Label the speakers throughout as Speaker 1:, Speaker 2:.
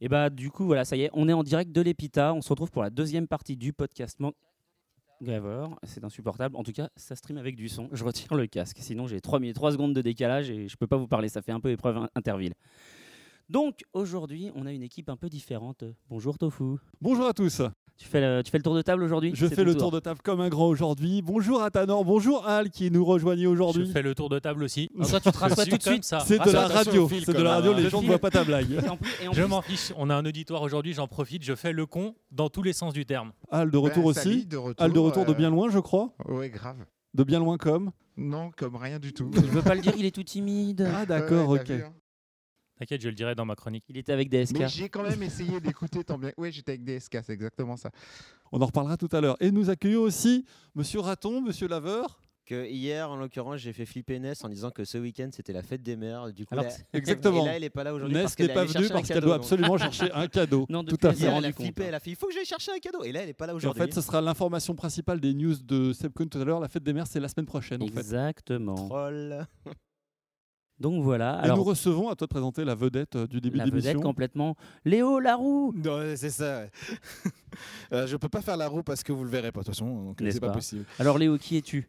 Speaker 1: Et bah du coup voilà, ça y est, on est en direct de l'Epita. On se retrouve pour la deuxième partie du podcast Man- Graveur. C'est insupportable. En tout cas, ça stream avec du son. Je retire le casque, sinon j'ai 3, 3 secondes de décalage et je peux pas vous parler. Ça fait un peu épreuve in- interville. Donc aujourd'hui, on a une équipe un peu différente. Bonjour Tofu.
Speaker 2: Bonjour à tous.
Speaker 1: Tu fais le, tu fais le tour de table aujourd'hui
Speaker 2: Je
Speaker 1: C'est
Speaker 2: fais
Speaker 1: ton
Speaker 2: le tour de table comme un grand aujourd'hui. Bonjour à Tanor, bonjour Al qui nous rejoignez
Speaker 3: Je
Speaker 2: aujourd'hui.
Speaker 3: fais le tour de table aussi.
Speaker 2: Ah,
Speaker 1: Alors, Ah, toi, tu te rassois
Speaker 3: Je suis
Speaker 1: tout de
Speaker 3: comme
Speaker 1: suite.
Speaker 3: ça.
Speaker 2: C'est de la
Speaker 4: attention
Speaker 2: radio,
Speaker 4: au fil,
Speaker 2: c'est de
Speaker 4: comme
Speaker 2: la
Speaker 4: un-
Speaker 2: radio,
Speaker 1: un
Speaker 2: les gens ne
Speaker 1: fil.
Speaker 2: voient pas ta blague.
Speaker 1: Et en plus- et en
Speaker 3: Je
Speaker 1: plus-
Speaker 3: m'en fiche. On a un auditoire aujourd'hui, j'en profite. Je fais le con dans tous les sens du terme.
Speaker 2: Al de retour
Speaker 4: Ben, Sally,
Speaker 2: aussi.
Speaker 4: de retour,
Speaker 2: Al de retour de
Speaker 4: euh,
Speaker 2: bien loin, je crois.
Speaker 4: Ouais, grave.
Speaker 2: De bien loin comme.
Speaker 4: Non, comme rien du tout.
Speaker 1: Je veux pas le dire, il est tout timide.
Speaker 2: Ah d'accord,
Speaker 4: Ouais,
Speaker 2: ok.
Speaker 4: t'as vu, hein.
Speaker 3: T'inquiète, je le dirai dans ma chronique.
Speaker 1: Il était avec DSK.
Speaker 4: Mais j'ai quand même essayé d'écouter tant bien. Ouais, j'étais avec DSK, c'est exactement ça.
Speaker 2: On en reparlera tout à l'heure. Et nous accueillons aussi Monsieur Raton, Monsieur Laveur.
Speaker 5: que hier, en l'occurrence, j'ai fait flipper Ness en disant que ce week-end c'était la fête des mères. Du coup,
Speaker 1: Alors,
Speaker 5: là-
Speaker 2: exactement.
Speaker 5: Et là, elle n'est pas là aujourd'hui.
Speaker 2: Ness
Speaker 5: parce qu'elle
Speaker 2: n'est
Speaker 5: est
Speaker 2: pas
Speaker 5: allée
Speaker 2: venue
Speaker 5: chercher un
Speaker 2: parce qu'elle
Speaker 5: cadeau,
Speaker 2: doit
Speaker 5: donc.
Speaker 2: absolument chercher un cadeau.
Speaker 1: Non,
Speaker 2: tout
Speaker 1: depuis
Speaker 2: à
Speaker 1: hier,
Speaker 2: fait.
Speaker 5: Hier, elle
Speaker 1: rendu
Speaker 5: a
Speaker 1: compte,
Speaker 5: flippé,
Speaker 1: hein.
Speaker 5: elle a fait il faut que j'aille chercher un cadeau. Et là, elle n'est pas là
Speaker 2: Et en
Speaker 5: aujourd'hui.
Speaker 2: fait, ce sera l'information principale des news de Sepcon tout à l'heure. La fête des mères, c'est la semaine prochaine en fait.
Speaker 1: Exactement.
Speaker 5: troll.
Speaker 1: Donc voilà.
Speaker 2: Et
Speaker 1: Alors,
Speaker 2: nous recevons, à toi de présenter la vedette euh, du début
Speaker 1: la vedette
Speaker 2: d'émission.
Speaker 1: complètement. Léo Laroux
Speaker 6: Non, ouais, c'est ça. ouais. Euh, je peux pas faire la roue parce que vous le verrez pas de toute façon, donc
Speaker 1: N'est-ce
Speaker 6: c'est pas,
Speaker 1: pas
Speaker 6: possible.
Speaker 1: Alors Léo, qui es-tu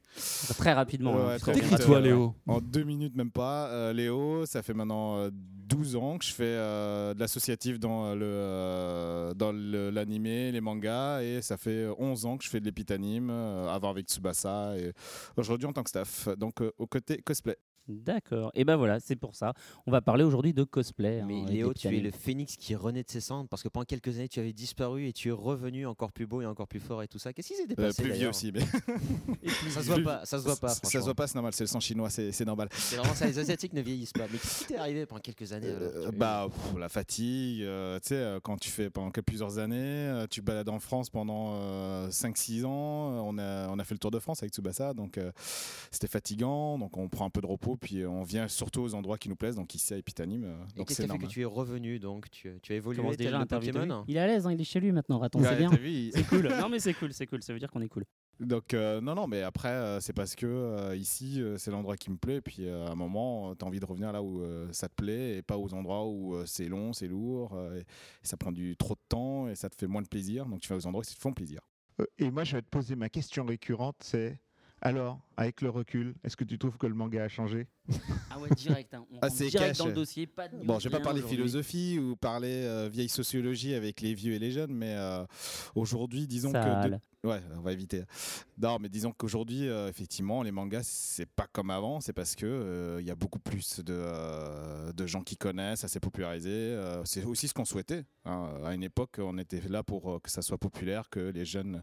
Speaker 1: Très rapidement.
Speaker 6: Ouais,
Speaker 1: hein,
Speaker 6: ouais,
Speaker 1: parce
Speaker 6: très
Speaker 1: que-
Speaker 6: vite.
Speaker 2: Décris-toi,
Speaker 6: Euh,
Speaker 2: Léo.
Speaker 6: En deux minutes même pas. Euh, Léo, ça fait maintenant euh, 12 ans que je fais euh, de l'associatif dans euh, le euh, dans le- l'animé, les mangas, et ça fait euh, 11 ans que je fais de l'épitanime, euh, avant avec Tsubasa, et aujourd'hui en tant que staff, donc euh, au côté cosplay.
Speaker 1: D'accord. Et ben voilà, c'est pour ça. On va parler aujourd'hui de cosplay.
Speaker 5: Mais
Speaker 1: hein, avec
Speaker 5: Léo,
Speaker 1: les
Speaker 5: tu es
Speaker 1: Titanic.
Speaker 5: le phénix qui renaît de ses cendres parce que pendant quelques années, tu avais disparu et tu es revenu encore plus beau et encore plus fort et tout ça. Qu'est-ce qui s'est
Speaker 6: Euh,
Speaker 5: dépassé
Speaker 6: plus vieux
Speaker 5: d'ailleurs
Speaker 6: aussi, mais
Speaker 5: Ça se voit
Speaker 6: Plus-
Speaker 5: pas, ça se voit pas.
Speaker 6: ça se voit pas, c'est normal, c'est le sang chinois, c'est c'est normal.
Speaker 5: C'est vraiment ça, les Asiatiques ne vieillissent pas. Mais qu'est-ce qui t'est arrivé pendant quelques années alors
Speaker 6: Euh,
Speaker 5: Tu-
Speaker 6: bah, pff, la fatigue, euh, tu sais, euh, quand tu fais pendant que plusieurs années, euh, tu balades en France pendant 5-6 ans, euh, on a, on a fait le Tour de France avec Tsubasa, donc euh, c'était fatigant, donc on prend un peu de repos, puis on vient surtout aux endroits qui nous plaisent, donc ici à Epitanime, euh,
Speaker 5: Et qu'est-ce
Speaker 6: donc
Speaker 5: qui
Speaker 6: c'est
Speaker 5: a fait que
Speaker 6: normal.
Speaker 5: tu es revenu donc Tu, tu as évolué
Speaker 1: Commence
Speaker 5: tel
Speaker 1: déjà à
Speaker 5: le
Speaker 1: interviewer.
Speaker 5: Pokémon
Speaker 1: Il est à l'aise, hein, il est chez lui maintenant, Raton,
Speaker 6: Ouais,
Speaker 1: c'est bien.
Speaker 6: t'as vu, il-
Speaker 1: C'est cool. Non mais c'est cool, c'est cool, ça veut dire qu'on est cool.
Speaker 6: Donc euh, non, non, mais après, euh, c'est parce que euh, ici, euh, c'est l'endroit qui me plaît, puis euh, à un moment, tu as envie de revenir là où euh, ça te plaît, et pas aux endroits où euh, c'est long, c'est lourd, euh, et ça prend du trop de temps, et ça te fait moins de plaisir, donc tu vas aux endroits qui te font plaisir.
Speaker 4: Euh, Et moi, je vais te poser ma question récurrente, c'est alors, avec le recul, est-ce que tu trouves que le manga a changé
Speaker 1: Ah ouais, direct. hein, On
Speaker 6: Ah,
Speaker 1: rentre
Speaker 6: c'est
Speaker 1: direct
Speaker 6: cash.
Speaker 1: dans le dossier, pas de news,
Speaker 6: Bon, je vais pas
Speaker 1: rien
Speaker 6: parler
Speaker 1: aujourd'hui.
Speaker 6: philosophie ou parler euh, vieille sociologie avec les vieux et les jeunes, mais euh, aujourd'hui, disons que. de-
Speaker 1: Sale.
Speaker 6: Ouais, on va éviter. Non, mais disons qu'aujourd'hui, euh, effectivement, les mangas, c'est pas comme avant, c'est parce que euh, il y a beaucoup plus de, euh, de gens qui connaissent, ça s'est popularisé. euh, c'est aussi ce qu'on souhaitait. hein. À une époque, on était là pour euh, que ça soit populaire, que les jeunes.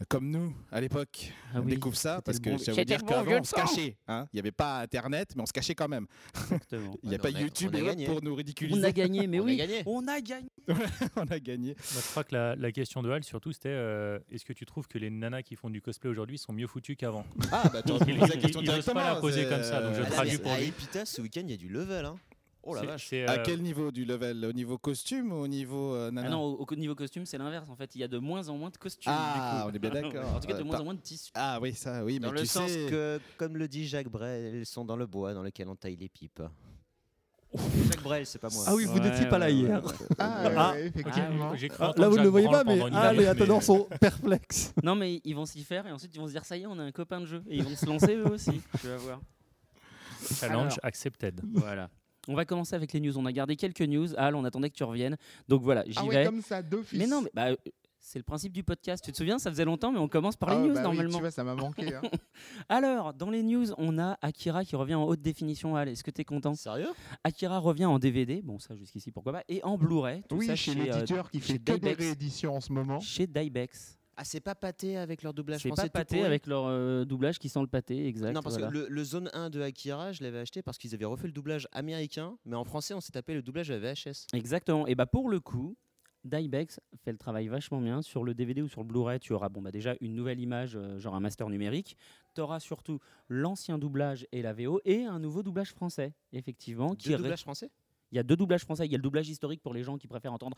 Speaker 6: euh, Comme nous, à l'époque,
Speaker 1: Ah oui,
Speaker 6: découvrent ça parce
Speaker 1: c'était le
Speaker 6: que
Speaker 1: bon-
Speaker 6: ça veut
Speaker 1: c'était
Speaker 6: dire
Speaker 1: le bon
Speaker 6: qu'avant
Speaker 1: vieux
Speaker 6: on se
Speaker 1: temps.
Speaker 6: cachait. hein. Il n'y avait pas Internet, mais on se cachait quand même.
Speaker 1: Exactement.
Speaker 6: Il n'y a
Speaker 5: Ouais,
Speaker 6: pas
Speaker 5: on a-
Speaker 6: YouTube
Speaker 5: on a
Speaker 6: et autres
Speaker 5: gagné.
Speaker 6: pour nous
Speaker 1: On
Speaker 6: ridiculiser.
Speaker 1: a gagné, mais
Speaker 5: On a
Speaker 1: oui.
Speaker 5: gagné.
Speaker 1: On a gagné.
Speaker 6: Ah, On a gagné.
Speaker 3: Moi, je crois que la, la question de Hal, surtout, c'était euh, est-ce que tu trouves que les nanas qui font du cosplay aujourd'hui sont mieux foutues qu'avant
Speaker 6: Ah, bah, tu aurais pu
Speaker 3: Ils-
Speaker 6: poser la
Speaker 3: ils-
Speaker 6: question
Speaker 3: ils osent pas
Speaker 6: directement.
Speaker 3: la poser
Speaker 6: c'est,
Speaker 3: comme ça, donc je
Speaker 6: euh,
Speaker 5: Ah,
Speaker 3: traduis
Speaker 5: mais
Speaker 3: pour
Speaker 5: à
Speaker 3: lui.
Speaker 5: Epita, ce week-end, il y a du level. Hein. Oh la
Speaker 3: C'est-
Speaker 5: vache.
Speaker 3: c'est,
Speaker 6: À
Speaker 3: euh,
Speaker 6: quel niveau du level Au niveau costume ou au niveau euh,
Speaker 1: Ah
Speaker 6: nana
Speaker 1: non, au, au niveau costume, c'est l'inverse en fait. Il y a de moins en moins de costumes.
Speaker 6: Ah,
Speaker 1: du coup.
Speaker 6: on est bien d'accord.
Speaker 1: En tout cas, de
Speaker 6: Euh,
Speaker 1: moins
Speaker 6: par-
Speaker 1: en moins de tissus.
Speaker 6: Ah oui, ça, oui, mais
Speaker 5: Dans
Speaker 6: tu
Speaker 5: le sens
Speaker 6: sais...
Speaker 5: que, comme le dit Jacques Brel, elles sont dans le bois dans lequel on taille les pipes. Jacques Brel, c'est pas moi.
Speaker 2: Ah oui, vous
Speaker 1: Ouais,
Speaker 2: n'étiez pas là
Speaker 1: ouais,
Speaker 2: hier.
Speaker 4: Ah,
Speaker 2: Ah.
Speaker 4: ouais,
Speaker 3: ok,
Speaker 4: effectivement.
Speaker 3: j'ai cru
Speaker 2: Ah,
Speaker 3: entendre
Speaker 2: Là, vous ne
Speaker 3: Jacques
Speaker 2: le voyez pas,
Speaker 3: Branle
Speaker 2: mais
Speaker 3: pendant une
Speaker 2: ah,
Speaker 3: minute,
Speaker 2: les Atanors
Speaker 3: mais-
Speaker 2: sont perplexes.
Speaker 1: Non, mais ils vont s'y faire et ensuite ils vont se dire ça y est, on a un copain de jeu. Et ils vont se lancer eux aussi. Tu vas voir.
Speaker 3: Challenge
Speaker 1: Alors.
Speaker 3: accepted.
Speaker 1: Voilà. On va commencer avec les news. On a gardé quelques news. Al, on attendait que tu reviennes. Donc voilà, j'y
Speaker 4: Ah ouais,
Speaker 1: vais.
Speaker 4: comme ça, d'office.
Speaker 1: mais non, mais bah, euh, c'est le principe du podcast. Tu te souviens, ça faisait longtemps, mais on commence par
Speaker 4: Ah
Speaker 1: les
Speaker 4: ouais,
Speaker 1: news
Speaker 4: bah oui,
Speaker 1: normalement.
Speaker 4: tu vois, ça m'a manqué. hein.
Speaker 1: Alors, dans les news, on a Akira qui revient en haute définition. Al, est-ce que t'es content
Speaker 5: Sérieux
Speaker 1: Akira revient en DVD. Bon, ça jusqu'ici, pourquoi pas. Et en Blu-ray. Tout
Speaker 4: oui,
Speaker 1: ça
Speaker 4: chez
Speaker 1: euh,
Speaker 4: l'éditeur qui
Speaker 1: chez
Speaker 4: fait que des
Speaker 1: Dybex.
Speaker 4: rééditions en ce moment.
Speaker 1: Chez Dybex.
Speaker 5: Ah, c'est pas pâté avec leur doublage
Speaker 1: C'est
Speaker 5: français
Speaker 1: pas
Speaker 5: tout
Speaker 1: pâté
Speaker 5: pourri
Speaker 1: avec leur euh, doublage qui sent le pâté, exact.
Speaker 5: Non, parce
Speaker 1: voilà.
Speaker 5: que le, le Zone 1 de Akira, je l'avais acheté parce qu'ils avaient refait le doublage américain, mais en français, on s'est tapé le doublage à VHS.
Speaker 1: Exactement. Et bah pour le coup, Dybex fait le travail vachement bien. Sur le DVD ou sur le Blu-ray, tu auras bon, bah déjà une nouvelle image, euh, genre un master numérique. Tu auras surtout l'ancien doublage et la VO et un nouveau doublage français, effectivement. Qui
Speaker 5: Deux
Speaker 1: ré-
Speaker 5: doublages français
Speaker 1: Il y a deux doublages français. Il y a le doublage historique pour les gens qui préfèrent entendre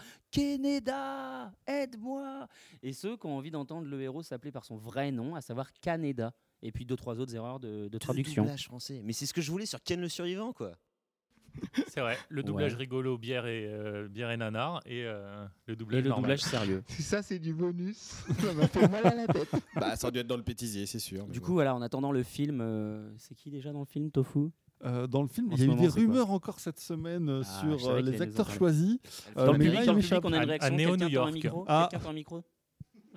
Speaker 1: Canada, aide-moi Et ceux qui ont envie d'entendre le héros s'appeler par son vrai nom, à savoir Canada. Et puis deux, trois autres erreurs de, de traduction.
Speaker 5: Deux doublages français. Mais c'est ce que je voulais sur Ken le survivant, quoi.
Speaker 3: C'est vrai, le
Speaker 1: Ouais.
Speaker 3: doublage rigolo, bière et, euh, bière et nanar, et euh, le doublage
Speaker 1: Et le
Speaker 3: normal.
Speaker 1: doublage sérieux.
Speaker 4: Si ça, c'est du bonus, ça m'a fait mal à la tête.
Speaker 6: Bah, ça a dû être dans le pétisier, c'est sûr. mais
Speaker 1: Du
Speaker 6: bon.
Speaker 1: coup, voilà, en attendant le film, euh, c'est qui déjà dans le film, Tofu
Speaker 2: Euh, dans le film,
Speaker 1: En
Speaker 2: il y
Speaker 1: ce
Speaker 2: a eu
Speaker 1: moment,
Speaker 2: des
Speaker 1: c'est quoi
Speaker 2: rumeurs encore cette semaine euh,
Speaker 1: Ah, je
Speaker 2: sur
Speaker 1: savais
Speaker 2: euh,
Speaker 1: qu'il
Speaker 2: les
Speaker 1: allait nous en
Speaker 2: acteurs
Speaker 1: parler.
Speaker 2: choisis. Euh,
Speaker 1: Dans le
Speaker 2: mais
Speaker 1: public,
Speaker 2: là,
Speaker 1: dans
Speaker 2: il
Speaker 1: le public,
Speaker 2: m'échappe.
Speaker 1: on a une
Speaker 3: À- à
Speaker 1: réaction.
Speaker 3: Néo
Speaker 1: Quelqu'un
Speaker 3: New
Speaker 1: tend un
Speaker 3: York.
Speaker 1: micro
Speaker 2: Ah.
Speaker 1: Quelqu'un tend un micro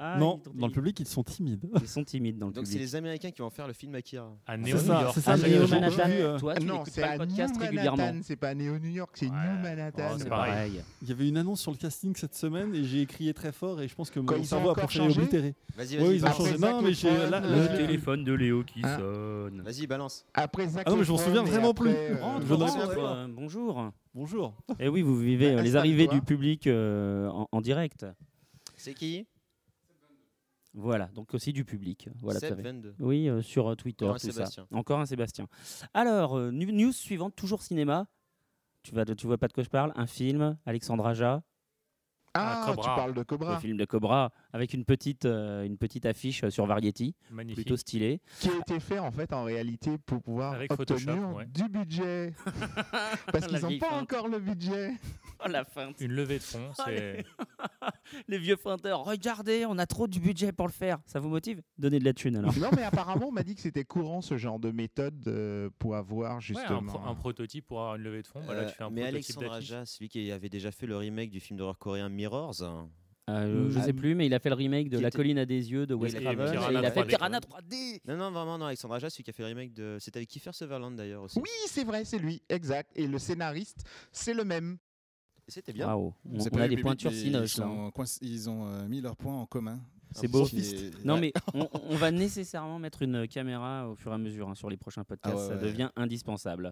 Speaker 1: Ah,
Speaker 2: non,
Speaker 1: ils
Speaker 2: dans
Speaker 1: sont
Speaker 2: le
Speaker 1: timides.
Speaker 2: public, ils sont timides.
Speaker 1: Ils sont timides dans le
Speaker 5: Donc c'est
Speaker 1: public.
Speaker 5: les Américains qui vont faire le film Akira.
Speaker 3: À
Speaker 2: C'est
Speaker 3: Néo New
Speaker 2: ça,
Speaker 3: York.
Speaker 2: c'est ça,
Speaker 1: Ah,
Speaker 2: j'ai-
Speaker 1: Néo
Speaker 2: j'ai entendu,
Speaker 1: Manhattan,
Speaker 2: euh,
Speaker 1: toi, tu
Speaker 4: non,
Speaker 1: n'écoutes
Speaker 4: c'est
Speaker 1: pas le
Speaker 4: à New
Speaker 1: podcast régulièrement.
Speaker 4: Manhattan, c'est pas Néo New York, c'est
Speaker 3: Ouais.
Speaker 4: New
Speaker 3: Oh,
Speaker 4: Manhattan.
Speaker 3: c'est
Speaker 1: C'est
Speaker 3: pareil.
Speaker 1: pareil.
Speaker 2: Il y avait une annonce sur le casting cette semaine et j'ai crié très fort et je pense que
Speaker 4: Quand
Speaker 2: mon
Speaker 4: ils ont
Speaker 2: cerveau a
Speaker 4: encore
Speaker 2: préféré
Speaker 4: changé
Speaker 2: oblitérer.
Speaker 5: Vas-y, vas-y.
Speaker 2: Oui, ils ont
Speaker 4: Après,
Speaker 5: balance.
Speaker 2: changé.
Speaker 4: Zac
Speaker 2: Non, mais j'ai
Speaker 4: Efron,
Speaker 2: là, là,
Speaker 4: euh,
Speaker 2: j'ai-
Speaker 1: Bah, Ah, Le téléphone de Léo qui
Speaker 4: Hein
Speaker 1: sonne.
Speaker 5: Vas-y, balance.
Speaker 4: Après Zac
Speaker 2: Ah non, mais je m'en
Speaker 4: Efron
Speaker 2: souviens
Speaker 4: et
Speaker 2: vraiment plus.
Speaker 4: après, euh,
Speaker 2: Rentre,
Speaker 4: Zac
Speaker 2: rentre.
Speaker 4: Efron.
Speaker 2: Bonjour.
Speaker 1: Euh, bonjour.
Speaker 2: Bonjour.
Speaker 1: Et oui, vous vivez
Speaker 4: Bah,
Speaker 1: euh, les arrivées
Speaker 4: installe-toi.
Speaker 1: du public euh, en, en direct.
Speaker 5: C'est qui
Speaker 1: Voilà, donc aussi du public. Voilà,
Speaker 5: Seb
Speaker 1: vous savez.
Speaker 5: 22.
Speaker 1: Oui, euh, sur euh, Twitter,
Speaker 5: Encore un
Speaker 1: tout
Speaker 5: Sébastien.
Speaker 1: ça. Encore un Sébastien. Alors, euh, nu- news suivante, toujours cinéma. Tu, vas, tu vois pas de quoi je parle Un film, Alexandre Aja,
Speaker 4: Ah,
Speaker 3: Ah,
Speaker 4: tu
Speaker 3: Cobra.
Speaker 4: parles de
Speaker 1: le
Speaker 4: Cobra,
Speaker 1: film de Cobra, avec une petite, euh, une petite affiche euh, sur Variety,
Speaker 3: Magnifique.
Speaker 1: plutôt stylée.
Speaker 4: qui a été fait en fait en réalité pour pouvoir
Speaker 3: Avec Photoshop,
Speaker 4: obtenir
Speaker 3: ouais.
Speaker 4: du budget. Parce
Speaker 1: La
Speaker 4: qu'ils n'ont
Speaker 1: vieille
Speaker 4: pas
Speaker 1: feinte.
Speaker 4: encore le budget.
Speaker 1: Oh la feinte Oh,
Speaker 3: Une levée de fonds,
Speaker 1: Allez.
Speaker 3: c'est
Speaker 1: Les vieux feinteurs, regardez, on a trop du budget pour le faire. Ça vous motive Donnez de la thune alors.
Speaker 4: Non, mais apparemment, on m'a dit que c'était courant ce genre de méthode euh, pour avoir
Speaker 3: Ouais, un,
Speaker 4: justement.
Speaker 3: pro- un prototype pour avoir une levée de fonds. Bah, là, tu fais un
Speaker 5: Euh, mais
Speaker 3: prototype
Speaker 5: Alexandre
Speaker 3: d'affiche.
Speaker 5: Aja, celui qui avait déjà fait le remake du film d'horreur coréen Mirrors. hein.
Speaker 1: Euh, je
Speaker 5: Ah,
Speaker 1: sais plus, mais il a fait le remake de
Speaker 5: qui
Speaker 1: La
Speaker 5: était-
Speaker 1: colline à des yeux de Wes
Speaker 5: il a fait
Speaker 1: Craven.
Speaker 5: Piranha
Speaker 1: et Il a fait
Speaker 3: 3D,
Speaker 1: Piranha
Speaker 3: ouais.
Speaker 1: 3D.
Speaker 5: Non, non, vraiment, non. Alexandre Aja, celui qui a fait le remake de. C'était avec Kiefer Sutherland d'ailleurs aussi.
Speaker 4: Oui, c'est vrai, c'est lui, exact. Et le scénariste, c'est le même.
Speaker 5: C'était bien.
Speaker 1: Waouh, on,
Speaker 6: C'est
Speaker 1: on a
Speaker 6: pas
Speaker 1: des
Speaker 6: du public,
Speaker 1: pointures
Speaker 6: mais
Speaker 1: sinos.
Speaker 6: Ils
Speaker 1: là. hein.
Speaker 6: ont, coinc- ils ont, euh, mis leurs points en commun.
Speaker 1: Ah, C'est beau.
Speaker 6: Ce qui est-
Speaker 1: Non,
Speaker 6: ouais.
Speaker 1: mais on, on va nécessairement mettre une caméra au fur et à mesure hein, sur les prochains podcasts.
Speaker 6: Ah ouais,
Speaker 1: ça
Speaker 6: ouais.
Speaker 1: devient indispensable.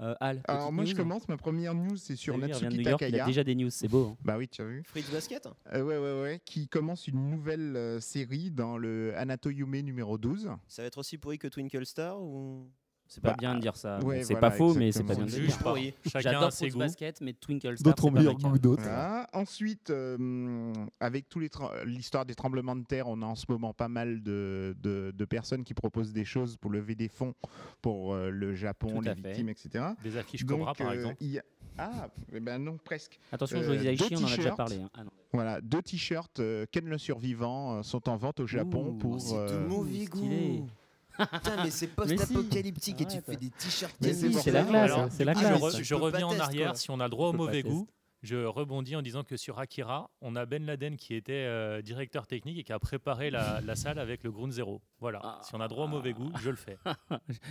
Speaker 1: Euh, Al,
Speaker 4: Alors
Speaker 1: petite
Speaker 4: moi, je
Speaker 1: news
Speaker 4: commence. Ma première news, c'est sur
Speaker 1: T'as vu, il revient de
Speaker 4: Natsuki
Speaker 1: New York, il a
Speaker 4: Takaya.
Speaker 1: déjà des news, c'est beau. hein.
Speaker 4: Bah oui, tu as vu.
Speaker 5: Fritz Basket
Speaker 4: Euh, ouais, ouais, ouais. Qui commence une nouvelle euh, série dans le Anato Yume numéro 12.
Speaker 5: Ça va être aussi pourri que Twinkle Star ou.
Speaker 1: C'est pas
Speaker 4: Bah,
Speaker 1: bien de dire ça.
Speaker 4: ouais,
Speaker 1: Bon, c'est
Speaker 4: voilà,
Speaker 1: pas faux, mais c'est pas
Speaker 3: On
Speaker 1: bien
Speaker 4: exactement.
Speaker 1: de
Speaker 5: C'est
Speaker 3: juge
Speaker 1: le dire.
Speaker 5: juste
Speaker 3: pas.
Speaker 5: pourri.
Speaker 3: Chacun
Speaker 1: J'adore
Speaker 3: a ses
Speaker 1: Fruits
Speaker 3: goûts.
Speaker 1: Basket, mais Twinkle Star,
Speaker 2: D'autres
Speaker 1: c'est
Speaker 2: ont
Speaker 1: pas
Speaker 2: meilleur
Speaker 1: ma
Speaker 2: goût
Speaker 1: cam.
Speaker 2: que d'autres.
Speaker 4: Voilà. Ensuite, euh, avec tous les tra- l'histoire des tremblements de terre, on a en ce moment pas mal de, de- de personnes qui proposent des choses pour lever des fonds pour euh, le Japon,
Speaker 1: Tout à
Speaker 4: les
Speaker 1: fait.
Speaker 4: victimes, etc.
Speaker 3: Des affiches
Speaker 4: Donc,
Speaker 3: Cobra, par
Speaker 4: euh,
Speaker 3: exemple.
Speaker 4: il y a- Ah, eh ben non, presque.
Speaker 1: Attention,
Speaker 4: Euh,
Speaker 1: Josie
Speaker 4: deux
Speaker 1: Aichi, on en a déjà
Speaker 4: t-shirts.
Speaker 1: parlé. hein. Ah non.
Speaker 4: Voilà, deux t-shirts euh, Ken le survivant euh, sont en vente au Japon
Speaker 1: Ouh,
Speaker 4: pour.
Speaker 5: de
Speaker 4: euh,
Speaker 5: mauvais
Speaker 1: stylé.
Speaker 5: goût. Putain, mais c'est
Speaker 1: si.
Speaker 5: post-apocalyptique et tu
Speaker 1: Arrête.
Speaker 5: fais des t-shirts
Speaker 4: Mais
Speaker 5: Kenny.
Speaker 4: c'est pour
Speaker 1: C'est
Speaker 4: ça.
Speaker 1: la classe,
Speaker 3: Alors,
Speaker 1: hein, c'est la
Speaker 5: ah,
Speaker 3: je,
Speaker 1: classe.
Speaker 3: re-
Speaker 5: Tu
Speaker 3: je
Speaker 5: peux
Speaker 3: reviens
Speaker 5: pas
Speaker 3: en
Speaker 5: test,
Speaker 3: arrière
Speaker 5: quoi.
Speaker 3: si on a le droit au
Speaker 1: peux pas
Speaker 3: mauvais
Speaker 1: test.
Speaker 3: goût. Je rebondis en disant que sur Akira, on a Ben Laden qui était euh, directeur technique et qui a préparé la, la salle avec le Ground Zero. Voilà.
Speaker 1: Ah.
Speaker 3: Si on a droit au mauvais goût, je le fais.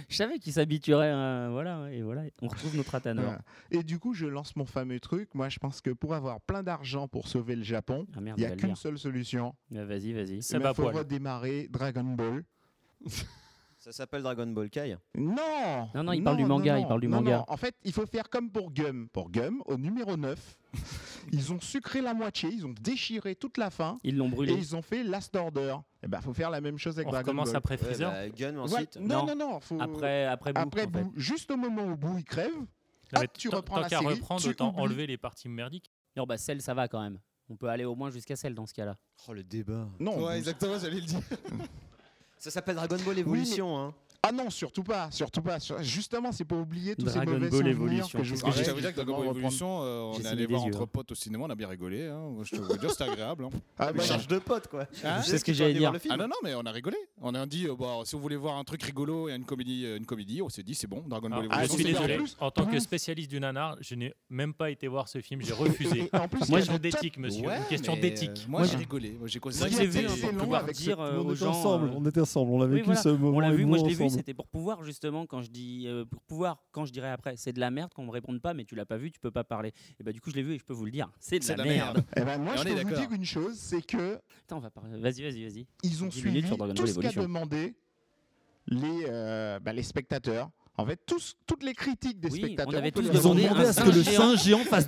Speaker 1: Je savais qu'il s'habituerait. hein, voilà, et voilà, on retrouve notre Atanor.
Speaker 4: voilà. Et du coup, je lance mon fameux truc. Moi, je pense que pour avoir plein d'argent pour sauver le Japon,
Speaker 1: Ah merde,
Speaker 4: il n'y
Speaker 1: il va
Speaker 4: a
Speaker 1: le
Speaker 4: qu'une
Speaker 1: lire.
Speaker 4: seule solution.
Speaker 1: Ah, Vas-y, vas-y.
Speaker 3: Ça
Speaker 4: Il
Speaker 3: va
Speaker 4: faut
Speaker 3: poil.
Speaker 4: redémarrer Dragon Ball.
Speaker 5: Ça s'appelle Dragon Ball Kai.
Speaker 4: Non
Speaker 1: Non, non, il parle du manga, il parle du
Speaker 4: Non,
Speaker 1: manga.
Speaker 4: non, En fait, il faut faire comme pour Gum. Pour Gum, au numéro 9, ils ont sucré la moitié, ils ont déchiré toute la fin
Speaker 1: Ils l'ont
Speaker 4: et
Speaker 1: brûlé.
Speaker 4: ils ont fait Last Order. Il ben, faut faire la même chose avec
Speaker 3: On
Speaker 4: Dragon
Speaker 3: recommence
Speaker 4: Ball.
Speaker 3: après
Speaker 5: Ouais,
Speaker 3: Freezer.
Speaker 5: bah, Gun
Speaker 4: Ouais,
Speaker 5: ensuite.
Speaker 1: Non.
Speaker 4: non, non, non, faut...
Speaker 1: Après, après, Boo,
Speaker 4: Après
Speaker 1: en fait.
Speaker 4: Boo, juste au moment où Boo il crève,
Speaker 3: Non,
Speaker 4: hop,
Speaker 3: mais
Speaker 4: tu
Speaker 3: tant-
Speaker 4: reprends
Speaker 3: tant
Speaker 4: la
Speaker 3: qu'à
Speaker 4: série,
Speaker 3: reprendre,
Speaker 4: tu
Speaker 3: autant
Speaker 4: oublies.
Speaker 3: enlever les parties merdiques.
Speaker 1: Non, bah celle, ça va quand même. On peut aller au moins jusqu'à celle dans ce cas-là.
Speaker 5: Oh le débat.
Speaker 6: Ouais,
Speaker 4: non, Boo-
Speaker 6: exactement, j'allais le dire.
Speaker 5: Ça s'appelle Dragon Ball Evolution. hein.
Speaker 4: ah non, surtout pas, surtout pas. sur- Justement, c'est pour oublier tous
Speaker 1: Dragon
Speaker 4: ces mauvais
Speaker 1: Ball
Speaker 4: souvenirs
Speaker 1: Evolution,
Speaker 4: que je
Speaker 1: qu'est-ce
Speaker 4: vous
Speaker 1: que
Speaker 6: Ah, je
Speaker 4: disais,
Speaker 6: t'avoue dire que Dragon Ball
Speaker 4: justement,
Speaker 6: Evolution,
Speaker 4: reprendre-
Speaker 6: euh,
Speaker 1: J'ai
Speaker 6: on est
Speaker 1: signé
Speaker 6: allé
Speaker 1: des
Speaker 6: voir
Speaker 1: yeux,
Speaker 6: entre
Speaker 1: hein.
Speaker 6: potes au cinéma, on a bien rigolé. hein. Je te veux dire, c'était agréable. hein.
Speaker 4: Ah, bah,
Speaker 5: Mais Change de pote quoi.
Speaker 6: Hein
Speaker 1: sais ce que j'allais dire.
Speaker 6: Ah non, non, mais on a rigolé. On a dit, euh, bah, si on voulait voir un truc rigolo et une comédie, euh, une comédie on s'est dit, c'est bon, Dragon Ball
Speaker 3: Alors, Ah.
Speaker 1: Ah,
Speaker 6: Evolution.
Speaker 3: je suis
Speaker 4: c'est bien.
Speaker 3: désolé.
Speaker 4: En plus-
Speaker 3: En tant que
Speaker 4: Ouais.
Speaker 3: spécialiste du nanar, je n'ai même pas été voir ce film. J'ai
Speaker 4: et-
Speaker 3: refusé.
Speaker 4: et en plus,
Speaker 3: Moi,
Speaker 4: il y
Speaker 3: je
Speaker 4: a le top-
Speaker 3: d'éthique, monsieur. Une question
Speaker 6: mais,
Speaker 3: d'éthique.
Speaker 6: euh, moi,
Speaker 1: Moi,
Speaker 6: j'ai
Speaker 1: je-
Speaker 6: rigolé. Moi, j'ai
Speaker 1: C'est vrai
Speaker 6: considéré
Speaker 1: que
Speaker 6: que
Speaker 1: j'ai vu
Speaker 6: c'était-
Speaker 1: un peu
Speaker 4: long
Speaker 1: pouvoir
Speaker 4: avec ce-
Speaker 1: dire euh,
Speaker 2: on
Speaker 1: aux
Speaker 2: était
Speaker 1: gens.
Speaker 2: ensemble,
Speaker 1: euh,
Speaker 2: on était ensemble, on a
Speaker 1: oui,
Speaker 2: vécu
Speaker 1: voilà,
Speaker 2: ce moment.
Speaker 1: on l'a vu, moi je l'ai vu, vu, c'était pour pouvoir justement quand je dis euh, pour pouvoir quand je dirais après, c'est de la merde qu'on me réponde pas, mais tu l'as pas vu, tu peux pas parler. Et bah du coup, je l'ai vu et je peux vous le dire, c'est de, la, merde.
Speaker 4: Eh ben, moi,
Speaker 6: Et
Speaker 4: je
Speaker 6: on est
Speaker 4: peux vous
Speaker 6: d'accord.
Speaker 4: dire une chose, c'est que
Speaker 1: Attends, on va parler. Vas-y, vas-y, vas-y.
Speaker 4: ils ont
Speaker 1: Dix
Speaker 4: suivi
Speaker 1: minutes sur Dragon
Speaker 4: tout
Speaker 1: Ball
Speaker 4: ce qu'a
Speaker 1: Evolution.
Speaker 4: demandé les, euh, bah, les spectateurs. En fait, tous, toutes les critiques des
Speaker 1: Oui, on
Speaker 4: spectateurs.
Speaker 1: avait
Speaker 4: peut
Speaker 1: tous
Speaker 4: les
Speaker 2: Ils ont
Speaker 1: demandé
Speaker 2: demandé
Speaker 1: un
Speaker 2: à ce que le
Speaker 1: singe
Speaker 2: singe géant fasse 2m50.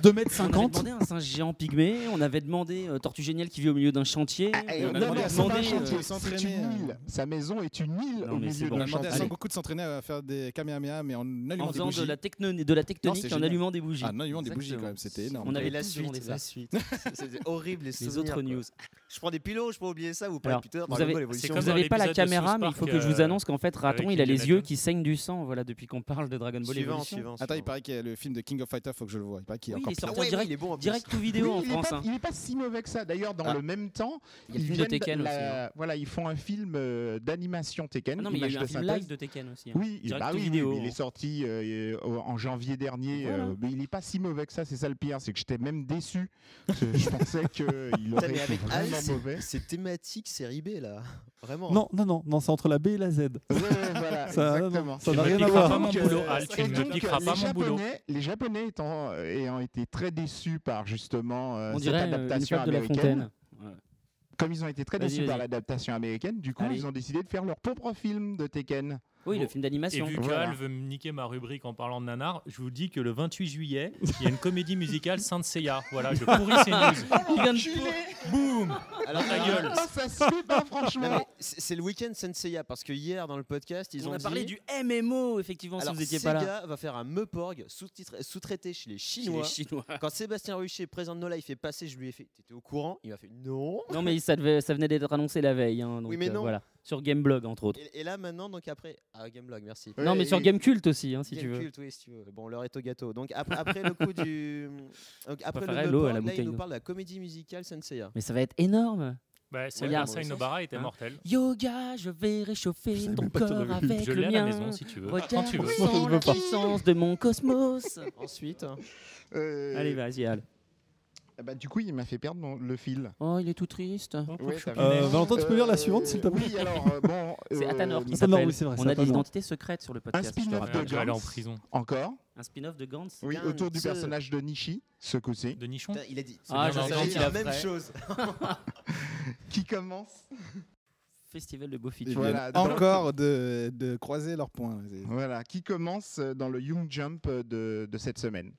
Speaker 1: On avait demandé un singe géant pygmée, on avait demandé euh, Tortue Géniale qui vit au milieu d'un chantier.
Speaker 4: Ah, et
Speaker 1: on
Speaker 4: on
Speaker 1: avait
Speaker 4: a
Speaker 6: demandé
Speaker 4: demandé à
Speaker 6: à
Speaker 4: son
Speaker 6: Sangoku
Speaker 1: euh,
Speaker 4: marchand,
Speaker 6: de
Speaker 4: c'est
Speaker 6: s'entraîner,
Speaker 4: une
Speaker 6: euh.
Speaker 4: île. Sa maison est une île
Speaker 1: Non,
Speaker 4: au
Speaker 1: mais c'est
Speaker 4: milieu
Speaker 1: bon.
Speaker 6: On
Speaker 4: d'un
Speaker 6: a demandé à
Speaker 4: chantier.
Speaker 6: Sangoku de s'entraîner à faire des kamehameha, mais en allumant
Speaker 1: en
Speaker 6: des
Speaker 1: faisant
Speaker 6: bougies.
Speaker 1: de la, techno- de la tectonique et en
Speaker 6: génial.
Speaker 1: allumant des bougies.
Speaker 6: Ah non, allumant des bougies quand même, c'était
Speaker 1: Exactement. On
Speaker 6: énorme.
Speaker 5: Et
Speaker 1: avait
Speaker 5: la
Speaker 1: tous demandé
Speaker 5: suite,
Speaker 1: ça.
Speaker 5: la suite. C'est- C'est horrible les
Speaker 1: Les
Speaker 5: souvenirs,
Speaker 1: autres
Speaker 5: quoi.
Speaker 1: news.
Speaker 5: Je prends des pilots, je peux oublier ça, vous parlez
Speaker 1: Alors,
Speaker 5: plus tard.
Speaker 1: vous
Speaker 5: dans le
Speaker 1: avez-
Speaker 5: vol évolution.
Speaker 3: comme
Speaker 1: Vous
Speaker 3: dans
Speaker 1: n'avez pas la
Speaker 3: l'épisode de
Speaker 1: caméra,
Speaker 3: South
Speaker 1: mais il faut
Speaker 3: Park,
Speaker 1: que je vous
Speaker 3: euh,
Speaker 1: annonce qu'en fait, Raton,
Speaker 3: avec
Speaker 1: il a les
Speaker 3: Indiana
Speaker 1: yeux
Speaker 3: Jones.
Speaker 1: qui saignent du sang, voilà, depuis qu'on parle de Dragon Ball
Speaker 5: Suivant,
Speaker 1: Evolution.
Speaker 5: suivant,
Speaker 6: Attends, il
Speaker 5: suivant.
Speaker 6: paraît qu'il y a le film de King of Fighter, faut que je le vois. Il paraît qu'il est
Speaker 1: Oui, il
Speaker 6: encore
Speaker 1: est
Speaker 6: pire.
Speaker 5: Ah
Speaker 1: sorti.
Speaker 5: ouais,
Speaker 1: direct-
Speaker 5: oui, il est bon en plus.
Speaker 1: Direct ou vidéo
Speaker 4: Oui,
Speaker 1: en
Speaker 4: il est
Speaker 1: France.
Speaker 4: pas-
Speaker 1: hein.
Speaker 4: Il est pas si mauvais que ça. D'ailleurs, dans
Speaker 6: Ah.
Speaker 4: le même temps,
Speaker 1: Il y a le
Speaker 4: ils
Speaker 1: film de
Speaker 4: viennent
Speaker 1: Tekken
Speaker 4: la-
Speaker 1: aussi. hein.
Speaker 4: Voilà, ils font un film euh, d'animation Tekken.
Speaker 1: Ah non, mais il y a
Speaker 4: image
Speaker 1: eu
Speaker 4: de
Speaker 1: un film
Speaker 4: synthèse.
Speaker 1: live de Tekken aussi. hein.
Speaker 4: Oui, il-
Speaker 1: Direct
Speaker 4: bah
Speaker 1: ou
Speaker 4: oui, oui,
Speaker 1: vidéo,
Speaker 4: mais il
Speaker 1: hein.
Speaker 4: est sorti euh, euh, en janvier dernier,
Speaker 1: Voilà.
Speaker 4: euh, mais il est pas si mauvais que ça, c'est ça le pire, c'est que j'étais même déçu. parce que Je pensais qu'il
Speaker 5: Putain,
Speaker 4: aurait
Speaker 5: mais
Speaker 4: été
Speaker 5: avec Al,
Speaker 4: vraiment
Speaker 5: c'est-
Speaker 4: mauvais.
Speaker 5: c'est thématique série B là. Vraiment.
Speaker 2: Non, non, non, non c'est entre la B et la Z.
Speaker 4: Ouais, ouais, voilà,
Speaker 1: Ah
Speaker 2: Ça, non, non,
Speaker 4: exactement.
Speaker 2: ça
Speaker 3: Tu
Speaker 2: n'a
Speaker 3: ne
Speaker 2: rien à
Speaker 3: piqueras
Speaker 2: voir.
Speaker 3: pas mon
Speaker 4: Donc, euh,
Speaker 3: boulot, Al. Tu
Speaker 4: et
Speaker 3: ne
Speaker 4: donc,
Speaker 3: piqueras
Speaker 4: les
Speaker 3: pas mon boulot.
Speaker 4: Japonais- Les Japonais étant, euh, ayant été très déçus par justement euh,
Speaker 1: On
Speaker 4: cette
Speaker 1: dirait euh, une
Speaker 4: adaptation
Speaker 1: fable de la fontaine.
Speaker 4: américaine,
Speaker 1: Ouais.
Speaker 4: comme ils ont été très
Speaker 1: Vas-y,
Speaker 4: déçus par
Speaker 1: vas-y.
Speaker 4: l'adaptation américaine, du coup
Speaker 1: Allez.
Speaker 4: ils ont décidé de faire leur propre film de Tekken.
Speaker 1: Oui, le
Speaker 3: Bon.
Speaker 1: film
Speaker 3: Et
Speaker 1: d'animation.
Speaker 3: vu que
Speaker 4: Voilà.
Speaker 3: Al veut me niquer ma rubrique en parlant de nanar, je vous dis que le 28 juillet, il y a une comédie musicale Sainte Seiya. Voilà, je pourris ces news.
Speaker 1: Il vient de-
Speaker 3: Boum
Speaker 5: Alors,
Speaker 3: Ta gueule.
Speaker 4: Ah, ça se fait pas franchement.
Speaker 5: Non, mais c'est c'est le week-end Senseiya parce que hier dans le podcast ils
Speaker 1: On
Speaker 5: ont
Speaker 1: a parlé
Speaker 5: dit-
Speaker 1: du MMO, effectivement, si
Speaker 5: Alors
Speaker 1: vous n'étiez
Speaker 5: Sega
Speaker 1: pas là.
Speaker 5: va faire un Meuporg sous-titré- sous-traité chez les
Speaker 1: Chez les
Speaker 5: Chinois.
Speaker 1: Chinois.
Speaker 5: Quand Sébastien Ruchet présente No Life est passé, je lui ai fait T'étais au courant Il m'a fait Non
Speaker 1: Non, mais ça, devait- ça venait d'être annoncé la veille. hein, donc,
Speaker 5: Oui, mais
Speaker 1: euh,
Speaker 5: non.
Speaker 1: voilà. Sur Gameblog, entre autres.
Speaker 5: et, et là maintenant, donc après. Ah, Gameblog, merci.
Speaker 4: Ouais,
Speaker 1: non, mais
Speaker 4: et-
Speaker 1: sur Gamecult aussi, hein, si tu
Speaker 5: Game
Speaker 1: veux.
Speaker 5: Cult, oui, si tu veux. Bon, l'heure est au gâteau. Donc ap- après le coup du. donc, après
Speaker 1: préférais
Speaker 5: le
Speaker 1: l'eau
Speaker 5: Meuporg,
Speaker 1: à la
Speaker 5: là,
Speaker 1: bouteille
Speaker 5: il nous
Speaker 1: d'eau.
Speaker 5: parle de la comédie musicale Senseiya.
Speaker 1: Mais ça va être énorme.
Speaker 3: Bah,
Speaker 5: Ouais,
Speaker 3: Seiya
Speaker 5: bon,
Speaker 3: Sainobara était
Speaker 1: hein.
Speaker 3: mortel.
Speaker 1: Yoga, je vais réchauffer
Speaker 2: savais
Speaker 1: mon
Speaker 2: même pas que t'en
Speaker 1: corps
Speaker 2: avais vu.
Speaker 1: avec
Speaker 3: Je l'ai
Speaker 1: le
Speaker 3: à la
Speaker 1: mien.
Speaker 3: maison si tu veux. Quand
Speaker 1: Regarde
Speaker 3: tu veux.
Speaker 2: Moi, je
Speaker 1: sans
Speaker 2: veux
Speaker 1: la
Speaker 2: pas.
Speaker 1: puissance de mon cosmos.
Speaker 5: Ensuite, hein,
Speaker 4: Euh,
Speaker 1: Allez, vas-y, Al.
Speaker 4: bah, du coup, il m'a fait perdre mon- le fil.
Speaker 1: Oh, il est tout triste.
Speaker 4: Ouais, ça
Speaker 2: Euh,
Speaker 4: fait-
Speaker 2: Valentin, tu peux lire la suivante, s'il te plaît
Speaker 4: Oui, alors, euh, bon.
Speaker 1: C'est
Speaker 4: euh,
Speaker 1: Athanor qui
Speaker 2: Ah non,
Speaker 1: s'appelle.
Speaker 2: oui, c'est vrai,
Speaker 1: On
Speaker 2: c'est
Speaker 1: a des
Speaker 2: Athanor.
Speaker 1: identités secrètes sur le podcast. je te
Speaker 4: spin-off
Speaker 1: rappelle.
Speaker 4: de
Speaker 3: Ouais, Je vais aller en
Speaker 4: Gantz.
Speaker 3: prison.
Speaker 4: Encore.
Speaker 1: Un spin-off de Gantz.
Speaker 4: Oui,
Speaker 5: Gantz.
Speaker 4: autour du personnage de Nishi, ce coup-ci,
Speaker 3: De Nichon
Speaker 5: putain, il a dit.
Speaker 1: Ah,
Speaker 3: bien
Speaker 5: c'est
Speaker 3: gentil,
Speaker 5: la même chose.
Speaker 4: qui commence.
Speaker 1: Festival de beau
Speaker 6: Ils
Speaker 1: feature.
Speaker 4: Voilà,
Speaker 6: viennent
Speaker 4: dans-
Speaker 6: Encore de, de croiser leurs points. C'est-
Speaker 4: Voilà, qui commence euh, dans le Young Jump euh, de, de cette semaine.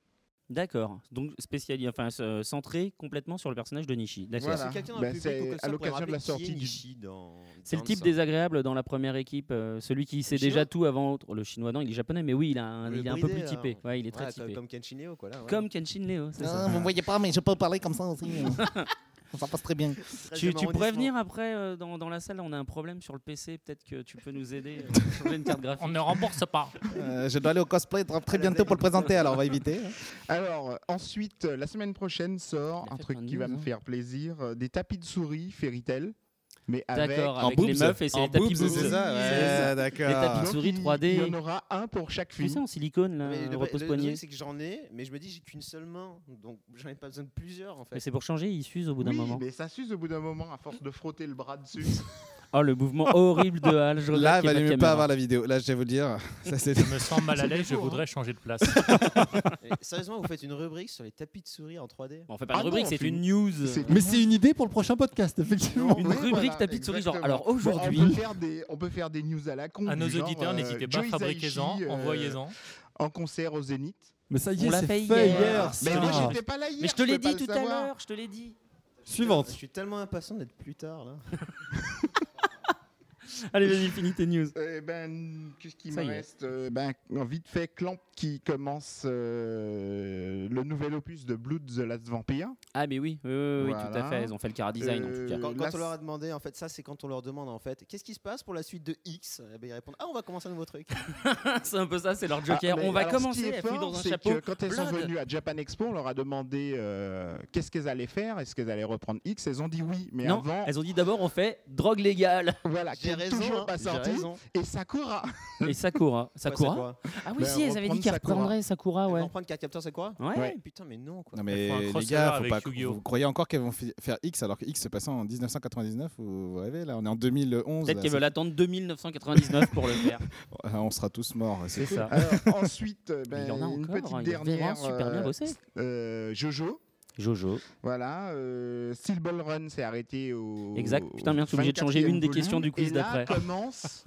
Speaker 1: D'accord. Donc spécialisé, enfin euh, centré complètement sur le personnage de Nishi. D'accord.
Speaker 4: Voilà.
Speaker 5: Si quelqu'un dans
Speaker 4: Bah,
Speaker 5: le public
Speaker 4: c'est
Speaker 5: ou que ça
Speaker 4: à
Speaker 5: pourrait
Speaker 4: l'occasion de
Speaker 5: rappeler
Speaker 4: la
Speaker 5: qui est
Speaker 4: sortie du-
Speaker 5: Nishi dans-
Speaker 1: C'est le
Speaker 5: dans
Speaker 1: type
Speaker 5: ça.
Speaker 1: désagréable dans la première équipe, euh, celui qui sait
Speaker 5: Chinois
Speaker 1: déjà tout avant le chinois. Non, il est japonais, mais oui, il, a un,
Speaker 5: Le
Speaker 1: il est un peu
Speaker 5: bridé,
Speaker 1: plus
Speaker 5: là.
Speaker 1: typé. Ouais, il est très
Speaker 5: Ouais,
Speaker 1: typé.
Speaker 5: comme, comme
Speaker 1: Comme,
Speaker 5: Kenshineo, quoi. Là, ouais.
Speaker 1: Kenshin Leo, c'est ça.
Speaker 7: Ah, vous ne voyez pas, mais je peux parler comme ça aussi.
Speaker 6: hein.
Speaker 7: ça passe très bien.
Speaker 5: Treizième
Speaker 1: Tu, tu pourrais
Speaker 5: arrondissement.
Speaker 1: venir après euh, dans, dans la salle, on a un problème sur le PC, peut-être que tu peux nous aider, euh, changer une carte graphique.
Speaker 3: On ne rembourse pas.
Speaker 7: Euh, je dois aller au cosplay très très bientôt pour le présenter, alors on va éviter.
Speaker 6: hein.
Speaker 4: Alors, euh, ensuite, euh, la semaine prochaine sort
Speaker 1: Il a
Speaker 4: un
Speaker 1: fait
Speaker 4: truc
Speaker 1: plein de
Speaker 4: qui va
Speaker 1: news,
Speaker 4: me
Speaker 1: hein.
Speaker 4: faire plaisir euh, des tapis de souris Fairy Tail, mais avec.
Speaker 1: D'accord,
Speaker 6: En
Speaker 1: avec les
Speaker 6: boobs.
Speaker 1: meufs et c'est
Speaker 6: En
Speaker 1: les tapis
Speaker 6: boobs,
Speaker 1: boobs.
Speaker 6: C'est ça,
Speaker 1: C'est ça.
Speaker 6: ouais, d'accord.
Speaker 1: Les tapis-
Speaker 4: Donc,
Speaker 1: souris
Speaker 4: il-
Speaker 1: 3D.
Speaker 4: Il y en aura un pour chaque
Speaker 1: Tu sais,
Speaker 4: fille.
Speaker 1: en silicone, là,
Speaker 5: Mais le, le
Speaker 1: repose-poignet.
Speaker 5: truc, c'est que j'en ai, mais je me dis, j'ai qu'une seule main. Donc, j'en ai pas besoin de plusieurs, en
Speaker 1: Mais
Speaker 5: fait.
Speaker 1: c'est pour changer, ils s'usent au bout d'un
Speaker 4: oui,
Speaker 1: moment.
Speaker 4: mais ça s'use au bout d'un moment à force de frotter le bras dessus.
Speaker 1: Oh, le mouvement horrible de Hal. je
Speaker 6: Là,
Speaker 1: regrette
Speaker 6: il
Speaker 1: qu'il y ait
Speaker 6: valait
Speaker 1: de
Speaker 6: mieux pas
Speaker 1: caméra.
Speaker 6: avoir la vidéo. Là, je vais vous le dire. Ça, c'est.
Speaker 3: Je me sens mal à l'aise, je
Speaker 5: hein.
Speaker 3: voudrais changer de place.
Speaker 5: Et sérieusement, vous faites une rubrique sur les tapis de souris en 3D
Speaker 1: Bon, on fait pas
Speaker 4: Ah
Speaker 1: une rubrique,
Speaker 4: non,
Speaker 1: c'est
Speaker 4: c'est
Speaker 1: une news.
Speaker 4: c'est-
Speaker 2: Mais c'est une idée pour le prochain podcast, effectivement.
Speaker 1: Une
Speaker 4: Ouais,
Speaker 1: rubrique
Speaker 4: voilà,
Speaker 1: tapis de souris, genre.
Speaker 4: exactement.
Speaker 1: Alors
Speaker 4: Bon,
Speaker 1: aujourd'hui,
Speaker 4: on, peut faire des- on peut faire des news à la con.
Speaker 3: À
Speaker 4: du
Speaker 3: nos
Speaker 4: genre,
Speaker 3: auditeurs,
Speaker 4: euh,
Speaker 3: n'hésitez pas,
Speaker 4: Joey
Speaker 3: fabriquez-en,
Speaker 4: Hisaishi, euh,
Speaker 3: envoyez-en.
Speaker 4: en concert aux Zénith.
Speaker 2: Mais ça y
Speaker 1: On
Speaker 2: est,
Speaker 1: l'a
Speaker 2: c'est
Speaker 1: fait
Speaker 2: fait
Speaker 1: hier.
Speaker 2: hier.
Speaker 4: Mais
Speaker 2: ça.
Speaker 4: moi j'étais pas là hier.
Speaker 1: mais je te l'ai
Speaker 4: peux pas
Speaker 1: dit
Speaker 4: le
Speaker 1: tout à
Speaker 4: savoir.
Speaker 1: l'heure, je te l'ai dit.
Speaker 5: Je
Speaker 2: Suivante.
Speaker 5: suis tellement impatient d'être plus tard, là.
Speaker 1: Allez, vas-y, finis tes news.
Speaker 4: Eh ben, qu'est-ce qu'il me
Speaker 1: Ça y est.
Speaker 4: reste Euh, Ben, vite fait, Clamp qui commence euh, le nouvel opus de Blood the Last Vampire.
Speaker 1: Ah, mais oui, oui, oui, oui, tout à
Speaker 4: Voilà.
Speaker 1: fait. Ils ont fait le car design en tout cas.
Speaker 4: Euh,
Speaker 5: Quand, quand
Speaker 4: là,
Speaker 5: on leur a demandé, en fait, ça, c'est quand on leur demande, en fait, qu'est-ce qui se passe pour la suite de X Eh ben, Ils répondent, ah, on va commencer un nouveau truc.
Speaker 1: c'est un peu ça, c'est leur
Speaker 4: Ah,
Speaker 1: joker.
Speaker 4: mais
Speaker 1: on va
Speaker 4: alors, ce qui
Speaker 1: commencer
Speaker 4: est
Speaker 1: à fouiller
Speaker 4: fort,
Speaker 1: dans un
Speaker 4: c'est
Speaker 1: chapeau.
Speaker 4: que quand elles sont
Speaker 1: Blood.
Speaker 4: venues à Japan Expo, on leur a demandé euh, qu'est-ce qu'elles allaient faire, est-ce qu'elles allaient reprendre X. Elles ont dit oui, mais
Speaker 1: non,
Speaker 4: avant,
Speaker 1: elles ont dit d'abord on fait drogue légale.
Speaker 4: voilà, qui est
Speaker 5: Gérer raison.
Speaker 4: toujours
Speaker 5: hein,
Speaker 4: pas
Speaker 5: j'ai
Speaker 4: sorti.
Speaker 5: raison.
Speaker 4: Et Sakura
Speaker 1: Et Sakura.
Speaker 5: Quoi,
Speaker 1: Sakura
Speaker 5: Sakura
Speaker 1: Ah oui,
Speaker 4: Ben,
Speaker 1: si, elles avaient dit
Speaker 4: reprendre
Speaker 1: qu'elles
Speaker 4: Sakura.
Speaker 1: reprendraient Sakura,
Speaker 5: Elle va
Speaker 1: ouais.
Speaker 5: reprendre carte capteur, c'est quoi
Speaker 1: Ouais.
Speaker 4: Ouais.
Speaker 5: Putain, mais non, quoi.
Speaker 6: Non
Speaker 3: Elles
Speaker 6: mais
Speaker 3: font un
Speaker 6: les
Speaker 3: crossover
Speaker 6: gars, faut
Speaker 3: avec
Speaker 6: pas,
Speaker 3: Yu-Gi-Oh.
Speaker 6: vous croyez encore qu'elles vont fi- faire X alors que X se passait en 1999 ou vous rêvez là on est en 2011
Speaker 1: Peut-être
Speaker 6: là,
Speaker 1: qu'elles
Speaker 6: ça-
Speaker 1: veulent attendre 2999 pour le faire.
Speaker 6: Ah, on sera tous morts
Speaker 1: C'est ça.
Speaker 4: Alors, ensuite, euh,
Speaker 1: Mais
Speaker 4: ben,
Speaker 1: il y en a
Speaker 4: une
Speaker 1: encore.
Speaker 4: petite
Speaker 1: hein, il y en a vraiment
Speaker 4: dernière.
Speaker 1: super bien
Speaker 4: euh,
Speaker 1: bossé.
Speaker 4: euh, Jojo,
Speaker 1: Jojo.
Speaker 4: voilà. Euh, Steel Ball Run s'est arrêté au.
Speaker 1: Exact. Putain, merde, je suis
Speaker 4: au
Speaker 1: obligé de changer une des
Speaker 4: 24e
Speaker 1: questions du quiz
Speaker 4: et là
Speaker 1: d'après.
Speaker 4: commence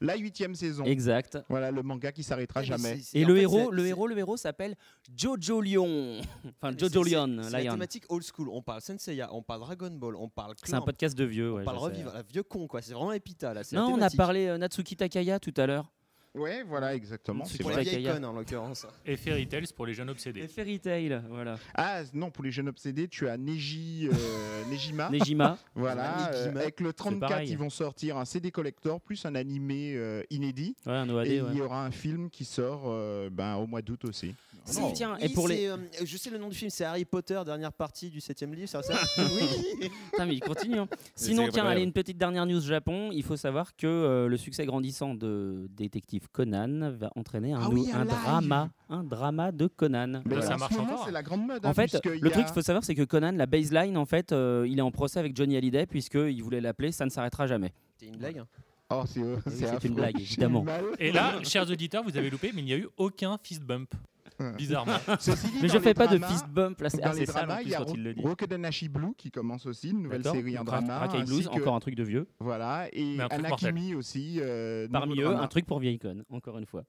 Speaker 4: la huitième saison.
Speaker 1: Exact.
Speaker 4: Voilà le manga qui s'arrêtera
Speaker 5: Eh ben,
Speaker 4: jamais.
Speaker 1: Et le héros, le héros, le héros s'appelle Jojo Lion. Enfin Jojo Lion,
Speaker 5: C'est la
Speaker 1: Lion.
Speaker 5: thématique old school. On parle Senseiya, on parle Dragon Ball, on parle
Speaker 1: C'est un
Speaker 5: Clamp,
Speaker 1: podcast de vieux. ouais,
Speaker 5: on parle
Speaker 1: je sais.
Speaker 5: Revivre, la vieux con, quoi. C'est vraiment l'épita, là. c'est la
Speaker 1: Non, on a
Speaker 5: thématique.
Speaker 1: parlé euh, Natsuki Takaya tout à l'heure.
Speaker 4: Ouais, voilà, exactement.
Speaker 1: C'est
Speaker 4: c'est
Speaker 5: Pour
Speaker 4: vrai.
Speaker 5: les
Speaker 1: Takaya.
Speaker 5: vieilles connes, en l'occurrence.
Speaker 3: Et Fairy Tales pour les jeunes
Speaker 1: Et
Speaker 3: obsédés.
Speaker 1: Fairy Tail, voilà.
Speaker 4: Ah non, pour les jeunes obsédés, tu as Neji, euh, Nejima.
Speaker 1: Nejima.
Speaker 4: Voilà, euh,
Speaker 5: Nejima.
Speaker 4: avec le
Speaker 1: C'est
Speaker 4: 34,
Speaker 1: pareil.
Speaker 4: ils vont sortir un CD collector plus un animé euh, inédit.
Speaker 1: Ouais, un OAD.
Speaker 4: et
Speaker 1: ouais.
Speaker 4: il y aura un film qui sort euh, ben, au mois d'août aussi.
Speaker 1: Si,
Speaker 6: Non.
Speaker 1: tiens,
Speaker 5: Oui,
Speaker 1: et pour les.
Speaker 5: Ah, c'est, euh, je sais le nom du film, c'est Harry Potter, dernière partie du 7 livre, c'est ça Oui
Speaker 1: Putain, mais il continue. hein.
Speaker 6: Les
Speaker 1: Sinon, tiens,
Speaker 6: Zagabrais,
Speaker 1: allez,
Speaker 6: ouais.
Speaker 1: une petite dernière news Japon. Il faut savoir que euh, le succès grandissant de Détective Conan va entraîner un,
Speaker 4: Ah
Speaker 1: nou-
Speaker 4: oui, un
Speaker 1: un
Speaker 4: live.
Speaker 1: drama, un drama de Conan.
Speaker 4: Mais
Speaker 3: Voilà.
Speaker 4: en
Speaker 3: ça
Speaker 4: ce
Speaker 3: marche
Speaker 4: moment,
Speaker 3: encore.
Speaker 4: C'est la grande mode.
Speaker 1: En
Speaker 4: hein,
Speaker 1: fait,
Speaker 4: puisqu'il
Speaker 1: le
Speaker 4: y
Speaker 1: truc
Speaker 4: a-
Speaker 1: qu'il faut savoir, c'est que Conan, la baseline, en fait, euh, il est en procès avec Johnny Hallyday, puisqu'il voulait l'appeler Ça ne s'arrêtera jamais.
Speaker 5: C'était une blague. hein.
Speaker 4: Oh, c'est
Speaker 1: Oui,
Speaker 4: c'est
Speaker 1: c'est une
Speaker 4: affreux.
Speaker 1: blague,
Speaker 4: J'ai
Speaker 1: évidemment.
Speaker 4: eu mal.
Speaker 3: Et là, chers auditeurs, vous avez loupé, mais il n'y a eu aucun fist bump. Bizarrement.
Speaker 4: Ceci dit,
Speaker 1: Mais
Speaker 4: dans
Speaker 1: je
Speaker 4: les
Speaker 1: fais pas de
Speaker 4: dramas-
Speaker 1: fist bump, là, c'est
Speaker 4: Dans
Speaker 1: assez
Speaker 4: les
Speaker 1: sale en
Speaker 4: dramas, il
Speaker 1: plus
Speaker 4: y a
Speaker 1: quand il le dit.
Speaker 4: Rokedanashi Blue qui commence aussi, une nouvelle
Speaker 1: D'accord
Speaker 4: série en
Speaker 1: Donc, Ra-
Speaker 4: drama.
Speaker 1: Rakai
Speaker 4: ainsi
Speaker 1: Blues,
Speaker 4: que-
Speaker 1: encore un truc de vieux.
Speaker 4: Voilà, et
Speaker 3: Mais un truc mortel.
Speaker 4: Anakimi aussi. euh, nouveau
Speaker 1: Parmi eux,
Speaker 4: drama.
Speaker 1: un truc pour vieille conne, encore une fois.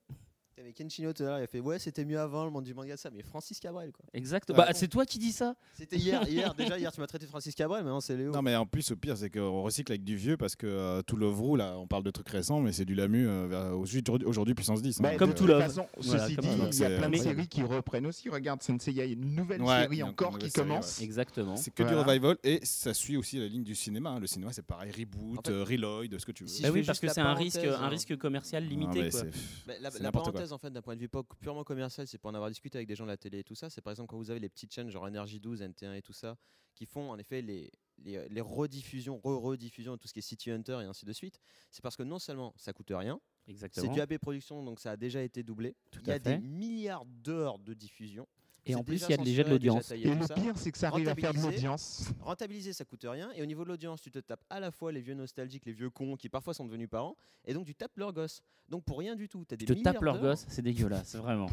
Speaker 5: Avec Kenshino tout à l'heure, il a fait Ouais, c'était mieux avant le monde du manga, ça. Mais Francis Cabrel, quoi.
Speaker 1: Exact.
Speaker 6: Ah
Speaker 1: Bah,
Speaker 6: bon
Speaker 1: c'est toi qui dis ça
Speaker 5: C'était hier, hier, déjà hier, tu m'as traité de Francis Cabrel, maintenant c'est Léo.
Speaker 6: Non mais en plus au pire c'est qu'on recycle avec du vieux parce que euh, tout le vrou là on parle de trucs récents mais c'est du lamu euh, vers- aujourd'hui aujourd'hui puissance 10 hein,
Speaker 4: Bah,
Speaker 6: donc,
Speaker 1: Comme
Speaker 6: euh,
Speaker 1: tout le-
Speaker 4: De toute
Speaker 1: Love.
Speaker 4: façon,
Speaker 1: Voilà,
Speaker 4: ceci
Speaker 1: comme
Speaker 4: dit,
Speaker 1: ça.
Speaker 4: il y a
Speaker 6: C'est
Speaker 4: plein de
Speaker 6: incroyable.
Speaker 4: séries qui reprennent aussi. Regarde, Senseiya, il y a une nouvelle
Speaker 6: Ouais, il y
Speaker 4: série
Speaker 6: a
Speaker 4: encore
Speaker 6: une
Speaker 4: qui
Speaker 6: nouvelle série,
Speaker 4: commence.
Speaker 1: Exactement.
Speaker 6: c'est que
Speaker 4: Voilà.
Speaker 6: du revival et ça suit aussi la ligne du cinéma hein. le cinéma c'est pareil reboot
Speaker 5: En fait-
Speaker 6: euh, reload ce que tu veux
Speaker 5: Si
Speaker 1: Bah
Speaker 5: je
Speaker 1: oui,
Speaker 5: fais
Speaker 1: parce
Speaker 5: juste
Speaker 1: que
Speaker 5: la
Speaker 1: c'est un risque,
Speaker 5: parenthèse,
Speaker 1: un
Speaker 5: hein.
Speaker 1: risque commercial
Speaker 6: Ah,
Speaker 1: limité.
Speaker 6: mais
Speaker 1: quoi.
Speaker 6: c'est-
Speaker 5: Mais la,
Speaker 6: C'est
Speaker 5: la
Speaker 6: n'importe quoi.
Speaker 5: parenthèse, en fait, d'un point de vue po- purement commercial, c'est pour en avoir discuté avec des gens de la télé et tout ça. C'est par exemple quand vous avez les petites chaînes genre Energy 12, NT1 et tout ça, qui font en effet les, les, euh, les rediffusions, re-rediffusions, de tout ce qui est City Hunter et ainsi de suite. C'est parce que non seulement ça coûte rien, c'est
Speaker 1: Exactement.
Speaker 5: du AB Production, donc ça a déjà été doublé.
Speaker 1: Tout
Speaker 5: Il y
Speaker 1: à
Speaker 5: a des
Speaker 1: fait.
Speaker 5: milliards d'heures de diffusion.
Speaker 1: Et
Speaker 5: C'est
Speaker 1: en plus,
Speaker 5: déjà
Speaker 1: il y a déjà de
Speaker 5: censuré, déjà
Speaker 1: l'audience.
Speaker 5: taillé,
Speaker 4: Et
Speaker 5: tout
Speaker 4: le
Speaker 5: ça.
Speaker 4: pire, c'est que ça arrive à faire de
Speaker 5: Rentabiliser.
Speaker 4: l'audience.
Speaker 5: Rentabiliser, ça coûte rien. Et au niveau de l'audience, tu te tapes à la fois les vieux nostalgiques, les vieux cons qui parfois sont devenus parents, et donc tu tapes leurs gosses. Donc pour rien du tout, tu as des
Speaker 1: Tu te
Speaker 5: milliards
Speaker 1: tapes leur
Speaker 5: d'heures.
Speaker 1: gosse, c'est dégueulasse, vraiment.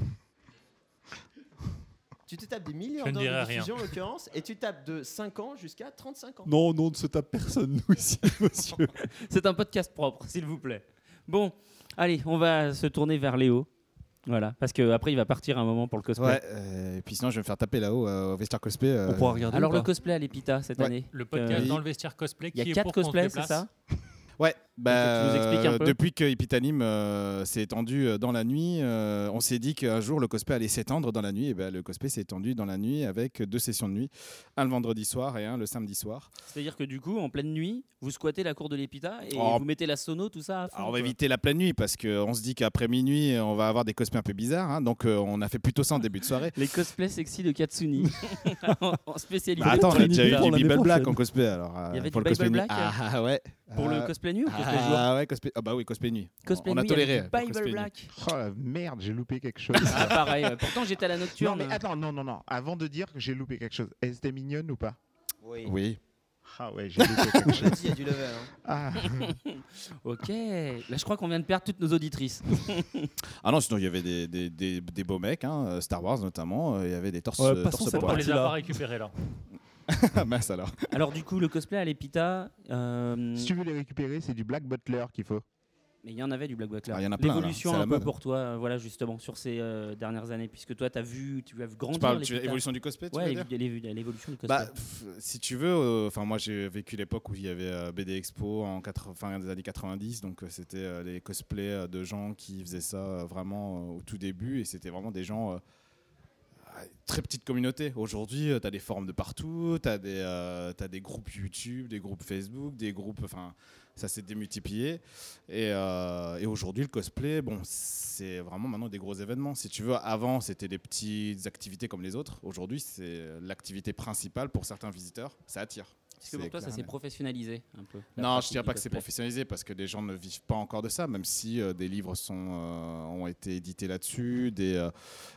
Speaker 5: Tu te tapes des milliards
Speaker 3: Je ne dirai
Speaker 5: d'heures de
Speaker 3: rien.
Speaker 5: diffusion en l'occurrence, et tu tapes de 5 ans jusqu'à 35 ans.
Speaker 2: Non, non, ne se tape personne, nous, ici, monsieur.
Speaker 1: C'est un podcast propre, s'il vous plaît. Bon, allez, on va se tourner vers Léo. Voilà, parce que après il va partir un moment pour le cosplay.
Speaker 6: Ouais, euh, et puis sinon je vais me faire taper là-haut euh, au Vestiaire Cosplay. euh,
Speaker 2: On pourra regarder.
Speaker 1: Alors
Speaker 2: ou
Speaker 1: le
Speaker 2: pas
Speaker 1: cosplay à l'Epita cette
Speaker 6: Ouais.
Speaker 1: année.
Speaker 3: Le podcast
Speaker 1: Euh,
Speaker 3: dans le vestiaire cosplay qui
Speaker 1: Il y a
Speaker 3: est
Speaker 1: quatre
Speaker 3: pour qu'on se
Speaker 1: cosplays, c'est
Speaker 3: déplace.
Speaker 1: ça
Speaker 6: Ouais, bah,
Speaker 1: tu nous expliques un
Speaker 6: euh,
Speaker 1: peu
Speaker 6: depuis que Epitanime euh, s'est étendu euh, dans la nuit, euh, on s'est dit qu'un jour le cosplay allait s'étendre dans la nuit. Et ben le cosplay s'est étendu dans la nuit avec deux sessions de nuit, un le vendredi soir et un le samedi soir.
Speaker 1: C'est-à-dire que du coup, en pleine nuit, vous squattez la cour de l'Epita et
Speaker 6: Oh.
Speaker 1: vous mettez la sono, tout ça. à fond,
Speaker 6: Alors on va
Speaker 1: quoi.
Speaker 6: éviter la pleine nuit parce qu'on se dit qu'après minuit euh, on va avoir des cosplays un peu bizarres. hein. donc euh, on a fait plutôt ça en début de soirée.
Speaker 1: Les cosplays sexy de Katsuni en, en spécialité.
Speaker 6: Bah, attends, on a
Speaker 2: Trinity
Speaker 6: déjà eu
Speaker 2: pour
Speaker 6: du
Speaker 2: l'année
Speaker 6: Bible Black
Speaker 2: prochaine.
Speaker 6: en cosplay. Alors, euh,
Speaker 1: Il y avait
Speaker 6: pour
Speaker 1: du
Speaker 6: le cosplay
Speaker 1: Bible
Speaker 6: nuit.
Speaker 1: Black, euh,
Speaker 6: ah, ah, ouais.
Speaker 1: pour
Speaker 6: Ah,
Speaker 1: le cosplay nu ou cosplay jour
Speaker 6: ah ouais, cosplay. Ah bah oui, cosplay nuit.
Speaker 1: Cosplay
Speaker 6: on a
Speaker 1: nuit
Speaker 6: toléré.
Speaker 1: avec
Speaker 6: pour
Speaker 1: Bible
Speaker 6: cosplay nuit.
Speaker 1: Black.
Speaker 4: Oh la merde, j'ai loupé quelque chose.
Speaker 1: Ah, pareil. ouais. Pourtant, j'étais à la
Speaker 4: non,
Speaker 1: nocturne.
Speaker 4: mais attends, non, non, non. Avant de dire que j'ai loupé quelque chose, est-ce des mignonnes ou pas
Speaker 5: Oui.
Speaker 6: Oui.
Speaker 4: Ah ouais, j'ai loupé quelque
Speaker 5: Je le
Speaker 4: chose.
Speaker 5: dis, il y a du level. hein.
Speaker 4: Ah.
Speaker 1: Ok. Là, je crois qu'on vient de perdre toutes nos auditrices.
Speaker 6: Ah non, sinon il y avait des, des, des, des beaux mecs, hein, euh, Star Wars notamment, euh, il y avait des torses,
Speaker 2: Ouais,
Speaker 6: euh,
Speaker 2: passons
Speaker 6: torses
Speaker 2: cette
Speaker 3: On
Speaker 6: poilus.
Speaker 3: les a pas récupérés là.
Speaker 6: Ah, mince alors.
Speaker 1: Alors, du coup, le cosplay à l'Epita. euh,
Speaker 4: Si tu veux les récupérer, c'est du Black Butler qu'il faut.
Speaker 1: Mais il y en avait du Black Black
Speaker 6: Ah,
Speaker 1: là.
Speaker 6: il y en a plein, là.
Speaker 1: L'évolution
Speaker 6: C'est à
Speaker 1: un
Speaker 6: la
Speaker 1: peu
Speaker 6: mode.
Speaker 1: pour toi, euh, voilà justement sur ces euh, dernières années, puisque toi t'as vu, tu as vu grandir.
Speaker 6: Tu parles
Speaker 1: les
Speaker 6: tu veux
Speaker 1: Pita.
Speaker 6: évolution du cosplay, tu
Speaker 1: Ouais,
Speaker 6: veux
Speaker 1: l'évo-
Speaker 6: dire
Speaker 1: l'évo- l'évolution du cosplay.
Speaker 6: bah, pff, si tu veux, euh, enfin moi j'ai vécu l'époque où il y avait euh, BD Expo en 80 fin des années 90, donc euh, c'était euh, les cosplays euh, de gens qui faisaient ça euh, vraiment euh, au tout début et c'était vraiment des gens euh, euh, très petite communauté. Aujourd'hui, tu as des forums de partout, tu as, as des groupes YouTube, des groupes Facebook, des groupes. Enfin, ça s'est démultiplié. Et, euh, et aujourd'hui, le cosplay, bon, c'est vraiment maintenant des gros événements. Si tu veux, avant, c'était des petites activités comme les autres. Aujourd'hui, c'est l'activité principale pour certains visiteurs. Ça attire.
Speaker 1: Est-ce que pour
Speaker 6: C'est
Speaker 1: toi, ça
Speaker 6: clair,
Speaker 1: s'est
Speaker 6: mais-
Speaker 1: professionnalisé un peu la
Speaker 6: Non, je
Speaker 1: pratique
Speaker 6: ne dirais
Speaker 1: du
Speaker 6: pas que c'est
Speaker 1: cosplay
Speaker 6: professionnalisé parce que des gens ne vivent pas encore de ça, même si euh, des livres sont, euh, ont été édités là-dessus, des, euh,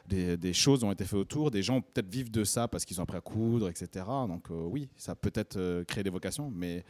Speaker 6: des, des choses ont été faites autour, des gens peut-être vivent de ça parce qu'ils ont appris à coudre, etc. Donc euh, oui, ça peut être euh, créer des vocations, mais,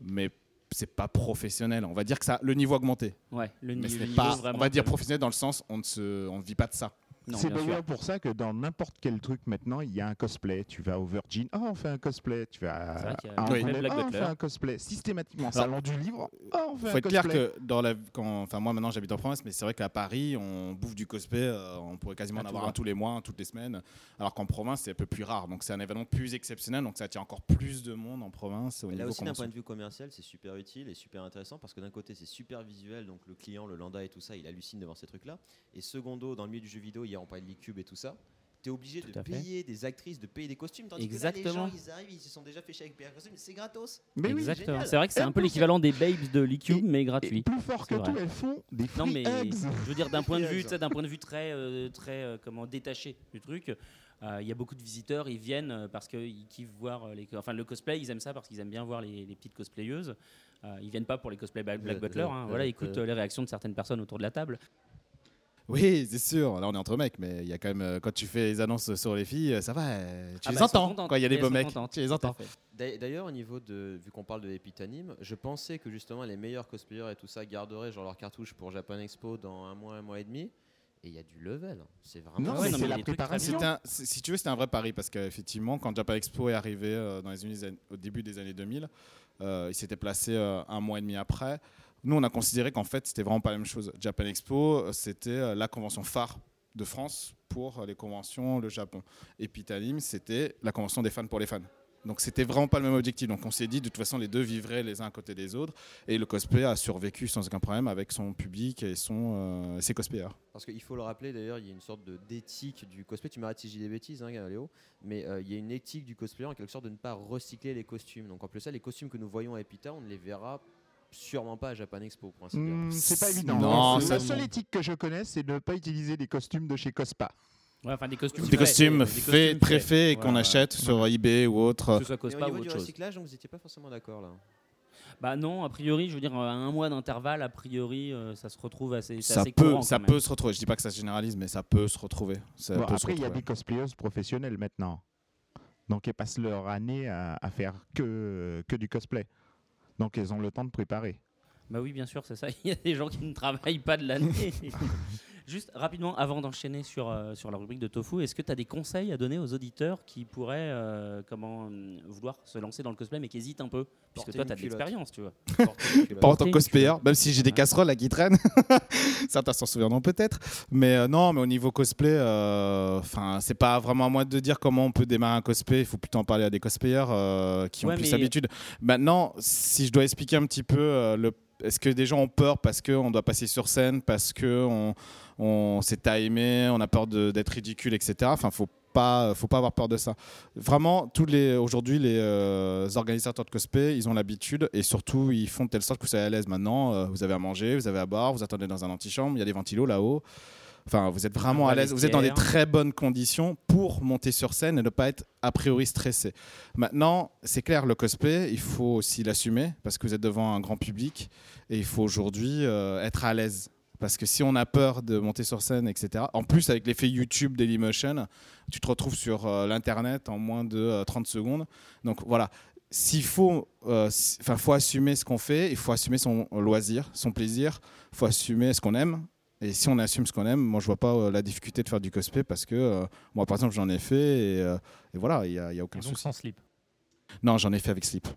Speaker 6: mais c'est pas professionnel. On va dire que ça, le niveau a augmenté.
Speaker 1: Ouais, le
Speaker 6: Mais ce
Speaker 1: niveau,
Speaker 6: n'est
Speaker 1: niveau
Speaker 6: pas,
Speaker 1: vraiment
Speaker 6: on va dire
Speaker 1: que-
Speaker 6: professionnel dans le sens on ne se, on ne vit pas de ça.
Speaker 1: Non,
Speaker 4: C'est
Speaker 1: bien sûr.
Speaker 4: d'ailleurs pour ça que dans n'importe quel truc maintenant, il y a un cosplay. Tu vas au Virgin, oh, on fait un cosplay. Tu vas
Speaker 1: C'est vrai qu'il y a
Speaker 4: à
Speaker 1: un
Speaker 4: un
Speaker 1: cosplay
Speaker 4: Roulet,
Speaker 1: Black
Speaker 4: Ah, on
Speaker 1: Butler.
Speaker 4: fait un cosplay. Systématiquement,
Speaker 6: Alors,
Speaker 4: salon du livre, oh, on fait
Speaker 6: faut
Speaker 4: un
Speaker 6: être clair
Speaker 4: cosplay.
Speaker 6: que dans la, quand, enfin moi maintenant j'habite en province, mais c'est vrai qu'à Paris on bouffe du cosplay, euh, on pourrait quasiment
Speaker 1: À
Speaker 6: en
Speaker 1: tout
Speaker 6: avoir
Speaker 1: va.
Speaker 6: un tous les mois, un toutes les semaines, alors qu'en province c'est un peu plus rare. Donc c'est un événement plus exceptionnel, donc ça attire encore plus de monde en province au
Speaker 5: Mais Là
Speaker 6: niveau
Speaker 5: aussi, d'un
Speaker 6: convention.
Speaker 5: point de vue commercial, c'est super utile et super intéressant parce que d'un côté, c'est super visuel, donc le client, le lambda et tout ça, il hallucine devant ces trucs-là. Et secondo, dans le milieu du jeu vidéo, hier on parlait de l'e-cube et tout ça, t'es obligé
Speaker 1: Tout
Speaker 5: de
Speaker 1: à fait.
Speaker 5: payer des actrices, de payer des costumes. Tandis que là,
Speaker 1: Exactement.
Speaker 5: les gens, ils arrivent, ils se sont déjà fait chier avec payer un costume, c'est gratos.
Speaker 4: Mais oui,
Speaker 1: Exactement.
Speaker 5: génial.
Speaker 1: C'est vrai que c'est un peu l'équivalent des babes de l'e-cube,
Speaker 4: Et-
Speaker 1: mais
Speaker 4: et
Speaker 1: gratuit.
Speaker 4: plus fort que
Speaker 1: C'est vrai.
Speaker 4: tout, elles font des free
Speaker 1: Non mais
Speaker 4: eggs.
Speaker 1: je veux dire d'un point de vue,
Speaker 5: Eggs.
Speaker 1: tu sais, d'un point de vue très, euh, très euh, comment détaché du truc. euh, Il y a beaucoup de visiteurs, ils viennent euh, parce qu'ils kiffent voir euh, les, enfin le cosplay, ils aiment ça parce qu'ils aiment bien voir les, les petites cosplayeuses. Euh, ils viennent pas pour les cosplays Black, Black
Speaker 5: Euh,
Speaker 1: Butler. hein.
Speaker 5: euh,
Speaker 1: voilà,
Speaker 5: euh,
Speaker 1: écoute
Speaker 5: euh.
Speaker 1: les réactions de certaines personnes autour de la table.
Speaker 6: Oui, c'est sûr. Là on est entre mecs, mais il y a quand même euh, quand tu fais les annonces sur les filles, euh, ça va, euh, tu
Speaker 1: Ah
Speaker 6: les
Speaker 1: bah, elles sont
Speaker 6: entends
Speaker 1: contentes.
Speaker 6: quand il y a des
Speaker 1: Elles
Speaker 6: beaux
Speaker 1: sont
Speaker 6: mecs,
Speaker 1: contentes,
Speaker 6: tu les
Speaker 1: Tout à
Speaker 6: entends.
Speaker 1: fait.
Speaker 5: D'a- D'ailleurs, au niveau de. Vu qu'on parle de l'épitonyme, je pensais que justement les meilleurs cosplayers et tout ça garderaient genre leur cartouche pour Japan Expo dans un mois, un mois et demi. Et il y a du level. C'est vraiment.
Speaker 6: Non,
Speaker 1: Ah ouais,
Speaker 6: mais
Speaker 1: non,
Speaker 6: c'est
Speaker 1: mais
Speaker 4: la
Speaker 1: il y a des trucs très bien.
Speaker 4: préparation.
Speaker 6: C'était un- si si tu veux, c'était un vrai pari parce qu'effectivement, quand Japan Expo est arrivé euh, dans les unis- au début des années 2000, euh, il s'était placé euh, un mois et demi après. Nous, on a considéré qu'en fait, c'était vraiment pas la même chose. Japan Expo, euh, c'était euh, la convention phare de France pour euh, les conventions, le Japon. Et Pitalim, c'était la convention des fans pour les fans. Donc c'était vraiment pas le même objectif. Donc on s'est dit de toute façon les deux vivraient les uns à côté des autres et le cosplay a survécu sans aucun problème avec son public et son euh, ses cosplayers.
Speaker 5: Parce qu'il faut le rappeler d'ailleurs, il y a une sorte de- d'éthique du cosplay. Tu m'arrêtes si je dis des bêtises, hein, Léo. Mais euh, il y a une éthique du cosplayer en quelque sorte de ne pas recycler les costumes. Donc en plus, ça, les costumes que nous voyons à Epita, on ne les verra sûrement pas à Japan Expo. Pour ainsi dire.
Speaker 4: Hmm, c'est pas évident.
Speaker 6: Non,
Speaker 4: la
Speaker 6: ça-
Speaker 4: seule éthique que je connais, c'est de ne pas utiliser des costumes de chez Cospa.
Speaker 1: Ouais, enfin des costumes.
Speaker 6: Des
Speaker 1: faits,
Speaker 6: costumes
Speaker 1: des
Speaker 6: faits,
Speaker 1: costumes
Speaker 6: très
Speaker 1: faits.
Speaker 6: faits et qu'on
Speaker 1: Voilà.
Speaker 6: achète sur eBay ou
Speaker 1: Que
Speaker 6: autre.
Speaker 1: ce
Speaker 5: Mais
Speaker 1: soit
Speaker 5: au
Speaker 1: cospa ou
Speaker 5: niveau du
Speaker 1: autre chose.
Speaker 5: recyclage, donc vous n'étiez pas forcément d'accord là.
Speaker 1: Bah non, a priori, je veux dire à un mois d'intervalle, a priori, euh, ça se retrouve assez. c'est
Speaker 6: Ça
Speaker 1: assez
Speaker 6: peut,
Speaker 1: courant,
Speaker 6: ça
Speaker 1: quand même.
Speaker 6: peut se retrouver. Je dis pas que ça se généralise, mais ça peut se retrouver. Ça
Speaker 4: Bon,
Speaker 6: peut se
Speaker 4: après, il y a
Speaker 6: retrouver.
Speaker 4: des cosplayers professionnels maintenant. Donc, elles passent leur année à, à faire que, que du cosplay. Donc, elles ont le temps de préparer.
Speaker 1: Bah oui, bien sûr, c'est ça. Il y a des gens qui ne travaillent pas de l'année. Juste rapidement, avant d'enchaîner sur, euh, sur la rubrique de Tofu, est-ce que tu as des conseils à donner aux auditeurs qui pourraient euh, comment, hum, vouloir se lancer dans le cosplay mais qui hésitent un peu Puisque
Speaker 5: Porter
Speaker 1: toi,
Speaker 5: une
Speaker 1: tu as de
Speaker 5: culotte.
Speaker 1: l'expérience, tu vois.
Speaker 6: Pas en
Speaker 1: porter
Speaker 6: tant que
Speaker 1: une
Speaker 6: cosplayer,
Speaker 1: culotte.
Speaker 6: même si j'ai des
Speaker 1: Ouais.
Speaker 6: casseroles là qui traînent. Certains s'en souviendront peut-être. Mais euh, non, mais au niveau cosplay, euh, enfin, c'est pas vraiment à moi de dire comment on peut démarrer un cosplay. Il faut plutôt en parler à des cosplayers euh, qui ont
Speaker 1: Ouais,
Speaker 6: plus
Speaker 1: mais-
Speaker 6: d'habitude. Maintenant, si je dois expliquer un petit peu euh, le est-ce que des gens ont peur parce qu'on doit passer sur scène, parce qu'on on, on s'est timé, on a peur de- d'être ridicule, etc. Enfin, faut pas, faut pas avoir peur de ça. Vraiment, tous les aujourd'hui, les euh, organisateurs de cosplay, ils ont l'habitude et surtout, ils font de telle sorte que vous soyez à l'aise. Maintenant, euh, vous avez à manger, vous avez à boire, vous attendez dans un antichambre, il y a des ventilos là-haut. Enfin, vous êtes vraiment
Speaker 1: Un
Speaker 6: à
Speaker 1: vrai
Speaker 6: l'aise, vous êtes dans des
Speaker 1: vestiaire.
Speaker 6: très bonnes conditions pour monter sur scène et ne pas être a priori stressé. Maintenant, c'est clair, le cosplay, il faut aussi l'assumer parce que vous êtes devant un grand public et il faut aujourd'hui euh, être à l'aise. Parce que si on a peur de monter sur scène, etc., en plus avec l'effet YouTube Dailymotion, tu te retrouves sur euh, l'Internet en moins de euh, 30 secondes. Donc voilà, s'il faut, euh, si- 'fin, faut assumer ce qu'on fait, il faut assumer son loisir, son plaisir, il faut assumer ce qu'on aime. Et si on assume ce qu'on aime, moi je vois pas euh, la difficulté de faire du cosplay parce que euh, moi par exemple j'en ai fait et, euh, et voilà, il n'y a, il y a aucun
Speaker 3: Et donc
Speaker 6: souci.
Speaker 3: sans slip.
Speaker 6: Non, j'en ai fait avec Slip.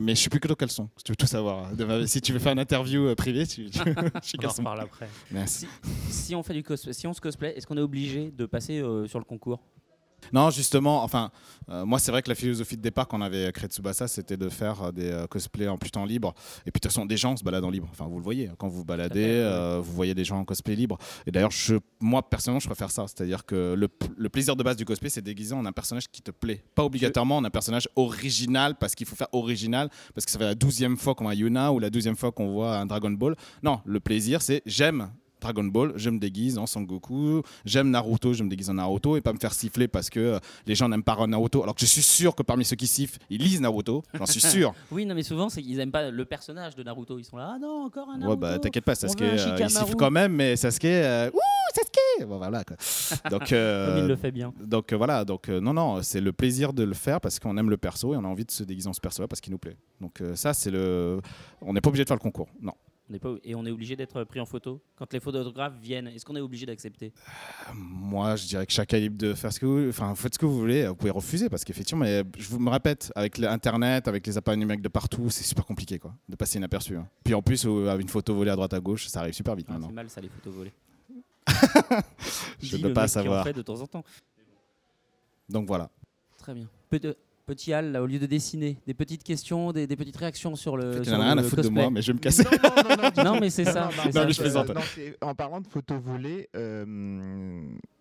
Speaker 6: Mais je suis plutôt caleçon, si tu veux tout savoir. hein, De ma- Si tu veux faire une interview euh, privée, tu, tu- je suis
Speaker 3: On en
Speaker 6: caleçon.
Speaker 3: reparle après.
Speaker 6: Merci.
Speaker 1: Si, si on fait du cosplay, si on se cosplay, est-ce qu'on est obligé de passer euh, sur le concours
Speaker 6: Non, justement, enfin, euh, moi c'est vrai que la philosophie de départ qu'on avait créé Tsubasa, c'était de faire euh, des euh, cosplays en plus temps libre. Et puis de toute façon, des gens se baladent en libre. Enfin, vous le voyez, hein, quand vous vous baladez, euh, vous voyez des gens en cosplay libre. Et d'ailleurs, je, moi personnellement, je préfère ça. C'est-à-dire que le, p- le plaisir de base du cosplay, c'est déguisé en un personnage qui te plaît. Pas obligatoirement en un personnage original, parce qu'il faut faire original, parce que ça fait la douzième fois qu'on voit Yuna ou la douzième fois qu'on voit un Dragon Ball. Non, le plaisir, c'est j'aime Dragon Ball, je me déguise en Sangoku, j'aime Naruto, je me déguise en Naruto, et pas me faire siffler parce que euh, les gens n'aiment pas Naruto, alors que je suis sûr que parmi ceux qui sifflent, ils lisent Naruto, j'en suis sûr.
Speaker 1: Oui, non, mais souvent, c'est qu'ils aiment pas le personnage de Naruto. Ils sont là, ah non, encore un Naruto.
Speaker 6: Ouais, bah t'inquiète pas, Sasuke,
Speaker 1: veut un
Speaker 6: euh, il
Speaker 1: Shikamaru.
Speaker 6: siffle quand même, mais Sasuke, euh, ouh, Sasuke Bon, bah, voilà quoi. Donc, euh,
Speaker 1: Comme il le fait bien.
Speaker 6: donc euh, voilà, donc euh, non, non, c'est le plaisir de le faire parce qu'on aime le perso et on a envie de se déguiser en ce perso parce qu'il nous plaît. Donc euh, ça, c'est le. On n'est pas obligé de faire le concours, non.
Speaker 1: On est pas- et on est obligé d'être pris en photo. Quand les photographes viennent, est-ce qu'on est obligé d'accepter
Speaker 6: Ah Moi, je dirais que chacun est libre de faire ce que vous, enfin, faites ce que vous voulez. Vous pouvez refuser parce qu'effectivement, mais je vous me répète, avec l'internet, avec les appareils numériques de partout, c'est super compliqué quoi, de passer inaperçu. hein. Puis en plus, euh, avec une photo volée à droite à gauche, ça arrive super vite
Speaker 1: Ah,
Speaker 6: maintenant.
Speaker 1: C'est mal ça, les photos volées.
Speaker 6: Je
Speaker 1: Dis
Speaker 6: peux
Speaker 1: le
Speaker 6: pas
Speaker 1: mec qui en
Speaker 6: savoir.
Speaker 1: fait de temps en temps.
Speaker 6: Donc voilà.
Speaker 1: Très bien. Pe- euh, Petit Al, là, au lieu de dessiner, des petites questions, des, des petites réactions sur le.
Speaker 6: Tu
Speaker 1: sur
Speaker 6: n'as rien
Speaker 1: le
Speaker 6: à foutre de
Speaker 1: cosplay.
Speaker 6: moi, mais je vais me casser.
Speaker 4: Non, non, non,
Speaker 1: Non, mais c'est ça. c'est ça.
Speaker 6: mais je plaisante.
Speaker 4: non, c'est- en parlant de photos volées, euh,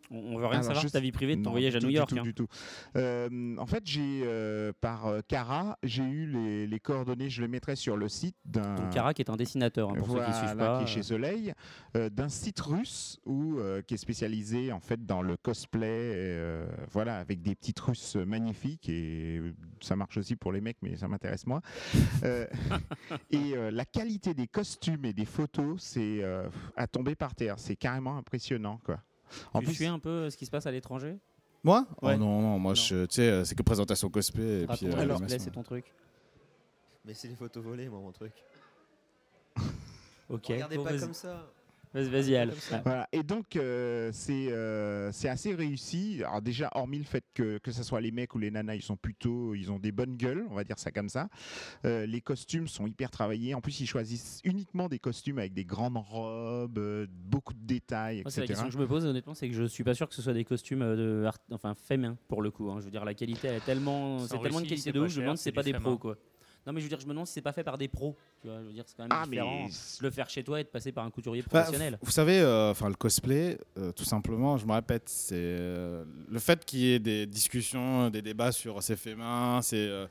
Speaker 1: On, on veut rien
Speaker 4: Alors,
Speaker 1: savoir de
Speaker 4: juste-
Speaker 1: ta vie privée, de ton
Speaker 4: Non,
Speaker 1: voyage
Speaker 4: du
Speaker 1: à
Speaker 4: tout,
Speaker 1: New
Speaker 4: du
Speaker 1: York.
Speaker 4: tout,
Speaker 1: hein.
Speaker 4: du tout. Euh, en fait, j'ai euh, par euh, Cara, j'ai eu les, les coordonnées. Je les mettrai sur le site d'un.
Speaker 1: Donc Kara qui est un dessinateur, hein, pour
Speaker 4: voilà,
Speaker 1: ceux qui suivent pas.
Speaker 4: qui est chez Soleil, euh, d'un site russe où, euh, qui est spécialisé en fait dans le cosplay, euh, voilà, avec des petites russes magnifiques et euh, ça marche aussi pour les mecs, mais ça m'intéresse moins. Euh, et euh, la qualité des costumes et des photos, c'est euh, à tomber par terre, c'est carrément impressionnant quoi.
Speaker 1: En tu suis un peu euh, ce qui se passe à l'étranger
Speaker 6: Moi
Speaker 1: Ouais.
Speaker 6: oh Non, non, moi,
Speaker 1: Non.
Speaker 6: je- tu sais, euh, c'est que présentation cosplay. Et
Speaker 1: Ah,
Speaker 6: puis,
Speaker 1: pour
Speaker 6: euh,
Speaker 1: toi, le
Speaker 6: le
Speaker 1: cosplay,
Speaker 6: reste,
Speaker 1: c'est ton truc.
Speaker 5: Mais c'est les photos volées, moi, mon truc.
Speaker 1: Ok.
Speaker 5: Regardez
Speaker 1: bon,
Speaker 5: pas
Speaker 1: vas-y.
Speaker 5: comme ça.
Speaker 1: Vas-y, vas-y, Al. Ah,
Speaker 4: Voilà. Et donc, euh, c'est euh, c'est assez réussi. Alors déjà, hormis le fait que, que ce soit les mecs ou les nanas, ils sont plutôt, ils ont des bonnes gueules, on va dire ça comme ça. Euh, les costumes sont hyper travaillés. En plus, ils choisissent uniquement des costumes avec des grandes robes, euh, beaucoup de détails,
Speaker 1: Moi, c'est la
Speaker 4: etc.
Speaker 1: question que je me pose, honnêtement, c'est que je suis pas sûr que ce soit des costumes euh, de art- enfin faits main pour le coup. hein. Je veux dire, la qualité, elle est tellement,
Speaker 3: C'est
Speaker 1: c'est
Speaker 3: en
Speaker 1: tellement une
Speaker 3: Russie,
Speaker 1: qualité
Speaker 3: c'est
Speaker 1: de
Speaker 3: pas
Speaker 1: ouf. Je me
Speaker 3: cher,
Speaker 1: demande si
Speaker 3: c'est
Speaker 1: c'est pas
Speaker 3: du
Speaker 1: des
Speaker 3: fait
Speaker 1: pros
Speaker 3: main.
Speaker 1: quoi. Non, mais je veux dire, je me demande si c'est pas fait par des pros. Tu vois, je veux dire, c'est quand même
Speaker 4: ah mais
Speaker 1: différent. de Le faire chez toi et de passer par un couturier
Speaker 6: Bah,
Speaker 1: professionnel.
Speaker 6: Vous savez, euh, enfin le cosplay, euh, tout simplement, je me répète, c'est euh, le fait qu'il y ait des discussions, des débats sur euh, c'est fait main, c'est euh,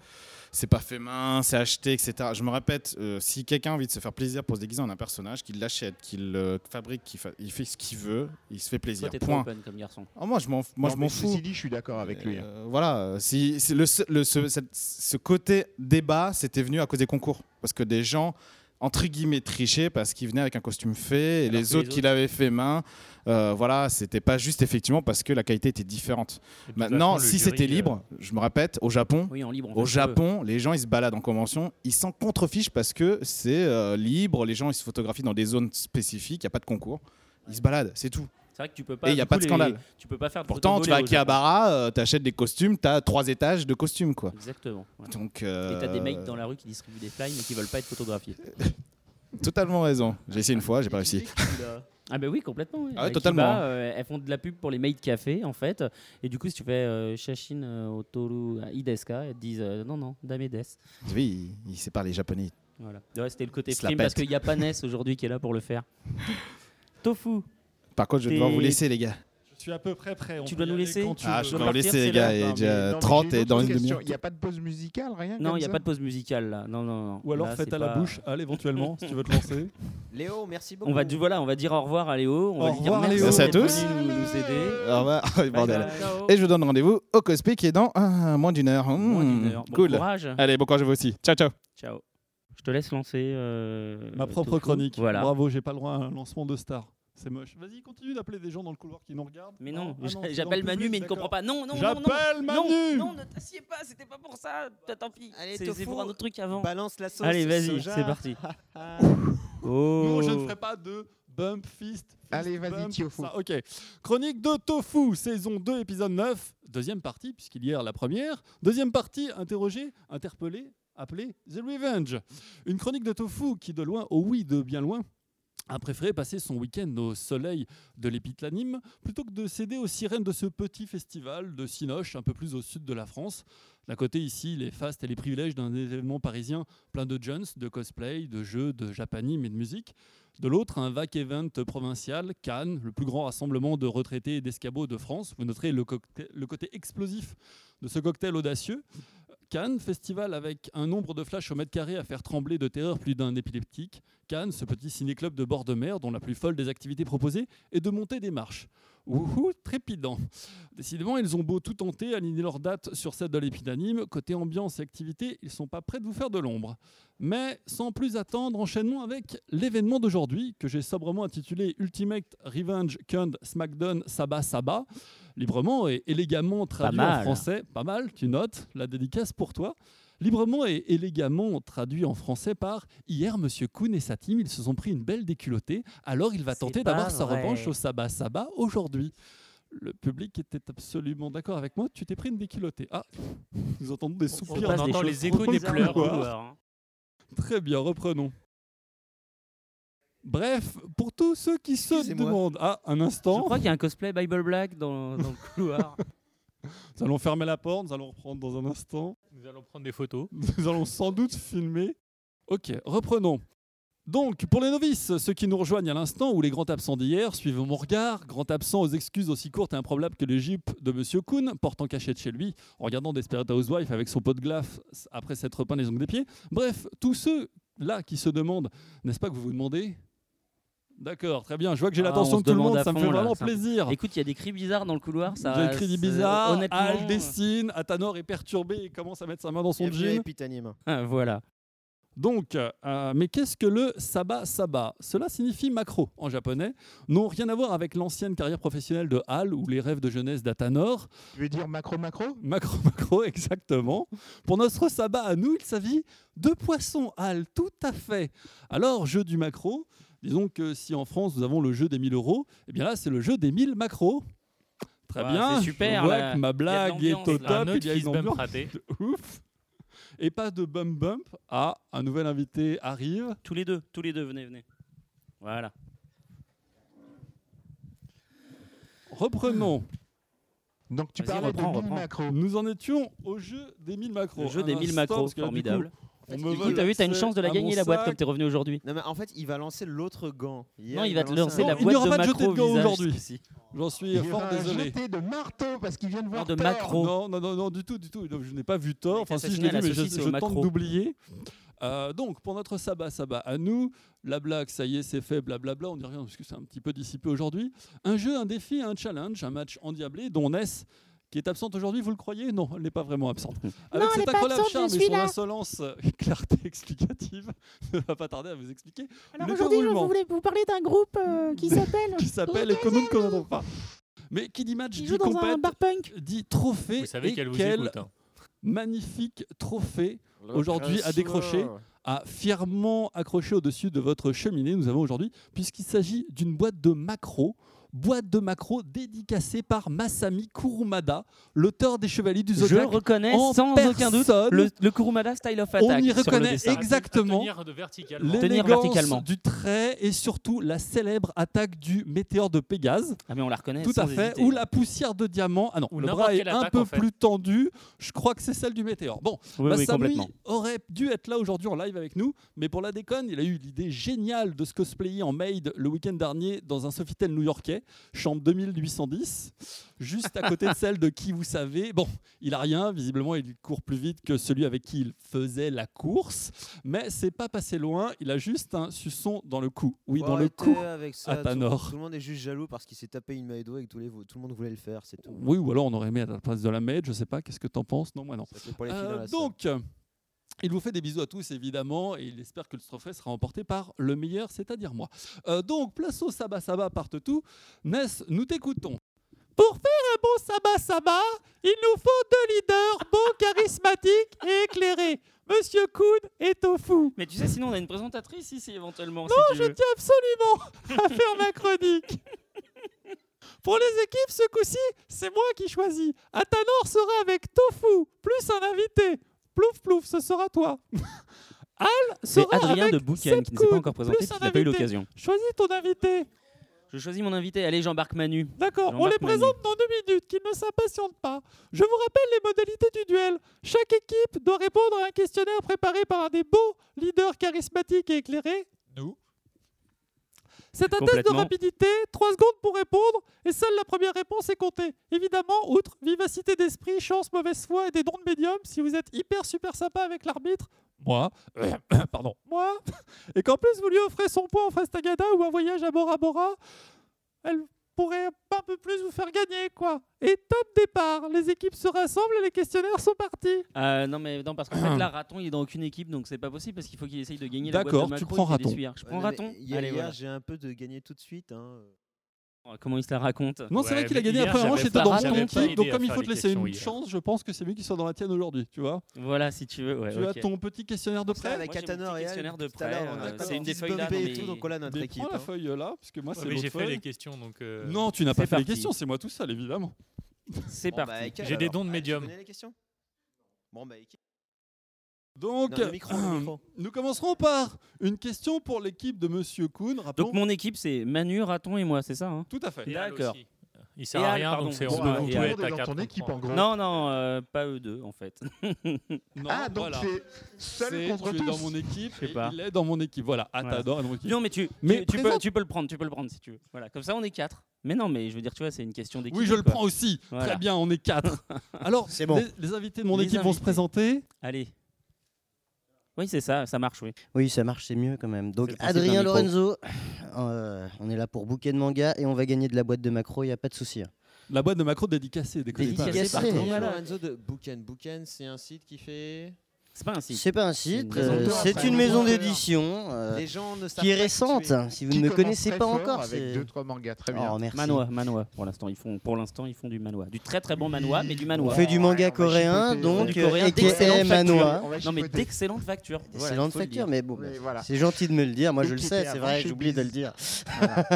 Speaker 6: c'est pas fait main, c'est acheté, etc. Je me répète, euh, si quelqu'un a envie de se faire plaisir pour se déguiser en un personnage, qu'il l'achète, qu'il le fabrique, qu'il fa- il fait ce qu'il veut, il se fait
Speaker 1: Toi,
Speaker 6: plaisir.
Speaker 1: t'es trop
Speaker 6: Point.
Speaker 1: open comme garçon.
Speaker 6: Oh, moi, je m'en, moi,
Speaker 4: Non,
Speaker 6: je m'en
Speaker 4: mais
Speaker 6: fous.
Speaker 4: Ceci dit, je suis d'accord avec lui. hein.
Speaker 6: Euh, voilà, euh, si, si le, ce- le- ce, cette- ce côté débat, c'était venu à cause des concours. Parce que des gens, entre guillemets, trichaient parce qu'ils venaient avec un costume fait et
Speaker 1: Alors que
Speaker 6: les
Speaker 1: les
Speaker 6: autres qui l'avaient fait main, euh, voilà, c'était pas juste effectivement parce que la qualité était
Speaker 3: Et
Speaker 6: différente.
Speaker 3: de toute
Speaker 6: Maintenant,
Speaker 3: façon, le
Speaker 6: si
Speaker 3: jury,
Speaker 6: c'était
Speaker 3: euh,
Speaker 6: libre, je me répète, au Japon,
Speaker 1: Oui, en libre. on fait
Speaker 6: au
Speaker 1: ce qu'on veut.
Speaker 6: Japon, les gens ils se baladent en convention, ils s'en contrefichent parce que c'est euh, libre, les gens ils se photographient dans des zones spécifiques, il n'y a pas de concours. Ils se baladent, c'est tout.
Speaker 1: C'est vrai que tu peux pas.
Speaker 6: Et y a
Speaker 1: du
Speaker 6: pas
Speaker 1: coup,
Speaker 6: de scandale.
Speaker 1: Tu peux pas faire. de
Speaker 6: Pourtant,
Speaker 1: photos
Speaker 6: tu vas à
Speaker 1: volées au Japon.
Speaker 6: Kihabara, euh, t'achètes des costumes, t'as trois étages de costumes, quoi.
Speaker 1: Exactement. ouais. Et
Speaker 6: Donc,
Speaker 1: t'as des
Speaker 6: euh,
Speaker 1: mecs dans la rue qui distribuent des flyers mais qui veulent pas être photographiés.
Speaker 6: Totalement raison. J'ai essayé une fois, j'ai pas réussi.
Speaker 1: Ah ben oui, complètement. oui.
Speaker 6: Ah ouais,
Speaker 1: Avec
Speaker 6: totalement,
Speaker 1: Iba,
Speaker 6: hein.
Speaker 1: euh, elles font de la pub pour les maids café, en fait. Et du coup, si tu fais euh, Shashin euh, Otoru à Ideska, elles te disent euh, non, non, Damedes.
Speaker 6: Vous savez, il, il sépare les japonais.
Speaker 1: Voilà. Ouais, C'était le côté
Speaker 6: Se la
Speaker 1: prime parce
Speaker 6: pète.
Speaker 1: qu'il y a Panès aujourd'hui qui est là pour le faire. Tofu,
Speaker 6: Par contre, je vais devoir vous laisser, les gars.
Speaker 2: Je suis à peu près prêt. on
Speaker 1: Tu
Speaker 2: peut
Speaker 1: dois
Speaker 2: y
Speaker 1: nous
Speaker 2: aller
Speaker 1: laisser
Speaker 2: quand tu
Speaker 6: Ah,
Speaker 2: veux.
Speaker 6: je
Speaker 1: veux
Speaker 6: vais vous
Speaker 1: partir,
Speaker 6: laisser,
Speaker 1: c'est
Speaker 6: les
Speaker 1: là.
Speaker 6: gars. Il
Speaker 4: Non,
Speaker 6: est
Speaker 4: mais j'ai
Speaker 6: déjà
Speaker 4: une autre
Speaker 6: 30 et dans une
Speaker 4: question.
Speaker 6: demi-heure.
Speaker 4: Il n'y a pas de pause musicale,
Speaker 1: non,
Speaker 4: rien comme
Speaker 1: il n'y a
Speaker 4: ça
Speaker 1: pas de pause musicale là. Non, non, non.
Speaker 2: Ou alors
Speaker 1: Là,
Speaker 2: faites
Speaker 1: c'est
Speaker 2: à la
Speaker 1: pas-
Speaker 2: bouche, Al, éventuellement, si tu veux te lancer.
Speaker 5: Léo, merci beaucoup.
Speaker 1: On va, du, voilà, on va dire au revoir à Léo. On
Speaker 2: Au
Speaker 1: va lui dire
Speaker 2: revoir,
Speaker 1: merci
Speaker 2: Léo.
Speaker 6: Merci à
Speaker 1: d'être
Speaker 6: tous.
Speaker 1: venu Nous, nous aider.
Speaker 6: Au revoir. Oh, bordel.
Speaker 1: Bye bye. Ciao.
Speaker 6: Et je vous donne rendez-vous au cosplay qui est dans euh, moins d'une heure.
Speaker 1: Moins d'une
Speaker 6: Hmm,
Speaker 1: heure. Bon
Speaker 6: cool.
Speaker 1: courage.
Speaker 6: Allez, bon courage à vous aussi. Ciao, ciao.
Speaker 1: Ciao. Je te laisse lancer. euh,
Speaker 2: Ma propre
Speaker 1: Tofu.
Speaker 2: chronique.
Speaker 1: Voilà.
Speaker 2: Bravo, j'ai pas le droit à un lancement de star. C'est moche. Vas-y, continue d'appeler des gens dans le couloir qui nous regardent.
Speaker 1: Mais non,
Speaker 2: Ah, ah c'est dans le
Speaker 1: j'appelle Manu,
Speaker 2: public,
Speaker 1: mais il ne comprend
Speaker 2: d'accord.
Speaker 1: pas. Non, non, non, non.
Speaker 2: J'appelle Manu
Speaker 1: Non, non, ne t'assieds pas, c'était pas pour ça. T- Tant pis.
Speaker 5: Allez,
Speaker 1: C'est
Speaker 5: Tofu.
Speaker 1: c'est pour un autre truc avant.
Speaker 5: Balance la sauce.
Speaker 1: Allez, vas-y,
Speaker 5: soja.
Speaker 1: c'est parti.
Speaker 5: Ah.
Speaker 1: Oh.
Speaker 2: Non, je ne ferai pas de bump fist. fist,
Speaker 4: Allez, vas-y,
Speaker 2: bump,
Speaker 4: Tofu.
Speaker 2: ça, Ok. Chronique de Tofu, saison 2, épisode 9. Deuxième partie, puisqu'il y a la première. Deuxième partie, interrogé, interpellé, appelé The Revenge. Une chronique de Tofu qui, de loin, oh oui, de bien loin, a préféré passer son week-end au soleil de l'épitlanime plutôt que de céder aux sirènes de ce petit festival de Cinoche un peu plus au sud de la France. D'un côté, ici, les fastes et les privilèges d'un événement parisien plein de Jones, de cosplay, de jeux, de japanime et de musique. De l'autre, un vac-event provincial, Cannes, le plus grand rassemblement de retraités et d'escabeaux de France. Vous noterez le, cocktail- le côté explosif de ce cocktail audacieux. Cannes, festival avec un nombre de flashs au mètre carré à faire trembler de terreur plus d'un épileptique. Cannes, ce petit ciné-club de bord de mer dont la plus folle des activités proposées est de monter des marches. Wouhou, trépidant. Décidément, ils ont beau tout tenter, aligner leurs dates sur celle de l'épidanime, côté ambiance et activité, ils sont pas prêts de vous faire de l'ombre. Mais sans plus attendre, enchaînons avec l'événement d'aujourd'hui, que j'ai sobrement intitulé Ultimate Revenge Kund Smackdown Saba Saba, librement et élégamment traduit en
Speaker 1: mal.
Speaker 2: français. Pas mal, tu notes, la dédicace pour toi. Librement et élégamment traduit en français par Hier, Monsieur Kuhn et sa team, ils se sont pris une belle déculottée, alors il va
Speaker 1: C'est
Speaker 2: tenter
Speaker 1: pas
Speaker 2: d'avoir sa
Speaker 1: vrai.
Speaker 2: revanche au Saba Saba aujourd'hui. Le public était absolument d'accord avec moi, tu t'es pris une déculottée. Ah, nous entendons des
Speaker 1: On
Speaker 2: soupirs.
Speaker 1: passe
Speaker 2: dans-
Speaker 1: des
Speaker 3: entend
Speaker 1: choses
Speaker 3: les
Speaker 1: trop
Speaker 3: échos des
Speaker 1: bizarres
Speaker 3: pleurs.
Speaker 1: dans le couloir, hein.
Speaker 2: Très bien, reprenons. Bref, pour tous ceux qui se
Speaker 5: Excusez-moi.
Speaker 2: demandent, ah, un
Speaker 1: Je
Speaker 2: instant,
Speaker 1: crois qu'il y a un cosplay Bible Black dans, dans le couloir.
Speaker 2: nous allons fermer la porte, nous allons reprendre dans un instant.
Speaker 3: Nous allons prendre des photos.
Speaker 2: Nous allons sans doute filmer. Ok, reprenons. Donc, pour les novices, ceux qui nous rejoignent à l'instant ou les grands absents d'hier, suivez mon regard. Grand absent aux excuses aussi courtes et improbables que le jeep de Monsieur Kuhn, porte en cachette chez lui, en regardant Desperate Housewife avec son pot de glace après s'être peint les ongles des pieds. Bref, tous ceux là qui se demandent, n'est-ce pas que vous vous demandez D'accord, très bien. Je vois que j'ai
Speaker 1: Ah,
Speaker 2: l'attention
Speaker 1: on
Speaker 2: de tout
Speaker 1: se
Speaker 2: le
Speaker 1: demande
Speaker 2: monde,
Speaker 1: à
Speaker 2: ça me
Speaker 1: fond,
Speaker 2: fait
Speaker 1: là,
Speaker 2: vraiment
Speaker 1: c'est un peu-
Speaker 2: plaisir.
Speaker 1: Écoute, il y a des cris bizarres dans le couloir. Ça,
Speaker 2: J'ai écrit des
Speaker 1: c'est-
Speaker 2: bizarres,
Speaker 1: honnêtement, euh,
Speaker 2: Al dessine, Atanor est perturbé et commence à mettre sa main dans son
Speaker 5: Bienvenue à
Speaker 2: jean. Ah,
Speaker 5: Epitanime.
Speaker 1: euh, voilà.
Speaker 2: Donc, euh, mais qu'est-ce que le saba saba Cela signifie macro en japonais, n'ont rien à voir avec l'ancienne carrière professionnelle de Hal ou les rêves de jeunesse d'Atanor.
Speaker 4: Tu veux dire macro-macro
Speaker 2: Macro macro exactement. Pour notre saba à nous, il s'agit de poissons Hal, tout à fait. Alors, jeu du macro, disons que si en France nous avons le jeu des 1000 euros, eh bien là c'est le jeu des 1000 macros. Très
Speaker 1: Ouais,
Speaker 2: bien,
Speaker 1: c'est super,
Speaker 2: je vois
Speaker 1: là.
Speaker 2: que ma
Speaker 1: Il y a de
Speaker 2: blague est
Speaker 1: l'ambiance,
Speaker 2: au
Speaker 1: là.
Speaker 2: top,
Speaker 3: un autre
Speaker 2: il y a
Speaker 3: qui
Speaker 2: une
Speaker 3: se bump
Speaker 2: ambiance
Speaker 3: raté.
Speaker 2: de ouf. Et pas de bump bump. Ah, un nouvel invité arrive.
Speaker 1: Tous les deux, tous les deux, venez, venez. Voilà.
Speaker 2: Reprenons.
Speaker 4: Donc tu
Speaker 1: Vas-y,
Speaker 4: parlais de
Speaker 1: reprends,
Speaker 4: 1000
Speaker 1: reprends.
Speaker 4: macro.
Speaker 2: Nous en étions au jeu des 1000 macros.
Speaker 1: Le jeu des
Speaker 2: Un Ah,
Speaker 1: 1000
Speaker 2: instant,
Speaker 1: macros,
Speaker 2: parce que là, du
Speaker 1: formidable.
Speaker 2: coup, on
Speaker 5: Du
Speaker 2: me
Speaker 5: coup,
Speaker 2: vole
Speaker 1: t'as vu, t'as une
Speaker 2: l'accès
Speaker 1: chance de la
Speaker 2: à
Speaker 1: gagner
Speaker 2: mon
Speaker 1: la boîte
Speaker 2: sac.
Speaker 1: comme t'es revenu aujourd'hui.
Speaker 5: Non, mais en fait, il va lancer l'autre gant. Hier,
Speaker 1: Non, il va te
Speaker 5: lançait
Speaker 1: lancer
Speaker 5: un
Speaker 1: la
Speaker 2: Bon, il
Speaker 5: gant.
Speaker 2: n'y aura
Speaker 1: boîte de
Speaker 2: pas de jeté de
Speaker 1: macro
Speaker 2: gants
Speaker 1: visage
Speaker 2: aujourd'hui.
Speaker 1: ceci.
Speaker 2: J'en suis
Speaker 4: Il y
Speaker 2: fort
Speaker 4: aura un
Speaker 2: désolé.
Speaker 4: jeté de marteau parce qu'il vient de voir
Speaker 1: Ah, de
Speaker 4: Thor.
Speaker 1: macro.
Speaker 2: Non, non, non, non, du tout, du tout. Je n'ai pas vu tort.
Speaker 1: Il a été
Speaker 2: Enfin, si je l'ai vu,
Speaker 1: assassiné à la
Speaker 2: mais je,
Speaker 1: saucisse et au
Speaker 2: je tente
Speaker 1: maquereau.
Speaker 2: d'oublier. Euh, donc, pour notre sabbat, sabbat à nous, la blague, ça y est, c'est fait, blablabla, on y revient parce que c'est un petit peu dissipé aujourd'hui. Un jeu, un défi, un challenge, un match endiablé dont Ness, qui est absente aujourd'hui, vous le croyez Non, elle n'est pas vraiment absente. Avec
Speaker 8: elle
Speaker 2: cet
Speaker 8: est pas
Speaker 2: incroyable
Speaker 8: absente, je
Speaker 2: charme et
Speaker 8: suis
Speaker 2: son
Speaker 8: là.
Speaker 2: insolence, euh, clarté explicative, ne va pas tarder à vous expliquer,
Speaker 8: Alors
Speaker 2: Le
Speaker 8: aujourd'hui, je
Speaker 2: déroulement.
Speaker 8: voulais vous parler d'un groupe euh, qui s'appelle.
Speaker 2: qui s'appelle et que nous ne connaissons pas. Mais qui dit match,
Speaker 8: qui
Speaker 2: dit
Speaker 8: joue dans un
Speaker 2: compète,
Speaker 8: bar punk.
Speaker 2: dit trophée,
Speaker 3: Vous savez
Speaker 2: et
Speaker 3: qu'elle vous
Speaker 2: quel
Speaker 3: écoute. hein.
Speaker 2: magnifique trophée
Speaker 5: Le
Speaker 2: Aujourd'hui, à
Speaker 5: prince
Speaker 2: décrocher.
Speaker 5: noir.
Speaker 2: à fièrement accrocher au-dessus de votre cheminée, nous avons aujourd'hui, puisqu'il s'agit d'une boîte de macro, boîte de macro dédicacée par Masami Kurumada, l'auteur des Chevaliers du
Speaker 1: Je
Speaker 2: Zodiac.
Speaker 1: reconnaît
Speaker 2: en
Speaker 1: sans aucun doute
Speaker 2: personne.
Speaker 1: le, le Kurumada Style of Attack.
Speaker 2: On y
Speaker 1: sur le
Speaker 2: reconnaît
Speaker 1: dessin.
Speaker 2: ex- Exactement.
Speaker 3: À tenir de verticalement.
Speaker 1: Les- Tenir verticalement.
Speaker 2: L'élégance du trait et surtout la célèbre attaque du météore de Pégase.
Speaker 1: Ah, mais on la reconnaît.
Speaker 2: Tout à
Speaker 1: sans
Speaker 2: fait.
Speaker 1: hésiter.
Speaker 2: Ou la poussière de diamant. Ah non,
Speaker 3: Ou
Speaker 2: le
Speaker 3: n'importe
Speaker 2: bras est
Speaker 3: quelle
Speaker 2: un
Speaker 3: attaque,
Speaker 2: peu
Speaker 3: en fait.
Speaker 2: plus tendu. Je crois que c'est celle du météore. Bon,
Speaker 1: Oui, oui,
Speaker 2: Massami
Speaker 1: complètement.
Speaker 2: aurait dû être là aujourd'hui en live avec nous, mais pour la déconne, il a eu l'idée géniale de se cosplayer en maid le week-end dernier dans un Sofitel new-yorkais, chambre 2810, juste à côté de celle de qui vous savez. Bon, il a rien, visiblement il court plus vite que celui avec qui il faisait la course, mais c'est pas passé loin, il a juste un suçon dans le cou. Oui,
Speaker 5: Faut
Speaker 2: dans le
Speaker 5: arrêter
Speaker 2: cou.
Speaker 5: avec ça,
Speaker 2: à
Speaker 5: tout-
Speaker 2: Tanor.
Speaker 5: Tout, le monde est juste jaloux parce qu'il s'est tapé une Maïdo et que tous les, tout le monde voulait le faire, c'est tout.
Speaker 2: Oui, ou alors on aurait aimé être à la place de la maid, je sais pas, qu'est-ce que t'en penses Non, moi non.
Speaker 5: Ça, c'est pour les filles
Speaker 2: Euh,
Speaker 5: dans la salle.
Speaker 2: donc, euh, il vous fait des bisous à tous, évidemment, et il espère que le trophée sera emporté par le meilleur, c'est-à-dire moi. Euh, donc, place au sabbat sabbat partout. Ness, nous t'écoutons. Pour faire un bon sabbat sabbat, il nous faut deux leaders beaux, charismatiques et éclairés. Monsieur Kuhn et Tofu.
Speaker 1: Mais tu sais, sinon on a une présentatrice ici éventuellement.
Speaker 2: Non, je tiens absolument à faire ma chronique. Pour les équipes, ce coup-ci, c'est moi qui choisis. Atanor sera avec Tofu, plus un invité. Plouf plouf, ce sera toi. Al
Speaker 1: C'est
Speaker 2: sera
Speaker 1: Adrien
Speaker 2: avec
Speaker 1: de Bouken qui ne s'est
Speaker 2: Sepkoun,
Speaker 1: pas encore présenté
Speaker 2: plus
Speaker 1: parce
Speaker 2: un
Speaker 1: qu'il n'a pas eu
Speaker 2: invité.
Speaker 1: l'occasion.
Speaker 2: Choisis ton invité.
Speaker 1: Je choisis mon invité. Allez, j'embarque Manu.
Speaker 2: D'accord, on
Speaker 1: Jean-Marc
Speaker 2: les
Speaker 1: Manu.
Speaker 2: présente dans deux minutes, qu'ils ne s'impatientent pas. Je vous rappelle les modalités du duel. Chaque équipe doit répondre à un questionnaire préparé par un des beaux leaders charismatiques et éclairés. Nous. C'est un test de
Speaker 1: Complètement.
Speaker 2: rapidité, 3 secondes pour répondre, et seule la première réponse est comptée. Évidemment, outre vivacité d'esprit, chance, mauvaise foi et des dons de médium, si vous êtes hyper super sympa avec l'arbitre, moi, pardon, moi, et qu'en plus vous lui offrez son point en Fastagada ou un voyage à Bora Bora, elle pourrait un peu plus vous faire gagner, quoi. Et top départ, les équipes se rassemblent et les questionnaires sont partis.
Speaker 1: Euh, non, mais non, parce qu'en fait, là, Raton, il est dans aucune équipe, donc c'est pas possible parce qu'il faut qu'il essaye de gagner la boîte de
Speaker 2: Ah. D'accord, tu
Speaker 1: macro,
Speaker 2: prends
Speaker 1: il fait des
Speaker 2: Raton.
Speaker 1: tuyères. Je prends
Speaker 5: Ouais, non, mais
Speaker 1: Raton.
Speaker 5: Hier,
Speaker 1: Allez,
Speaker 5: hier,
Speaker 1: voilà.
Speaker 5: j'ai un peu de gagné tout de suite. hein.
Speaker 1: Oh, Comment il se la raconte
Speaker 2: Non, c'est
Speaker 3: Ouais,
Speaker 2: vrai qu'il
Speaker 3: mais
Speaker 2: a gagné la
Speaker 3: hier,
Speaker 2: première manche,
Speaker 3: j'avais
Speaker 2: c'était
Speaker 3: pas-
Speaker 2: dans
Speaker 3: j'avais
Speaker 2: ton
Speaker 3: pas
Speaker 2: type,
Speaker 3: aidé
Speaker 2: donc
Speaker 3: à
Speaker 2: comme il
Speaker 3: faire
Speaker 2: faut
Speaker 3: les
Speaker 2: te laisser
Speaker 3: questions
Speaker 2: une
Speaker 3: hier.
Speaker 2: chance, je pense que c'est mieux qu'il soit dans la tienne aujourd'hui, tu vois.
Speaker 1: Voilà, si tu veux. ouais,
Speaker 2: tu as
Speaker 1: ok.
Speaker 2: ton petit questionnaire de
Speaker 5: Pour ça,
Speaker 2: près.
Speaker 5: avec
Speaker 1: Moi, j'ai mon
Speaker 5: Katana
Speaker 1: petit
Speaker 5: Real,
Speaker 1: questionnaire de
Speaker 5: tout à l'heure,
Speaker 1: près,
Speaker 5: on a
Speaker 1: euh,
Speaker 5: fait
Speaker 1: c'est
Speaker 5: un
Speaker 1: une des
Speaker 5: petit
Speaker 1: feuilles là,
Speaker 5: bumpé
Speaker 1: non,
Speaker 5: et tout,
Speaker 1: mais-
Speaker 5: donc voilà notre
Speaker 2: Mais
Speaker 5: équipe.
Speaker 2: prends la
Speaker 5: hein.
Speaker 2: feuille là, parce que
Speaker 3: Ouais,
Speaker 2: moi c'est
Speaker 3: mais
Speaker 2: l'autre
Speaker 3: j'ai fait les
Speaker 2: feuille.
Speaker 3: questions, donc. euh,
Speaker 2: Non, tu n'as pas
Speaker 1: C'est
Speaker 2: fait les
Speaker 1: parti.
Speaker 2: questions, c'est moi tout seul évidemment.
Speaker 1: C'est
Speaker 5: Bon, bah,
Speaker 1: parti.
Speaker 5: Eka,
Speaker 3: J'ai des
Speaker 5: alors.
Speaker 3: dons de
Speaker 5: Ah, tu
Speaker 3: médium.
Speaker 5: connais les questions Bon, bah, Eka.
Speaker 2: Donc,
Speaker 5: Non, le micro, le micro.
Speaker 2: nous commencerons par une question pour l'équipe de Monsieur Kuhn. Rappelons
Speaker 1: Donc, mon équipe, c'est Manu, Raton et moi, c'est ça hein
Speaker 2: tout à fait.
Speaker 3: et Al
Speaker 1: D'accord.
Speaker 3: aussi. Il sert
Speaker 1: Et
Speaker 3: à
Speaker 1: Al,
Speaker 3: rien,
Speaker 1: pardon.
Speaker 3: donc c'est
Speaker 1: Bon,
Speaker 3: on
Speaker 1: bah,
Speaker 3: peut- on
Speaker 1: et
Speaker 3: peut
Speaker 1: Al.
Speaker 3: être à
Speaker 4: dans
Speaker 3: quatre,
Speaker 4: ton
Speaker 3: on
Speaker 4: équipe
Speaker 3: prend.
Speaker 4: en gros.
Speaker 1: Non, non, euh, pas eux deux en fait.
Speaker 2: Non,
Speaker 4: Ah donc
Speaker 2: voilà.
Speaker 4: c'est
Speaker 2: C'est-
Speaker 4: seul contre
Speaker 2: tu es
Speaker 4: tous.
Speaker 2: dans mon équipe.
Speaker 1: sais
Speaker 2: et
Speaker 1: pas.
Speaker 2: Il est dans mon équipe. Voilà, Ah,
Speaker 1: Voilà.
Speaker 2: t'as dans mon équipe.
Speaker 1: non, mais tu,
Speaker 2: Mais
Speaker 1: tu, tu peux,
Speaker 2: présente-
Speaker 1: tu peux le prendre, tu peux le prendre si tu veux. Voilà, comme ça on est quatre. Mais non, mais je veux dire, tu vois, c'est une question d'équipe.
Speaker 2: Oui, je le
Speaker 1: quoi.
Speaker 2: prends aussi.
Speaker 1: Voilà.
Speaker 2: Très bien, on est quatre. Alors,
Speaker 7: C'est bon.
Speaker 2: les, les invités de mon
Speaker 1: Les
Speaker 2: équipe vont se
Speaker 1: invités.
Speaker 2: présenter.
Speaker 1: Allez. Oui, c'est ça, ça marche, oui.
Speaker 9: Oui, ça marche, c'est mieux quand même. Donc
Speaker 1: C'est le principe d'un
Speaker 9: Adrien
Speaker 1: micro.
Speaker 9: Lorenzo, euh, on est là pour bouquet de manga et on va gagner de la boîte de macro, il n'y a pas de souci. hein.
Speaker 2: La boîte de macro dédicacée, déconnez pas. Euh,
Speaker 9: Dédicacée.
Speaker 5: Adrien
Speaker 9: Yes,
Speaker 1: voilà.
Speaker 5: Lorenzo de Booken. Booken, c'est un site qui fait.
Speaker 1: C'est pas un site.
Speaker 9: C'est pas un
Speaker 1: une
Speaker 9: site,
Speaker 1: maison
Speaker 9: euh,
Speaker 4: d'auteur,
Speaker 9: c'est
Speaker 4: c'est
Speaker 9: une
Speaker 4: un
Speaker 9: maison
Speaker 4: auteur.
Speaker 9: d'édition euh,
Speaker 5: Les gens ne savent
Speaker 9: qui est
Speaker 5: pas
Speaker 9: récente,
Speaker 5: tu es.
Speaker 9: hein, si vous
Speaker 4: Qui
Speaker 9: ne
Speaker 4: commence
Speaker 9: connaissez
Speaker 4: très
Speaker 9: pas
Speaker 4: fort
Speaker 9: encore.
Speaker 4: Avec
Speaker 9: c'est-
Speaker 4: deux trois mangas très bien.
Speaker 9: Oh, merci.
Speaker 1: Manois, manois. Pour l'instant, ils font, pour l'instant, ils font du manois, du très très bon manois, mais du
Speaker 9: On
Speaker 1: manois.
Speaker 9: fait du manga
Speaker 4: Ouais, on va
Speaker 9: coréen,
Speaker 4: chipoter,
Speaker 9: donc
Speaker 1: du
Speaker 9: euh,
Speaker 1: coréen
Speaker 9: aka
Speaker 1: d'excellente
Speaker 9: Manoa.
Speaker 4: On va
Speaker 1: Non, mais
Speaker 4: chipoter.
Speaker 1: d'excellente facture. Voilà,
Speaker 9: Excellente
Speaker 1: faut le dire.
Speaker 9: facture, mais bon, bah,
Speaker 4: Oui, voilà.
Speaker 9: c'est gentil de me le dire. Moi,
Speaker 4: Donc,
Speaker 9: je le
Speaker 4: t'étais
Speaker 9: sais, c'est
Speaker 4: avant
Speaker 9: vrai,
Speaker 4: chez
Speaker 9: j'oublie de le
Speaker 4: Biz.
Speaker 9: dire.
Speaker 4: Voilà.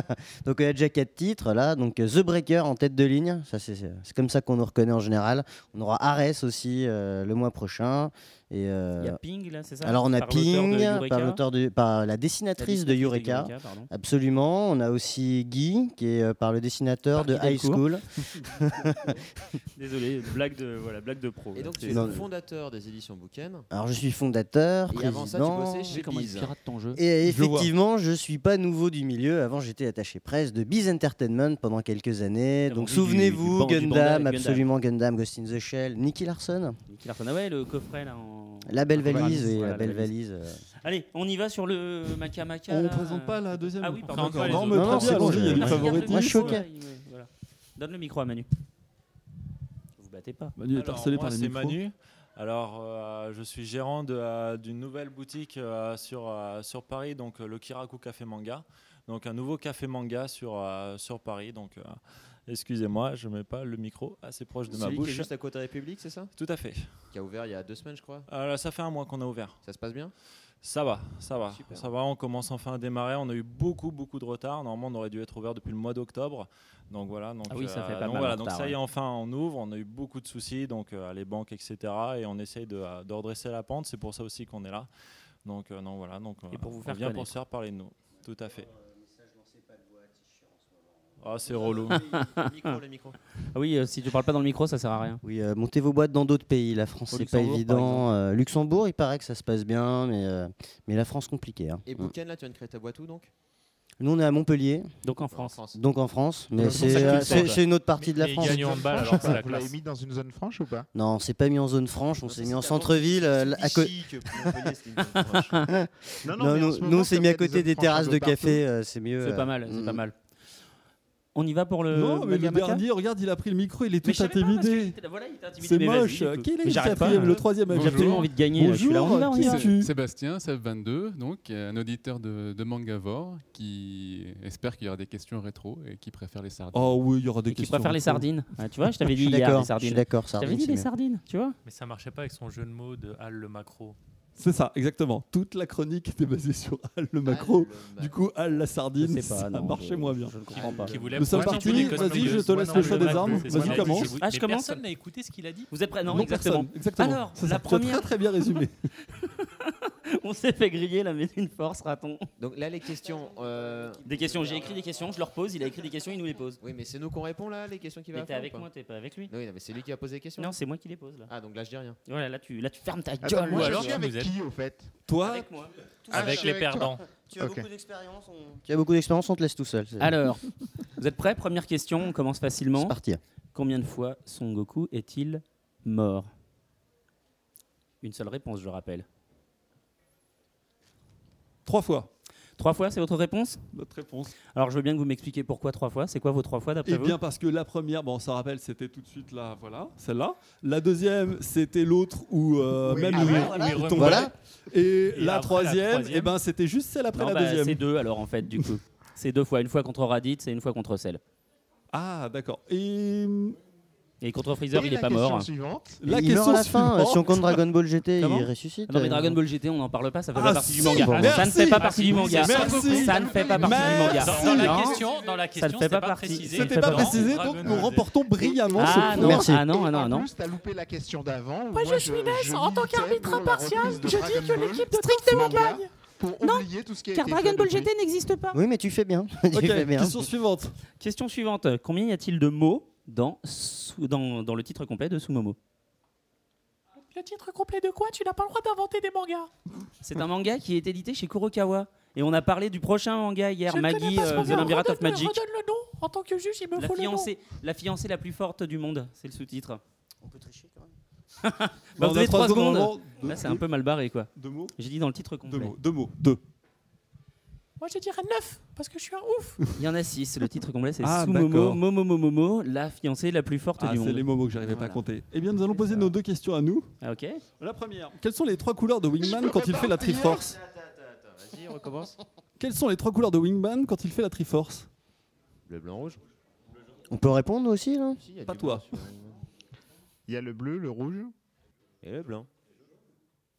Speaker 9: Donc, euh, il y a déjà quatre titres là. Donc, euh, The Breaker en tête de ligne, ça c'est c'est comme ça qu'on nous reconnaît en général. On aura Ares aussi euh, le mois prochain. Et euh,
Speaker 1: Il y a Ping là, c'est ça
Speaker 9: alors, on a
Speaker 1: Par l'auteur de
Speaker 9: Ping
Speaker 1: Eureka.
Speaker 9: par l'auteur de, par la
Speaker 1: La
Speaker 9: dessinatrice de Eureka.
Speaker 1: pardon.
Speaker 9: Absolument. On a aussi Guy, qui est euh, par le dessinateur
Speaker 1: Par
Speaker 9: de
Speaker 1: Guy
Speaker 9: High
Speaker 1: Delcourt.
Speaker 9: School.
Speaker 1: Désolé, blague de voilà, blague de pro.
Speaker 5: Et donc, tu es
Speaker 9: Non,
Speaker 5: le
Speaker 9: mais-
Speaker 5: fondateur des éditions Booken.
Speaker 9: Alors, je suis fondateur,
Speaker 5: Et avant ça, tu
Speaker 9: président.
Speaker 5: bossais chez
Speaker 1: comment il
Speaker 5: Biz.
Speaker 1: pirate ton jeu
Speaker 9: Et
Speaker 2: Je vois.
Speaker 9: effectivement, je suis pas nouveau du milieu. Avant, j'étais attaché presse de Biz Entertainment pendant quelques années.
Speaker 1: T'as
Speaker 9: Donc
Speaker 1: vendu du- du
Speaker 9: souvenez-vous,
Speaker 1: ban- du
Speaker 9: Gundam,
Speaker 1: Bandai avec Gundam.
Speaker 9: absolument Gundam, Ghost in the Shell, Nicky Larson,
Speaker 1: Nicky Larson. Ah ouais, le coffret là en.
Speaker 9: la belle
Speaker 1: Voilà,
Speaker 9: valise, oui,
Speaker 1: voilà,
Speaker 9: la belle valise. euh.
Speaker 1: Allez, on y va sur le Maca Maca.
Speaker 2: On
Speaker 1: là.
Speaker 2: présente pas la deuxième.
Speaker 1: Ah oui,
Speaker 2: On
Speaker 1: pardon,
Speaker 2: fait encore.
Speaker 1: pas les
Speaker 2: Non,
Speaker 1: autres.
Speaker 2: mais
Speaker 9: Non,
Speaker 2: très
Speaker 9: non,
Speaker 2: bien,
Speaker 9: c'est bon,
Speaker 2: allez-y, il y a
Speaker 9: je-
Speaker 2: du
Speaker 9: moi, je
Speaker 1: Regarde le
Speaker 2: favoritisme.
Speaker 9: Moi, je suis
Speaker 1: micro,
Speaker 9: OK.
Speaker 1: là, il- ouais, voilà. Donne le micro à Manu. Vous battez pas.
Speaker 2: Manu est
Speaker 10: Alors,
Speaker 2: harcelé
Speaker 10: moi,
Speaker 2: par les
Speaker 10: c'est
Speaker 2: micros.
Speaker 10: Manu. Alors, euh, je suis gérant de, euh, d'une nouvelle boutique euh, sur, euh, sur Paris, donc euh, le Kiraku Café Manga. Donc, un nouveau café manga sur, euh, sur Paris. Donc, euh, excusez-moi, je ne mets pas le micro assez proche de ma
Speaker 5: Celui qui est
Speaker 10: bouche.
Speaker 5: juste à côté de la République, c'est ça
Speaker 10: Tout à fait.
Speaker 5: Qui a ouvert il y a deux semaines, je crois.
Speaker 10: Euh, ça fait un mois qu'on a ouvert.
Speaker 5: Ça se passe bien
Speaker 10: Ça va, ça va,
Speaker 5: Super.
Speaker 10: ça va. On commence enfin à démarrer. On a eu beaucoup, beaucoup de retard. Normalement, on aurait dû être ouvert depuis le mois d'octobre. Donc voilà. Donc, euh,
Speaker 1: Ah oui, ça fait pas
Speaker 10: donc
Speaker 1: mal
Speaker 10: voilà,
Speaker 1: en
Speaker 10: donc
Speaker 1: retard,
Speaker 10: ça y est,
Speaker 1: ouais.
Speaker 10: enfin, on ouvre. On a eu beaucoup de soucis, donc euh, les banques, etc. Et on essaye de, euh, de redresser la pente. C'est pour ça aussi qu'on est là. Donc euh, non, voilà. Donc
Speaker 1: Et pour vous
Speaker 10: on
Speaker 1: faire
Speaker 10: vient pour
Speaker 1: connaître.
Speaker 10: se faire parler de nous. Tout à fait. Ah, c'est relou.
Speaker 5: Le micro, le micro.
Speaker 1: Ah oui, euh, si tu parles pas dans le micro, ça sert à rien.
Speaker 9: Oui, euh, montez vos boîtes dans d'autres pays. La France,
Speaker 10: Au
Speaker 9: c'est pas
Speaker 10: Luxembourg, par
Speaker 9: évident. Euh, Luxembourg, il paraît que ça se passe bien, mais, euh, mais la France, compliquée. hein.
Speaker 5: Et Booken, là, tu viens de créer ta boîte où donc
Speaker 9: Nous, on est à Montplier,
Speaker 1: Donc en
Speaker 5: En
Speaker 1: France.
Speaker 5: France.
Speaker 9: donc en France,
Speaker 10: le
Speaker 9: mais
Speaker 10: fond, ça
Speaker 9: c'est
Speaker 10: fait
Speaker 9: euh,
Speaker 10: une
Speaker 9: c'est-
Speaker 10: sorte.
Speaker 9: c'est une autre partie de la
Speaker 3: Mais
Speaker 9: France.
Speaker 3: gagnant en balle,
Speaker 4: Franche,
Speaker 3: alors c'est la
Speaker 4: Vous l'avez
Speaker 3: classe.
Speaker 4: mis dans une zone franche ou pas
Speaker 9: Non, on s'est pas mis en zone franche, on s'est mis en centre-ville. euh, là, à co-
Speaker 5: côté.
Speaker 9: Non, nous, nous, on s'est mis à côté des terrasses de café, euh, c'est mieux.
Speaker 1: C'est
Speaker 9: euh,
Speaker 1: pas mal, c'est
Speaker 9: mm.
Speaker 1: pas mal. On y va pour le.
Speaker 2: Non, mais le
Speaker 1: Maca Maca
Speaker 2: dernier, regarde, il a pris le micro, il est
Speaker 1: Euh, Mais
Speaker 2: tout
Speaker 1: je savais pas, parce que
Speaker 2: intimidé.
Speaker 1: j'étais là, voilà, il était intimidé,
Speaker 2: C'est
Speaker 1: mais vas-y,
Speaker 2: moche.
Speaker 1: écoute.
Speaker 2: Quel est
Speaker 1: Mais
Speaker 2: le
Speaker 1: j'arrête pas,
Speaker 2: quatrième,
Speaker 1: hein.
Speaker 2: le troisième
Speaker 1: J'ai absolument envie de gagner. là, je suis là, on y va, on y va.
Speaker 2: Bonjour, qui es-tu
Speaker 11: Sébastien, Seb22, donc euh, un auditeur de, de Mangavore qui espère qu'il y aura des questions rétro et qui préfère les sardines.
Speaker 1: Ah
Speaker 2: Oh oui, il y aura des
Speaker 1: Et qui
Speaker 2: questions.
Speaker 1: préfère les sardines. Ah, tu vois, je t'avais
Speaker 9: Je
Speaker 1: dit
Speaker 9: suis
Speaker 1: hier
Speaker 9: d'accord, je
Speaker 1: les
Speaker 9: suis
Speaker 1: sardines.
Speaker 9: d'accord,
Speaker 1: Je t'avais
Speaker 9: sardines,
Speaker 1: dit
Speaker 9: c'est
Speaker 1: les
Speaker 9: mieux.
Speaker 1: sardines, tu vois
Speaker 3: Mais ça marchait pas avec son jeu de mots de Al le macro.
Speaker 2: C'est ça, exactement. Toute la chronique était basée sur Al le macro. Du coup, Al la sardine,
Speaker 1: Je sais pas,
Speaker 2: ça
Speaker 1: non,
Speaker 2: marchait
Speaker 1: je-
Speaker 2: moins bien.
Speaker 1: Je ne comprends pas.
Speaker 3: Qui voulait
Speaker 2: Nous sommes
Speaker 3: prendre un petit
Speaker 2: partis,
Speaker 3: peu des codes
Speaker 2: vas-y,
Speaker 3: de-
Speaker 2: je te laisse
Speaker 3: Ouais, non,
Speaker 2: le
Speaker 3: mais
Speaker 2: choix des
Speaker 3: Mac,
Speaker 2: armes.
Speaker 3: c'est
Speaker 2: Vas-y,
Speaker 3: ce qu'on a
Speaker 2: commence.
Speaker 3: dit.
Speaker 1: Ah, je
Speaker 3: Mais
Speaker 1: commence
Speaker 3: Personne n'a écouté ce qu'il a dit.
Speaker 1: Vous êtes prêts Non,
Speaker 2: Non,
Speaker 1: exactement.
Speaker 2: personne, Exactement.
Speaker 1: Alors,
Speaker 2: Ça, ça
Speaker 1: la
Speaker 2: peut
Speaker 1: première-
Speaker 2: très très bien résumé.
Speaker 1: On s'est fait griller la maison une force, raton.
Speaker 5: Donc là, les questions. euh,
Speaker 1: Des questions, j'ai écrit des questions, je leur pose, il a écrit des questions, il nous les pose.
Speaker 5: Oui, mais c'est nous qu'on répond là, les questions qu'il va
Speaker 1: Mais t'es
Speaker 5: faire, ou
Speaker 1: avec
Speaker 5: pas
Speaker 1: moi, t'es pas avec lui.
Speaker 5: Oui, non, mais c'est lui qui a posé les questions.
Speaker 1: Non, c'est moi qui les pose là.
Speaker 5: Ah, donc là, je dis rien.
Speaker 1: Voilà, là tu, là, tu fermes ta
Speaker 5: Attends,
Speaker 1: gueule.
Speaker 5: moi, Ou je alors, suis avec vous êtes- qui, au fait
Speaker 1: Toi Avec moi.
Speaker 5: Tout Avec seul. les
Speaker 1: Avec toi. perdants.
Speaker 9: Tu as beaucoup d'expérience. on- Tu as beaucoup d'expérience, on te laisse tout seul. c'est-
Speaker 1: Alors, vous êtes prêts Première question, on commence facilement. C'est
Speaker 9: parti.
Speaker 1: Combien de fois Son Goku est-il mort Une seule réponse, je le rappelle.
Speaker 2: Trois fois.
Speaker 1: Trois fois, c'est votre réponse
Speaker 2: Votre réponse.
Speaker 1: Alors, je veux bien que vous m'expliquiez pourquoi trois fois. C'est quoi vos trois fois d'après
Speaker 2: Eh
Speaker 1: vous
Speaker 2: bien, parce que la première, bon, on s'en rappelle, c'était tout de suite là, voilà, celle-là. La deuxième, c'était l'autre où euh,
Speaker 1: Oui.
Speaker 2: même
Speaker 1: Ah
Speaker 2: il-
Speaker 1: ouais,
Speaker 2: il
Speaker 1: voilà.
Speaker 2: tombait.
Speaker 1: Voilà.
Speaker 2: Et,
Speaker 1: Et
Speaker 2: la,
Speaker 1: après,
Speaker 2: troisième, eh ben, c'était juste celle après
Speaker 1: Non,
Speaker 2: la
Speaker 1: bah,
Speaker 2: deuxième.
Speaker 1: C'est deux alors en fait, du coup. c'est deux fois. Une fois contre Raditz et une fois contre Cell.
Speaker 2: Ah, d'accord. Et...
Speaker 1: Et contre Freezer,
Speaker 2: Et
Speaker 1: il est
Speaker 2: la
Speaker 1: pas
Speaker 2: question
Speaker 1: mort.
Speaker 2: suivante.
Speaker 9: La Il question meurt à la fin, suivante. euh, si on compte Dragon Ball GT,
Speaker 1: Comment
Speaker 9: il ressuscite,
Speaker 1: Ah Non, mais
Speaker 9: euh,
Speaker 1: Dragon Ball GT, on n'en parle pas, ça fait
Speaker 9: Ah,
Speaker 1: pas partie
Speaker 9: si,
Speaker 1: du manga.
Speaker 9: bon,
Speaker 1: Ah, ça ne
Speaker 9: merci.
Speaker 1: fait pas partie du manga.
Speaker 2: Merci.
Speaker 1: Ça ne fait pas partie du manga.
Speaker 2: Merci.
Speaker 1: Non.
Speaker 3: dans la
Speaker 1: ça ne fait pas partie.
Speaker 3: précisé.
Speaker 1: ça ne
Speaker 2: C'était
Speaker 1: fait
Speaker 2: pas
Speaker 1: partie.
Speaker 2: précisé, donc nous remportons brillamment ce
Speaker 1: Ah
Speaker 2: point.
Speaker 1: non, ah non, ah non, ah non.
Speaker 4: Plus, t'as loupé la question d'avant. où
Speaker 8: Moi, je suis
Speaker 4: je
Speaker 8: Inès, en tant
Speaker 4: militais
Speaker 8: qu'arbitre
Speaker 4: pour la
Speaker 8: impartial,
Speaker 4: reprise
Speaker 8: je
Speaker 4: de
Speaker 8: dis
Speaker 4: Dragon
Speaker 8: que
Speaker 4: Ball
Speaker 8: l'équipe de Strictement
Speaker 4: manga
Speaker 8: Blague.
Speaker 4: Pour
Speaker 8: Non,
Speaker 4: oublier tout ce qui a
Speaker 8: car
Speaker 4: été fait
Speaker 8: Dragon Ball
Speaker 4: depuis.
Speaker 8: GT n'existe pas.
Speaker 9: Oui, mais tu fais bien. tu
Speaker 1: Ok,
Speaker 9: fais bien.
Speaker 1: question
Speaker 2: suivante.
Speaker 1: Question suivante. Combien y a-t-il de mots dans, Su- dans, dans le titre complet de Sumomo
Speaker 8: Le titre complet de quoi Tu n'as pas le droit d'inventer des mangas.
Speaker 1: C'est un manga qui est édité chez Kurokawa. Et on a parlé du prochain manga hier,
Speaker 8: ne connais
Speaker 1: Maggie,
Speaker 8: pas ce
Speaker 1: euh, The
Speaker 8: manga.
Speaker 1: Labyrinth of
Speaker 8: Redonne-le-
Speaker 1: Magic.
Speaker 8: redonne le nom. En tant que juge, il me
Speaker 1: La
Speaker 8: faut le nom.
Speaker 1: fiancée, la fiancée la plus forte du monde, c'est le sous-titre.
Speaker 9: On peut tricher quand même.
Speaker 1: Bah,
Speaker 2: on
Speaker 1: vous
Speaker 2: a
Speaker 1: avez
Speaker 2: trois
Speaker 1: 3 secondes.
Speaker 2: secondes, deux-
Speaker 1: Là, c'est un peu mal barré, quoi.
Speaker 2: Deux mots
Speaker 1: J'ai dit dans le titre complet.
Speaker 2: Deux mots, deux mots, deux.
Speaker 8: Moi, je dirais 9 parce que je suis un ouf.
Speaker 1: Il y en a 6. Le titre complet, c'est
Speaker 2: Ah,
Speaker 1: Sumomo,
Speaker 2: d'accord.
Speaker 1: Momo, Momo, Momo, la fiancée la plus forte
Speaker 2: Ah,
Speaker 1: du monde.
Speaker 2: c'est les momos que j'arrivais pas à compter. Eh bien, nous allons poser nos deux questions à nous.
Speaker 1: Ah, ok.
Speaker 2: La première. Quelles sont les trois couleurs de Wingman quand il fait la Triforce
Speaker 5: Vas-y, recommence.
Speaker 2: Quelles sont les trois couleurs de Wingman quand il fait la Triforce
Speaker 5: Bleu, blanc, rouge.
Speaker 9: On peut répondre aussi, là
Speaker 2: Pas toi.
Speaker 4: Il y a le bleu, le rouge.
Speaker 5: Et le blanc.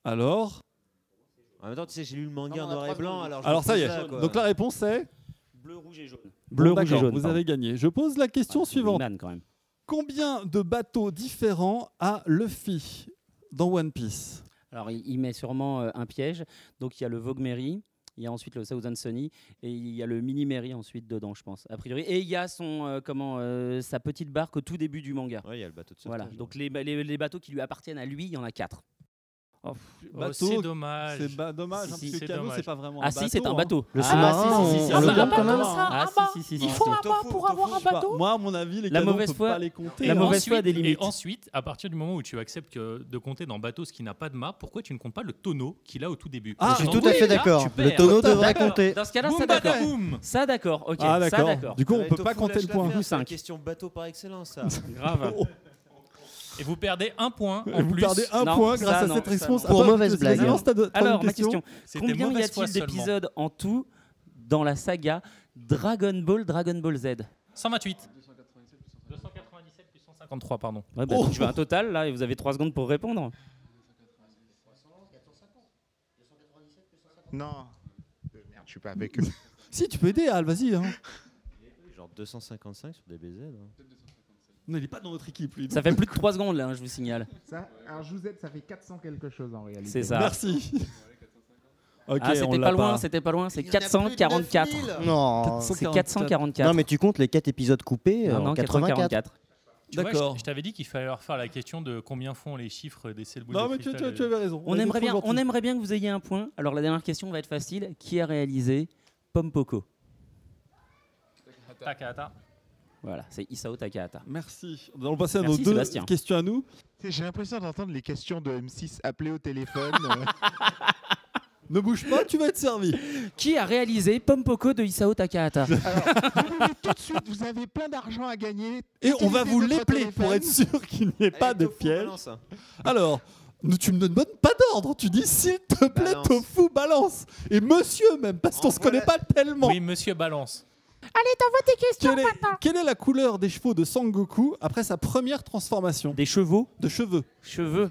Speaker 2: Alors
Speaker 5: En même temps, tu sais, j'ai lu le manga
Speaker 9: Non,
Speaker 5: en
Speaker 9: on a
Speaker 5: noir
Speaker 9: trois
Speaker 5: et blanc.
Speaker 9: secondes.
Speaker 5: Alors, je
Speaker 2: Alors
Speaker 5: me
Speaker 2: ça
Speaker 5: pose
Speaker 2: y est.
Speaker 5: quoi.
Speaker 2: Donc la réponse c'est
Speaker 1: Bleu, rouge et jaune. Ah,
Speaker 2: Bon, d'accord, Vous avez gagné. Je pose la question suivante.
Speaker 1: Wingman, quand même.
Speaker 2: Combien de bateaux différents a Luffy dans One Piece
Speaker 1: Alors, il, il met sûrement euh, un piège. Donc, il y a le Vogue Mary, il y a ensuite le Southern Sunny, et il y a le Mini Mary ensuite dedans, je pense, a priori. Et il y a son, euh, comment, euh, sa petite barque au tout début du manga.
Speaker 5: Ouais, il y a le bateau de
Speaker 1: Voilà,
Speaker 5: sauvetage,
Speaker 1: donc les, ba- les- les bateaux qui lui appartiennent à lui, il y en a quatre. Oh, pff,
Speaker 2: Oh,
Speaker 1: bateau-
Speaker 2: c'est dommage. C'est ba- dommage, hein,
Speaker 1: Si,
Speaker 2: parce
Speaker 1: si,
Speaker 2: que canot,
Speaker 1: dommage.
Speaker 2: c'est pas vraiment un
Speaker 1: Ah si, c'est
Speaker 2: bateau,
Speaker 1: un
Speaker 2: hein.
Speaker 1: bateau.
Speaker 2: Le
Speaker 1: Ah,
Speaker 2: sous-marin,
Speaker 1: si, si, si,
Speaker 2: on
Speaker 1: si,
Speaker 2: le
Speaker 1: si.
Speaker 2: compte quand même.
Speaker 1: Ah, si, si, si, si,
Speaker 8: Il
Speaker 1: si.
Speaker 8: faut un mât pour avoir un
Speaker 2: Je sais pas.
Speaker 8: bateau.
Speaker 2: Moi, à mon avis, les
Speaker 1: La
Speaker 2: canons, on
Speaker 1: mauvaise
Speaker 2: peut
Speaker 1: foi-
Speaker 2: pas les compter.
Speaker 1: la
Speaker 2: hein.
Speaker 1: mauvaise foi a des
Speaker 3: Et
Speaker 1: limites.
Speaker 3: ensuite, à partir du moment où tu acceptes que- de compter dans bateau ce qui n'a pas de mât, pourquoi tu ne comptes pas le tonneau qu'il a au tout début
Speaker 2: Ah,
Speaker 3: Parce
Speaker 2: je suis
Speaker 3: qu'en
Speaker 2: tout à
Speaker 3: gros,
Speaker 2: fait
Speaker 3: là,
Speaker 2: d'accord.
Speaker 3: tu
Speaker 2: Le
Speaker 3: perds.
Speaker 2: tonneau devrait
Speaker 1: D'accord.
Speaker 2: compter.
Speaker 1: Dans ce cas-là,
Speaker 2: Boum,
Speaker 1: ça
Speaker 2: bada,
Speaker 1: d'accord.
Speaker 2: boum.
Speaker 1: Ça d'accord, ok.
Speaker 2: Ah,
Speaker 1: ça
Speaker 2: d'accord.
Speaker 1: d'accord.
Speaker 2: Du coup, on
Speaker 5: Ouais,
Speaker 2: peut
Speaker 5: Tofu,
Speaker 2: pas compter
Speaker 5: lâche
Speaker 2: le
Speaker 5: la
Speaker 2: point.
Speaker 5: faire,
Speaker 2: Vous
Speaker 5: C'est la
Speaker 2: cinq.
Speaker 5: question bateau par excellence, ça.
Speaker 1: Grave.
Speaker 3: Et vous perdez un point
Speaker 2: Et
Speaker 3: en
Speaker 2: vous
Speaker 3: plus.
Speaker 2: perdez un
Speaker 1: Non,
Speaker 2: point
Speaker 1: ça,
Speaker 2: grâce à
Speaker 1: non,
Speaker 2: cette
Speaker 1: ça,
Speaker 2: réponse.
Speaker 1: non.
Speaker 2: Attends,
Speaker 1: Pour
Speaker 9: mauvaise
Speaker 2: Sylvain,
Speaker 9: blague. hein.
Speaker 2: t'as de- t'as une
Speaker 1: Alors, ma question.
Speaker 3: C'était
Speaker 1: Combien y
Speaker 3: mauvaise foi
Speaker 1: a-t-il
Speaker 3: seulement.
Speaker 1: d'épisodes en tout dans la saga Dragon Ball, Dragon Ball Z
Speaker 3: 128. 297 plus 153, pardon.
Speaker 1: Ouais,
Speaker 9: Oh.
Speaker 1: bah, donc, Je veux un total là et vous avez 3 secondes pour répondre.
Speaker 4: Non. Euh, Merde, je suis pas avec eux.
Speaker 2: Si, tu peux aider, Al, vas-y. hein.
Speaker 5: Genre 255 sur DBZ. hein.
Speaker 2: Non, il est pas dans notre équipe, lui.
Speaker 1: Ça fait plus de 3 secondes là, hein, je vous signale.
Speaker 4: Ça, alors je vous aide, ça fait 400 quelque chose en réalité.
Speaker 1: C'est ça.
Speaker 2: Merci. Ok,
Speaker 1: ah,
Speaker 2: on
Speaker 1: c'était
Speaker 2: l'a
Speaker 1: pas loin, c'était pas loin, c'est 444.
Speaker 9: Non,
Speaker 1: c'est 444.
Speaker 9: Non, mais tu comptes les 4 épisodes coupés euh,
Speaker 1: Non, non,
Speaker 9: en 84.
Speaker 1: 444.
Speaker 3: Tu vois,
Speaker 2: D'accord.
Speaker 3: je, je t'avais dit qu'il fallait leur faire la question de combien font les chiffres des cellules
Speaker 1: bah,
Speaker 2: Non,
Speaker 3: de
Speaker 2: mais tu-
Speaker 3: cristal euh.
Speaker 2: tu- tu avais raison.
Speaker 1: On
Speaker 2: Elle est
Speaker 1: aimerait,
Speaker 2: trop
Speaker 1: bien, on
Speaker 2: gentille.
Speaker 1: aimerait bien que vous ayez un point. Alors la dernière question va être facile. Qui a réalisé Pompoko
Speaker 3: Takahata.
Speaker 1: Voilà, c'est Isao Takahata.
Speaker 2: Merci. Nous allons passer à nos
Speaker 1: Merci,
Speaker 2: deux
Speaker 1: Sébastien.
Speaker 2: questions à nous.
Speaker 4: J'ai l'impression d'entendre les questions de M6 appelées au téléphone. euh.
Speaker 2: Ne bouge pas, tu vas être servi.
Speaker 1: Qui a réalisé Pompoko de Isao Takahata
Speaker 4: Tout de suite, vous avez plein d'argent à gagner.
Speaker 2: Et on va
Speaker 4: Utilisez
Speaker 2: vous
Speaker 4: votre
Speaker 2: l'épeler pour
Speaker 4: téléphone.
Speaker 2: être sûr qu'il n'y ait pas de piège.
Speaker 5: balance, hein.
Speaker 2: Alors, ne- tu ne me donnes pas d'ordre. Tu dis s'il te plaît,
Speaker 5: Balance.
Speaker 2: tofu, balance. Et monsieur même, parce qu'on se connaît pas tellement.
Speaker 3: Oui, monsieur Balance.
Speaker 8: Allez, t'envoies tes questions
Speaker 2: Quelle est,
Speaker 8: maintenant.
Speaker 2: quelle est la couleur des chevaux de Sangoku après sa première transformation
Speaker 1: Des chevaux
Speaker 2: De cheveux.
Speaker 1: Cheveux.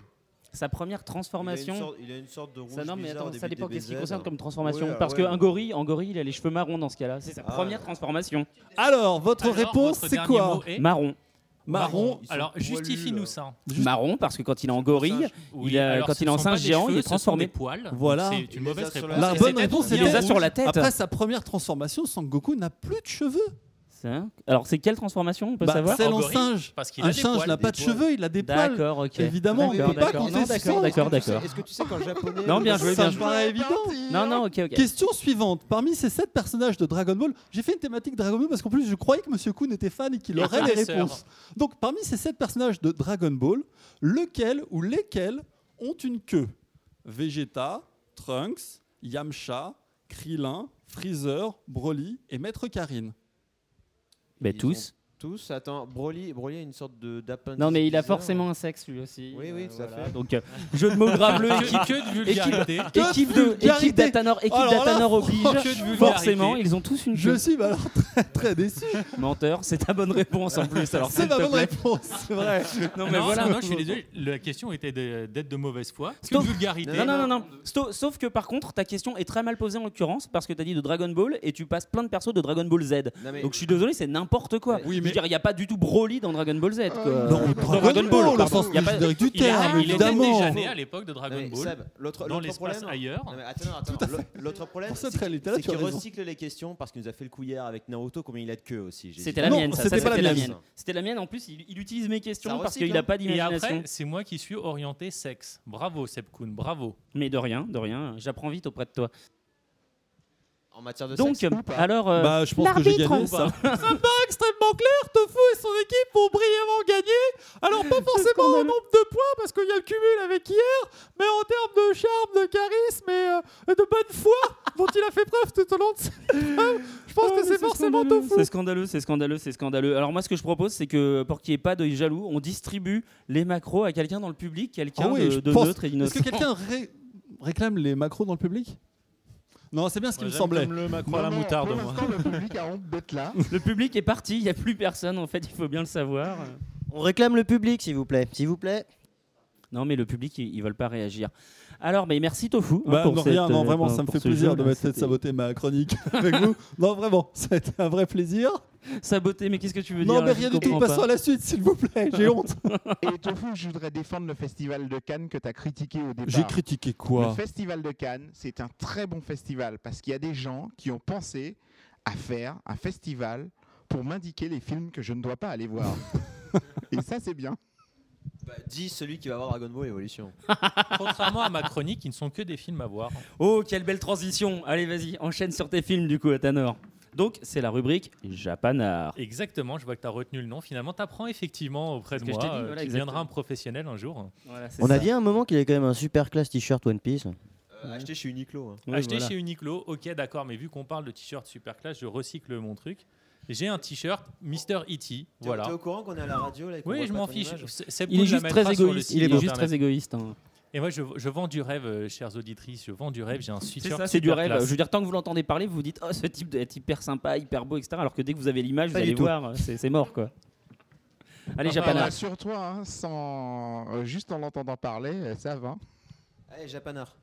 Speaker 1: Sa première
Speaker 5: Il a une
Speaker 1: transformation.
Speaker 5: sorte- Il a une sorte de rouge.
Speaker 1: Ça, non, mais
Speaker 5: bizarre au
Speaker 1: attends, ça
Speaker 5: début
Speaker 1: dépend qu'est-ce qui
Speaker 5: DBZ.
Speaker 1: concerne comme transformation.
Speaker 5: Ouais,
Speaker 1: Parce
Speaker 5: ouais,
Speaker 1: qu'un
Speaker 5: ouais.
Speaker 1: gorille, en gorille, il a les cheveux marrons dans ce cas-là. C'est sa
Speaker 5: Ah.
Speaker 1: première transformation.
Speaker 2: Alors, votre
Speaker 3: Alors,
Speaker 2: réponse,
Speaker 3: votre
Speaker 2: c'est
Speaker 3: dernier
Speaker 2: quoi
Speaker 3: mot est
Speaker 1: Marron.
Speaker 2: Marron.
Speaker 3: Marron. Alors,
Speaker 2: Ils sont
Speaker 3: justifie-nous
Speaker 2: poilus, euh.
Speaker 3: ça.
Speaker 1: Marron parce que quand il est en gorille,
Speaker 3: Oui,
Speaker 1: il a-
Speaker 3: alors,
Speaker 1: quand
Speaker 3: ce
Speaker 1: il est en
Speaker 3: ne sont pas
Speaker 1: singe
Speaker 3: des
Speaker 1: géant,
Speaker 3: cheveux,
Speaker 1: il
Speaker 3: ce
Speaker 1: est
Speaker 3: sont
Speaker 1: transformé.
Speaker 3: des poils.
Speaker 2: Voilà.
Speaker 3: C'est une mauvaise réponse.
Speaker 2: La bonne réponse, c'est
Speaker 1: Il les a sur la tête.
Speaker 2: Après sa première transformation, Sangoku n'a plus de cheveux.
Speaker 1: Ça. Alors c'est quelle transformation on peut
Speaker 2: Bah,
Speaker 1: savoir
Speaker 2: celle en En gorille, singe. parce qu'il a Un des singe poils. n'a pas de Des poils. cheveux, il a des poils.
Speaker 1: D'accord, ok.
Speaker 2: Évidemment, on
Speaker 1: D'accord,
Speaker 2: peut pas
Speaker 1: d'accord.
Speaker 2: compter
Speaker 1: Non,
Speaker 2: sur
Speaker 1: D'accord,
Speaker 2: ça.
Speaker 1: d'accord,
Speaker 2: Est-ce que tu sais-
Speaker 1: d'accord.
Speaker 2: est-ce
Speaker 5: que tu sais qu'en japonais
Speaker 1: Non, bien
Speaker 2: Ça
Speaker 1: joué, bien
Speaker 2: me
Speaker 1: joué.
Speaker 2: paraît évident.
Speaker 1: Non, non, ok, ok.
Speaker 2: Question suivante. Parmi ces sept personnages de Dragon Ball, j'ai fait une thématique Dragon Ball parce qu'en plus, je croyais que Monsieur Kuhn était fan et qu'il
Speaker 3: Et
Speaker 2: aurait les
Speaker 3: connaisseur.
Speaker 2: réponses. Donc, parmi ces sept personnages de Dragon Ball, lequel ou lesquels ont une queue Vegeta, Trunks, Yamcha, Krillin, Freezer, Broly et Maître Karine.
Speaker 1: Mais
Speaker 5: Ils
Speaker 1: tous.
Speaker 5: ont Tous, attends, Broly, Broly a une sorte de d'appendice.
Speaker 1: Non, mais il a
Speaker 5: bizarre.
Speaker 1: forcément un sexe lui aussi.
Speaker 5: Oui, oui,
Speaker 1: Euh,
Speaker 5: tout à
Speaker 1: voilà.
Speaker 5: fait.
Speaker 1: Donc euh, jeu de mots grave bleu.
Speaker 3: Que-
Speaker 1: équipe-
Speaker 3: que de vulgarité.
Speaker 1: équipe-
Speaker 3: Que de
Speaker 1: Équipe de équipe
Speaker 2: vulgarité.
Speaker 1: d'Atanor, équipe
Speaker 2: Alors là,
Speaker 1: d'Atanor
Speaker 2: franchement, que de
Speaker 1: oblige.
Speaker 2: vulgarité.
Speaker 1: Forcément, ils ont tous une
Speaker 2: Je
Speaker 1: queue.
Speaker 2: suis alors très, très déçu.
Speaker 1: Menteur, c'est ta bonne réponse en plus. Alors
Speaker 2: C'est
Speaker 1: s'il
Speaker 2: ma
Speaker 1: te
Speaker 2: bonne
Speaker 1: plaît.
Speaker 2: réponse, c'est vrai.
Speaker 1: Non
Speaker 3: Non,
Speaker 1: mais voilà.
Speaker 3: non, je suis désolé, la question était de- d'être de mauvaise foi. Que de
Speaker 1: Sauf-
Speaker 3: vulgarité.
Speaker 1: Non, non, non, non. Sto- Sauf que par contre, ta question est très mal posée en l'occurrence parce que tu as dit de Dragon Ball et tu passes plein de persos de Dragon Ball Z.
Speaker 5: Non, mais-
Speaker 1: Donc je suis désolé, c'est n'importe quoi. Je veux dire, il n'y a pas du tout Broly dans Dragon Ball Z. quoi.
Speaker 2: Euh, non,
Speaker 1: Dans
Speaker 2: Dragon Ball, au sens
Speaker 1: Il y a pas-
Speaker 2: légendaire du
Speaker 1: il y a-
Speaker 2: terme,
Speaker 1: il était
Speaker 2: évidemment.
Speaker 1: déjà-
Speaker 3: Déjà né à l'époque de Dragon
Speaker 5: Non, mais
Speaker 3: Ball.
Speaker 5: Seb, l'autre-
Speaker 3: dans
Speaker 5: l'autre
Speaker 3: l'espace
Speaker 5: problème-
Speaker 3: ailleurs.
Speaker 5: Non, mais attends, non, attends, l'autre- L'autre problème,
Speaker 2: Pour ça,
Speaker 5: c'est
Speaker 2: très
Speaker 5: qu'il
Speaker 2: littéraire,
Speaker 5: c'est
Speaker 2: tu as
Speaker 5: qu'il
Speaker 2: raison.
Speaker 5: recycle les questions parce qu'il nous a fait le couillard avec Naruto, combien il a de queue aussi. j'ai dit.
Speaker 1: C'était la
Speaker 2: Non,
Speaker 1: mienne, ça, ça,
Speaker 2: c'était pas la
Speaker 1: c'était la
Speaker 2: mienne.
Speaker 1: mienne. C'était la mienne, en plus, il, il utilise mes questions
Speaker 5: Ça
Speaker 1: parce
Speaker 5: recycle,
Speaker 1: qu'il n'a
Speaker 5: hein.
Speaker 1: pas
Speaker 3: Et
Speaker 1: d'imagination.
Speaker 3: après, c'est moi qui suis orienté sexe. Bravo, Sepkun, bravo.
Speaker 1: Mais de rien, de rien, j'apprends vite auprès de toi.
Speaker 5: En matière de
Speaker 1: Donc,
Speaker 5: sexe.
Speaker 1: alors. euh,
Speaker 2: Bah, je pense que j'ai
Speaker 1: l'arbitre,
Speaker 2: gagné
Speaker 1: ou
Speaker 2: ça.
Speaker 1: pas
Speaker 2: Ça me paraît extrêmement clair. Tofu et son équipe ont brillamment gagné. Alors, pas forcément en nombre de points, parce qu'il y a le cumul avec hier, mais en termes de charme, de charisme et, euh, et de bonne foi dont il a fait preuve tout au long de cette épreuve, je pense que Ah, c'est forcément
Speaker 1: scandaleux,
Speaker 2: Tofu.
Speaker 1: C'est scandaleux, c'est scandaleux, c'est scandaleux. Alors moi, ce que je propose, c'est que pour qu'il n'y ait pas d'œil jaloux, on distribue les macros à quelqu'un dans le public, quelqu'un
Speaker 2: Ah
Speaker 1: de, de neutre et innocent.
Speaker 2: réclame les macros dans le public Non, c'est bien ce
Speaker 10: qui Moi, me j'aime semblait. comme le macro à la moutarde,
Speaker 4: pour
Speaker 10: moi.
Speaker 4: l'instant, le public a honte d'être là.
Speaker 1: Le public est parti, il n'y a plus personne, en fait, il faut bien le savoir.
Speaker 9: On réclame le public, s'il vous plaît. S'il vous plaît.
Speaker 1: Non, mais le public, ils, ils veulent pas réagir. Alors, mais merci Tofu. hein,
Speaker 2: Bah,
Speaker 1: pour
Speaker 2: non,
Speaker 1: cette,
Speaker 2: rien, non,
Speaker 1: euh,
Speaker 2: vraiment,
Speaker 1: pour-
Speaker 2: ça me
Speaker 1: pour
Speaker 2: fait
Speaker 1: ce
Speaker 2: plaisir
Speaker 1: jeu-là,
Speaker 2: de m'être fait
Speaker 1: c'était-
Speaker 2: saboter ma chronique avec vous. Non, vraiment, ça a été un vrai plaisir.
Speaker 1: Saboter, mais qu'est-ce que tu veux dire
Speaker 2: Non, mais
Speaker 1: là,
Speaker 2: rien
Speaker 1: je
Speaker 2: du tout,
Speaker 1: comprends
Speaker 2: passons
Speaker 1: pas.
Speaker 2: à la suite, s'il vous plaît, j'ai honte.
Speaker 4: Et Tofu, je voudrais défendre le festival de Cannes que tu as critiqué au départ.
Speaker 2: critiqué
Speaker 4: Le festival de Cannes, c'est un très bon festival parce qu'il y a des gens qui ont pensé à faire un festival pour m'indiquer les films que je ne dois pas aller voir. Et ça, c'est bien.
Speaker 5: Bah, dis celui qui va voir Dragon Ball Evolution.
Speaker 3: Contrairement à ma chronique, ils ne sont que des films à voir.
Speaker 1: Oh, quelle belle transition Allez, vas-y, enchaîne sur tes films, du coup, Atanor. Donc, c'est la rubrique Japanard.
Speaker 3: Exactement, je vois que tu as retenu le nom. Finalement, tu apprends effectivement auprès de
Speaker 1: que je
Speaker 3: moi
Speaker 1: t'ai dit,
Speaker 3: euh,
Speaker 1: voilà,
Speaker 3: qu'il
Speaker 1: exactement.
Speaker 3: deviendra un professionnel un jour.
Speaker 1: Voilà, c'est
Speaker 9: On a
Speaker 1: ça.
Speaker 9: dit à un moment qu'il avait quand même un super classe t-shirt One Piece.
Speaker 5: Euh, acheté chez Uniqlo. hein.
Speaker 1: Oui,
Speaker 3: Acheté
Speaker 1: voilà.
Speaker 3: chez Uniqlo, ok, d'accord, mais vu qu'on parle de t-shirt Superclass, je recycle mon truc. J'ai un t-shirt Mister
Speaker 5: T'es-
Speaker 3: E.T.
Speaker 5: T'es
Speaker 3: Voilà.
Speaker 5: au courant qu'on est à la radio là, et qu'on
Speaker 3: Oui,
Speaker 5: voit
Speaker 3: je
Speaker 5: pas
Speaker 3: m'en
Speaker 5: ton
Speaker 3: fiche.
Speaker 5: image
Speaker 3: C'est- Seb
Speaker 1: Il est
Speaker 3: Kuhn la
Speaker 1: juste
Speaker 3: mettra
Speaker 1: très
Speaker 3: sur le
Speaker 1: égoïste.
Speaker 3: site
Speaker 1: Il est juste
Speaker 3: internet.
Speaker 1: très égoïste. hein.
Speaker 3: Et moi, je, je vends du rêve, euh, chères auditrices. Je vends du rêve. J'ai un
Speaker 1: C'est
Speaker 3: t-shirt.
Speaker 1: ça, c'est du
Speaker 3: Superclass.
Speaker 1: rêve. Je veux dire, tant que vous l'entendez parler, vous vous dites Oh, ce type de- est hyper sympa, hyper beau, etc. Alors que dès que vous avez l'image, vous
Speaker 5: Pas du
Speaker 1: allez
Speaker 5: tout.
Speaker 1: voir, c'est c'est mort quoi.
Speaker 3: Ah,
Speaker 1: Allez,
Speaker 4: Enfin,
Speaker 1: Japanard.
Speaker 4: Rassure-toi, hein, sans... euh, juste en l'entendant parler, euh, ça va.
Speaker 5: Allez, Japanard.